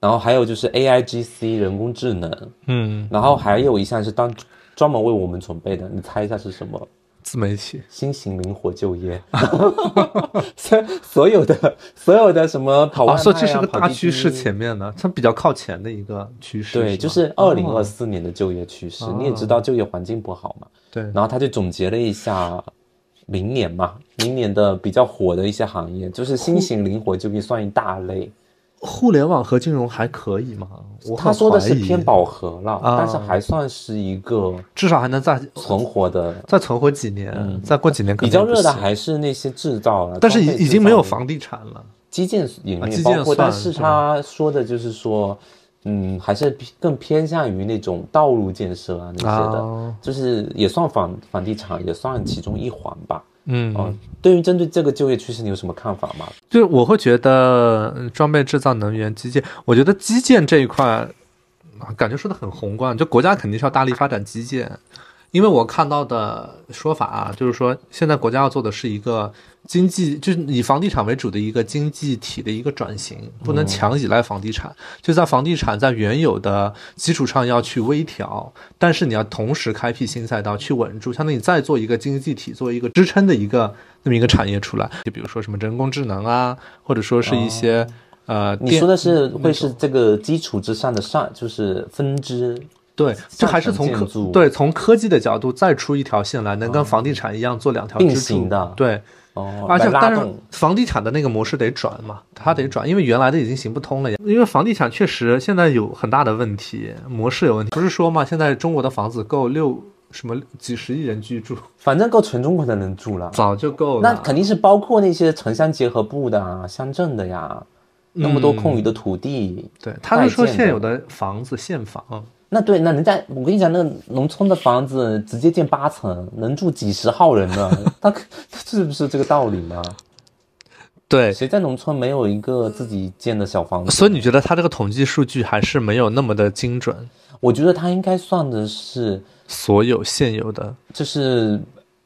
[SPEAKER 2] 然后还有就是 AIGC 人工智能，
[SPEAKER 1] 嗯，
[SPEAKER 2] 然后还有一项是当专门为我们准备的，你猜一下是什么？
[SPEAKER 1] 自媒体，
[SPEAKER 2] 新型灵活就业，所 所有的所有的什么跑外
[SPEAKER 1] 啊，
[SPEAKER 2] 卖啊，
[SPEAKER 1] 所以这是个
[SPEAKER 2] 跑
[SPEAKER 1] 大
[SPEAKER 2] 滴滴
[SPEAKER 1] 趋势前面的，它比较靠前的一个趋势。
[SPEAKER 2] 对，
[SPEAKER 1] 吧
[SPEAKER 2] 就是二零二
[SPEAKER 1] 哦
[SPEAKER 2] 四年的就业趋势。你也知道就业环境不好嘛，
[SPEAKER 1] 对，
[SPEAKER 2] 然后他就总结了一下明年嘛，明年的比较火的一些行业，就是新型灵活就业算一大类。
[SPEAKER 1] 互联网和金融还可以吗？我
[SPEAKER 2] 他
[SPEAKER 1] 很
[SPEAKER 2] 说的是
[SPEAKER 1] 怀疑
[SPEAKER 2] 偏，饱和了，
[SPEAKER 1] 啊
[SPEAKER 2] 但是还算是一个
[SPEAKER 1] 至少还能再
[SPEAKER 2] 存活的。
[SPEAKER 1] 再存活几年，再过几年可能
[SPEAKER 2] 比较
[SPEAKER 1] 也不
[SPEAKER 2] 热的
[SPEAKER 1] 行，
[SPEAKER 2] 还是那些制造了，
[SPEAKER 1] 但是
[SPEAKER 2] 装备
[SPEAKER 1] 已已
[SPEAKER 2] 制
[SPEAKER 1] 经没有
[SPEAKER 2] 造了
[SPEAKER 1] 房地产了。
[SPEAKER 2] 基建也
[SPEAKER 1] 啊
[SPEAKER 2] 没
[SPEAKER 1] 基
[SPEAKER 2] 包
[SPEAKER 1] 建
[SPEAKER 2] 括，
[SPEAKER 1] 算
[SPEAKER 2] 但是
[SPEAKER 1] 是吧
[SPEAKER 2] 他说的就是说，嗯，还是偏更偏向于那种道路建设啊那些的，
[SPEAKER 1] 啊
[SPEAKER 2] 就是也算房房地产也算其中一环吧。
[SPEAKER 1] 嗯，
[SPEAKER 2] 嗯，对于针对这个就业趋势，你有什么看法吗？
[SPEAKER 1] 就是我会觉得嗯装备制造、能源、基建，我觉得基建这一块，啊感觉说的很宏观，就国家肯定是要大力发展基建，因为我看到的说法啊，就是说现在国家要做的是一个经济，就是以房地产为主的一个经济体的一个转型，不能强依赖房地产，就在房地产在原有的基础上要去微调，但是你要同时开辟新赛道去稳住，相当于你再做一个经济体，做一个支撑的一个那么一个产业出来，就比如说什么人工智能啊，或者说是一些、呃
[SPEAKER 2] 哦你说
[SPEAKER 1] 电。
[SPEAKER 2] 的是会是这个基础之上的上，就是分支，
[SPEAKER 1] 对，就还是
[SPEAKER 2] 上层
[SPEAKER 1] 从科
[SPEAKER 2] 建筑
[SPEAKER 1] 对从科技的角度再出一条线来，能跟房地产一样做两条
[SPEAKER 2] 并
[SPEAKER 1] 支柱
[SPEAKER 2] 行的
[SPEAKER 1] 对，
[SPEAKER 2] 哦，
[SPEAKER 1] 而且
[SPEAKER 2] 来拉
[SPEAKER 1] 但是
[SPEAKER 2] 动嗯
[SPEAKER 1] 房地产的那个模式得转嘛，它得转，因为原来的已经行不通了呀。因为房地产确实现在有很大的问题，模式有问题。不是说嘛，现在中国的房子够六什么几十亿人居住，
[SPEAKER 2] 反正够全中国的人住了。
[SPEAKER 1] 早就够
[SPEAKER 2] 那
[SPEAKER 1] 了。
[SPEAKER 2] 肯定是包括那些城乡结合部的啊、乡镇的呀，
[SPEAKER 1] 嗯
[SPEAKER 2] 那么多空余的土地，
[SPEAKER 1] 对，他就说
[SPEAKER 2] 代建的
[SPEAKER 1] 现有的房子现房，
[SPEAKER 2] 那对，那人家我跟你讲，那个农村的房子直接建八层，能住几十号人呢？ 他可他是不是这个道理呢？
[SPEAKER 1] 对。
[SPEAKER 2] 谁在农村没有一个自己建的小房子？
[SPEAKER 1] 所以你觉得他这个统计数据还是没有那么的精准？
[SPEAKER 2] 我觉得他应该算的是，
[SPEAKER 1] 所有现有的
[SPEAKER 2] 就是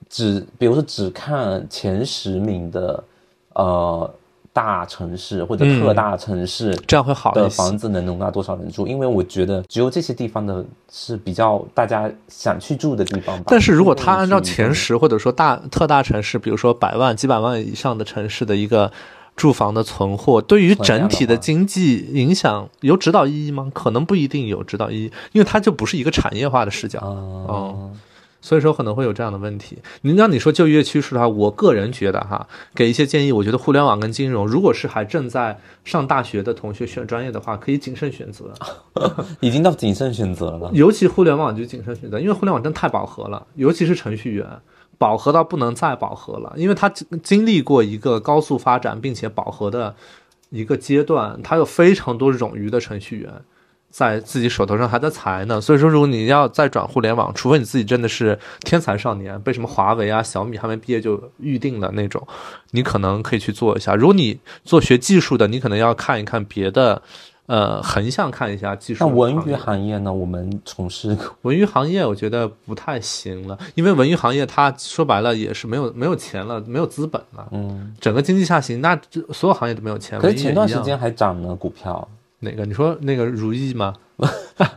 [SPEAKER 2] 只比如说只看前十名的，呃，大城市或者特大城市。
[SPEAKER 1] 这样会嗯好
[SPEAKER 2] 的
[SPEAKER 1] 一些
[SPEAKER 2] 房子能容纳多少人住？因为我觉得只有这些地方的是比较大家想去住的地方吧。
[SPEAKER 1] 但是如果
[SPEAKER 2] 不
[SPEAKER 1] 他
[SPEAKER 2] 能
[SPEAKER 1] 按照
[SPEAKER 2] 去
[SPEAKER 1] 前十或者说大特大城市，比如说百万、几百万以上的城市的一个住房的存货，对于
[SPEAKER 2] 存量
[SPEAKER 1] 整
[SPEAKER 2] 的
[SPEAKER 1] 体的
[SPEAKER 2] 话
[SPEAKER 1] 经济影响有指导意义吗？可能不一定有指导意义，因为它就不是一个产业化的视角。
[SPEAKER 2] 啊、
[SPEAKER 1] 哦所以说可能会有这样的问题。你让你说就业趋势的话，我个人觉得哈，给一些建议，我觉得互联网跟金融，如果是还正在上大学的同学选专业的话，可以谨慎选择，
[SPEAKER 2] 已经到谨慎选择了。
[SPEAKER 1] 尤其互联网就谨慎选择，因为互联网真太饱和了，尤其是程序员。饱和到不能再饱和了，因为它经经历过一个高速发展并且饱和的一个阶段，它有非常多冗余的程序员在自己手头上还在裁呢。所以说，如果你要再转互联网，除非你自己真的是天才少年，被什么华为啊、小米还没毕业就预定的那种，你可能可以去做一下。如果你做学技术的，你可能要看一看别的，呃，横向看一下技术
[SPEAKER 2] 那
[SPEAKER 1] 行业。
[SPEAKER 2] 文娱行业呢？我们从事
[SPEAKER 1] 文娱行业我觉得不太行了，因为文娱行业它说白了也是没有没有钱了，没有资本了。
[SPEAKER 2] 嗯，
[SPEAKER 1] 整个经济下行，那这所有行业都没有钱。
[SPEAKER 2] 可是
[SPEAKER 1] 文娱
[SPEAKER 2] 前
[SPEAKER 1] 也
[SPEAKER 2] 段
[SPEAKER 1] 一
[SPEAKER 2] 时
[SPEAKER 1] 样
[SPEAKER 2] 间还涨了股票。
[SPEAKER 1] 哪个？你说那个如意吗？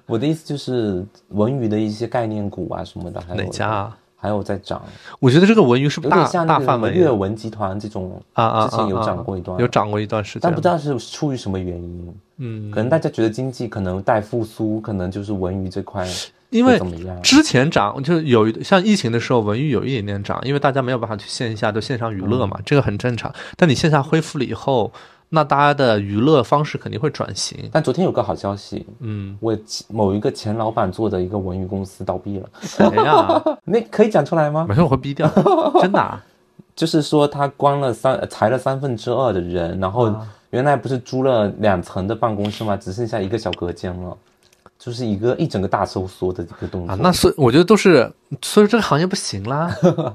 [SPEAKER 2] 我的意思就是文娱的一些概念股啊什么的，还有
[SPEAKER 1] 哪家？啊？
[SPEAKER 2] 还有在涨，
[SPEAKER 1] 我觉得这个文娱是不
[SPEAKER 2] 有
[SPEAKER 1] 是大
[SPEAKER 2] 点像那
[SPEAKER 1] 大
[SPEAKER 2] 个什
[SPEAKER 1] 范
[SPEAKER 2] 么
[SPEAKER 1] 围
[SPEAKER 2] 阅
[SPEAKER 1] 的
[SPEAKER 2] 文集团这种，
[SPEAKER 1] 啊啊啊！
[SPEAKER 2] 之前有
[SPEAKER 1] 啊
[SPEAKER 2] 涨过一段
[SPEAKER 1] 有涨过一段时间，
[SPEAKER 2] 但不知道是出于什么原因，
[SPEAKER 1] 嗯，
[SPEAKER 2] 可能大家觉得经济可能待复苏，可能就是文娱这块
[SPEAKER 1] 因
[SPEAKER 2] 会
[SPEAKER 1] 为
[SPEAKER 2] 怎么样？
[SPEAKER 1] 之前涨就是有一像疫情的时候，文娱有一点点涨，因为大家没有办法去线下都线上娱乐嘛，
[SPEAKER 2] 嗯
[SPEAKER 1] 这个很正常。但你线下恢复了以后，那大家的娱乐方式肯定会转 型。
[SPEAKER 2] 但昨天有个好消息，
[SPEAKER 1] 嗯，
[SPEAKER 2] 我某一个前老板做的一个文娱公司倒闭了，
[SPEAKER 1] 谁呀？
[SPEAKER 2] 那可以讲出来吗？
[SPEAKER 1] 没事，我会逼掉，真的、啊。
[SPEAKER 2] 就是说他关了三呃裁了三分之二的
[SPEAKER 1] 啊
[SPEAKER 2] 人，然后原来不是租了两层的办公室吗？只剩下一个小隔间了，就是一个一整个大收缩的一个动作。
[SPEAKER 1] 啊，那所以我觉得都是，所以这个行业不行 啦。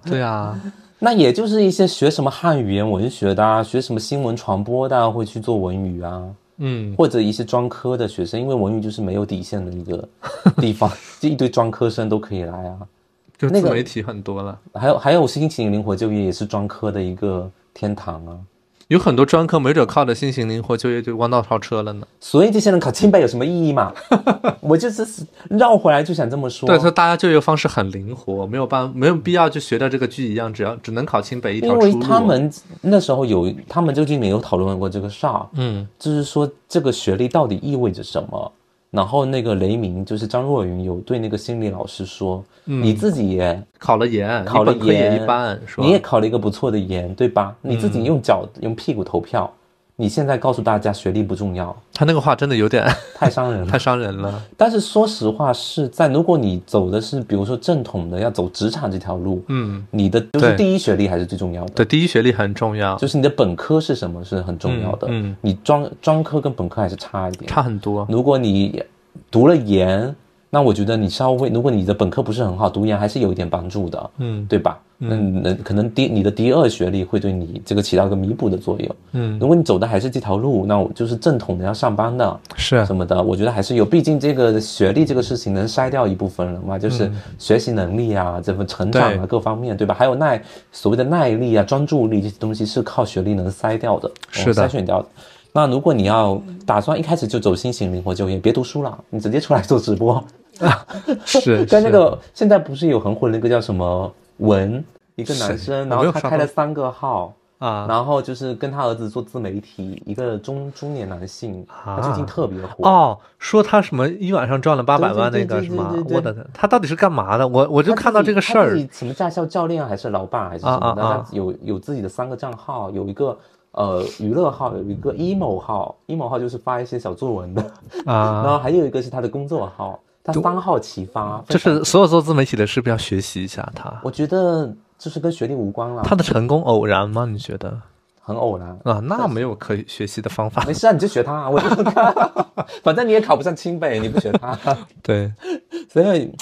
[SPEAKER 1] 对啊，
[SPEAKER 2] 那也就是一些学什么汉语言文学的啊，学什么新闻传播的、啊，会去做文娱啊，
[SPEAKER 1] 嗯，
[SPEAKER 2] 或者一些专科的学生，因为文娱就是没有底线的一个 地方，就一堆专科生都可以来啊。
[SPEAKER 1] 就
[SPEAKER 2] 那
[SPEAKER 1] 自
[SPEAKER 2] 个
[SPEAKER 1] 媒体很多了，
[SPEAKER 2] 还有还有新型灵活就业也是专科的一个天堂啊。
[SPEAKER 1] 有很多专科没准靠着新型灵活就业就弯道超车了呢。
[SPEAKER 2] 所以这些人考清北有什么意义嘛？ 我就是绕回来就想这么说。
[SPEAKER 1] 对，所以大家就业方式很灵活，没有办没有必要就学到这个剧一样，只要只能考清北一条
[SPEAKER 2] 因
[SPEAKER 1] 出
[SPEAKER 2] 为
[SPEAKER 1] 路。
[SPEAKER 2] 他们那时候有，他们就里面有讨论过这个事儿，
[SPEAKER 1] 嗯
[SPEAKER 2] 就是说这个学历到底意味着什么。然后那个雷鸣，就是张若昀有对那个心理老师说：“
[SPEAKER 1] 嗯
[SPEAKER 2] 你自己也
[SPEAKER 1] 考了研，
[SPEAKER 2] 考了
[SPEAKER 1] 你本科也
[SPEAKER 2] 研
[SPEAKER 1] 一般，是吧
[SPEAKER 2] 你也考了一个不错的研，对吧？
[SPEAKER 1] 嗯
[SPEAKER 2] 你自己用脚、用屁股投票，你现在告诉大家学历不重要，
[SPEAKER 1] 他那个话真的有点
[SPEAKER 2] 太伤人了。
[SPEAKER 1] 太伤人了。
[SPEAKER 2] 但是说实话是在，如果你走的是比如说正统的要走职场这条路，
[SPEAKER 1] 嗯，
[SPEAKER 2] 你的就
[SPEAKER 1] 对
[SPEAKER 2] 是第一学历还是最重要的，
[SPEAKER 1] 对，第一学历很重要，
[SPEAKER 2] 就是你的本科是什么是很重要的。
[SPEAKER 1] 嗯嗯
[SPEAKER 2] 你专专科跟本科还是差一点。
[SPEAKER 1] 差很多。
[SPEAKER 2] 如果你读了研，那我觉得你稍微，如果你的本科不是很好，读研还是有一点帮助的，
[SPEAKER 1] 嗯
[SPEAKER 2] 对吧？嗯，那可能第你的第二学历会对你这个起到一个弥补的作用。
[SPEAKER 1] 嗯，
[SPEAKER 2] 如果你走的还是这条路，那我就是正统的要上班的，
[SPEAKER 1] 是
[SPEAKER 2] 什么的，我觉得还是有，毕竟这个学历这个事情能筛掉一部分人嘛，就是学习能力啊，这份成长
[SPEAKER 1] 嗯对
[SPEAKER 2] 啊各方面，对吧？还有耐所谓的耐力啊、专注力这些东西是靠学历能筛掉的，
[SPEAKER 1] 是的
[SPEAKER 2] 筛选掉的。那如果你要打算一开始就走新型灵活就业，别读书了，你直接出来做直播。
[SPEAKER 1] 是，
[SPEAKER 2] 跟那
[SPEAKER 1] 是
[SPEAKER 2] 个现在不是有很火的那个叫什么文，一个男
[SPEAKER 1] 谁
[SPEAKER 2] 生，
[SPEAKER 1] 我
[SPEAKER 2] 然
[SPEAKER 1] 没
[SPEAKER 2] 后
[SPEAKER 1] 有
[SPEAKER 2] 他
[SPEAKER 1] 刷
[SPEAKER 2] 开
[SPEAKER 1] 到
[SPEAKER 2] 了三个号，
[SPEAKER 1] 啊
[SPEAKER 2] 然后就是跟他儿子做自媒体，一个中中年男性，他最近
[SPEAKER 1] 啊
[SPEAKER 2] 特别火。
[SPEAKER 1] 哦，说他什么一晚上赚了八百万那
[SPEAKER 2] 对对
[SPEAKER 1] 个
[SPEAKER 2] 对
[SPEAKER 1] 是吗
[SPEAKER 2] 对对？对
[SPEAKER 1] 我的天，他到底是干嘛的？我我就
[SPEAKER 2] 他
[SPEAKER 1] 看
[SPEAKER 2] 自
[SPEAKER 1] 到
[SPEAKER 2] 己
[SPEAKER 1] 这个
[SPEAKER 2] 他
[SPEAKER 1] 事儿
[SPEAKER 2] 自己什么驾校教练还是老爸还是什么的，
[SPEAKER 1] 啊啊啊
[SPEAKER 2] 他有有自己的三个账号，有一个呃娱乐号，有一个 emo 号，emo 号就是发一些小作文的， 然
[SPEAKER 1] 啊，
[SPEAKER 2] 后还有一个是他的工作号，他三号齐发，
[SPEAKER 1] 就
[SPEAKER 2] 分享
[SPEAKER 1] 是所有做自媒体的是不是要学习一下他？
[SPEAKER 2] 我觉得就是跟学历无关了，
[SPEAKER 1] 他的成功偶然吗？你觉得
[SPEAKER 2] 很偶然。
[SPEAKER 1] 啊？那没有可以学习的方法。
[SPEAKER 2] 没事啊，你就学他、啊，我也不看， 反正你也考不上清北，你不学他，
[SPEAKER 1] 对，
[SPEAKER 2] 所 以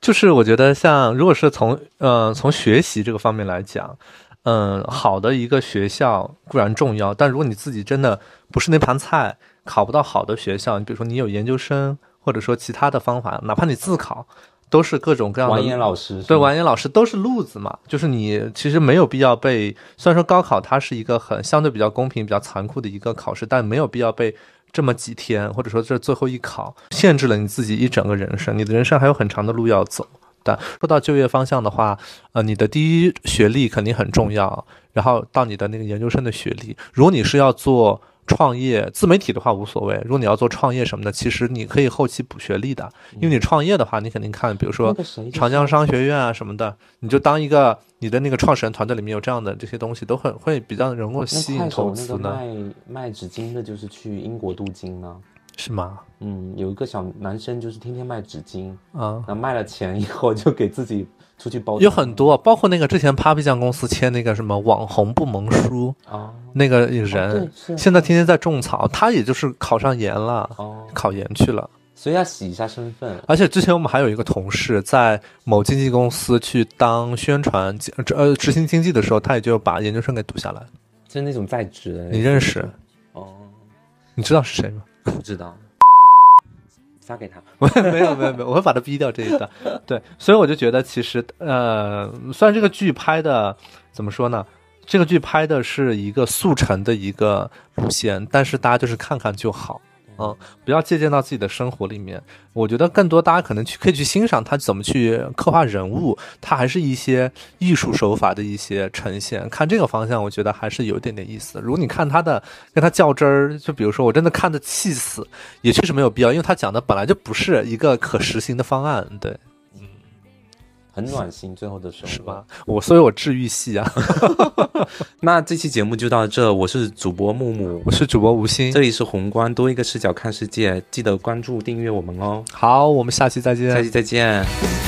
[SPEAKER 1] 就是我觉得像如果是从呃从学习这个方面来讲，嗯、好的一个学校固然重要，但如果你自己真的不是那盘菜，考不到好的学校，你比如说你有研究生，或者说其他的方法，哪怕你自考，都是各种各样的
[SPEAKER 2] 王岩老师是
[SPEAKER 1] 对，
[SPEAKER 2] 吗
[SPEAKER 1] 完颜老师都是路子嘛，就是你其实没有必要被，虽然说高考它是一个很相对比较公平、比较残酷的一个考试，但没有必要被这么几天或者说这最后一考限制了你自己一整个人生，你的人生还有很长的路要走。但说到就业方向的话，呃，你的第一学历肯定很重要，然后到你的那个研究生的学历，如果你是要做创业自媒体的话无所谓，如果你要做创业什么的，其实你可以后期补学历的，
[SPEAKER 2] 嗯
[SPEAKER 1] 因为你创业的话，你肯定看，比如说
[SPEAKER 2] 那个谁就是
[SPEAKER 1] 长江商学院啊什么的，你就当一个你的那个创始人团队里面有这样的这些东西，都很会比较能够吸
[SPEAKER 2] 那快
[SPEAKER 1] 引投
[SPEAKER 2] 手那
[SPEAKER 1] 资
[SPEAKER 2] 个
[SPEAKER 1] 呢，
[SPEAKER 2] 卖卖纸巾的，就是去英国镀金啊。
[SPEAKER 1] 是吗？
[SPEAKER 2] 嗯，有一个小男生就是天天卖纸巾，
[SPEAKER 1] 啊、
[SPEAKER 2] 然后卖了钱以后就给自己出去包
[SPEAKER 1] 有很多，包括那个之前 Papi 酱公司签那个什么网红不蒙书
[SPEAKER 2] 啊
[SPEAKER 1] 那个
[SPEAKER 2] 哦对
[SPEAKER 1] 人，
[SPEAKER 2] 是
[SPEAKER 1] 现在天天在种草，他也就是考上研了，
[SPEAKER 2] 哦，
[SPEAKER 1] 考研去了。
[SPEAKER 2] 所以要洗一下身份。
[SPEAKER 1] 而且之前我们还有一个同事在某经纪公司去当宣传呃执行经纪的时候，他也就把研究生给读下来。
[SPEAKER 2] 就是那种在职的，
[SPEAKER 1] 你认识？
[SPEAKER 2] 哦，
[SPEAKER 1] 你知道是谁吗？
[SPEAKER 2] 不知道，发给他。
[SPEAKER 1] 没有没有没有，我会把它逼掉这一段。对，所以我就觉得其实呃，虽然这个剧拍的怎么说呢，这个剧拍的是一个速成的一个路线，但是大家就是看看就好。嗯，不要借鉴到自己的生活里面。我觉得更多大家可能去可以去欣赏他怎么去刻画人物，他还是一些艺术手法的一些呈现。看这个方向，我觉得还是有一点点意思。如果你看他的跟他较真儿，就比如说我真的看的气死，也确实没有必要，因为他讲的本来就不是一个可实行的方案，对，
[SPEAKER 2] 很暖心，最后的时候
[SPEAKER 1] 是吧？？我所以，我治愈系啊，
[SPEAKER 2] 那这期节目就到这，我是主播木木
[SPEAKER 1] 我，是主播吴昕
[SPEAKER 2] 这。里是宏观，多一个视角看世界，记得关注订阅我们哦，
[SPEAKER 1] 好，我们下期再见。
[SPEAKER 2] 下期再见。
[SPEAKER 3] 「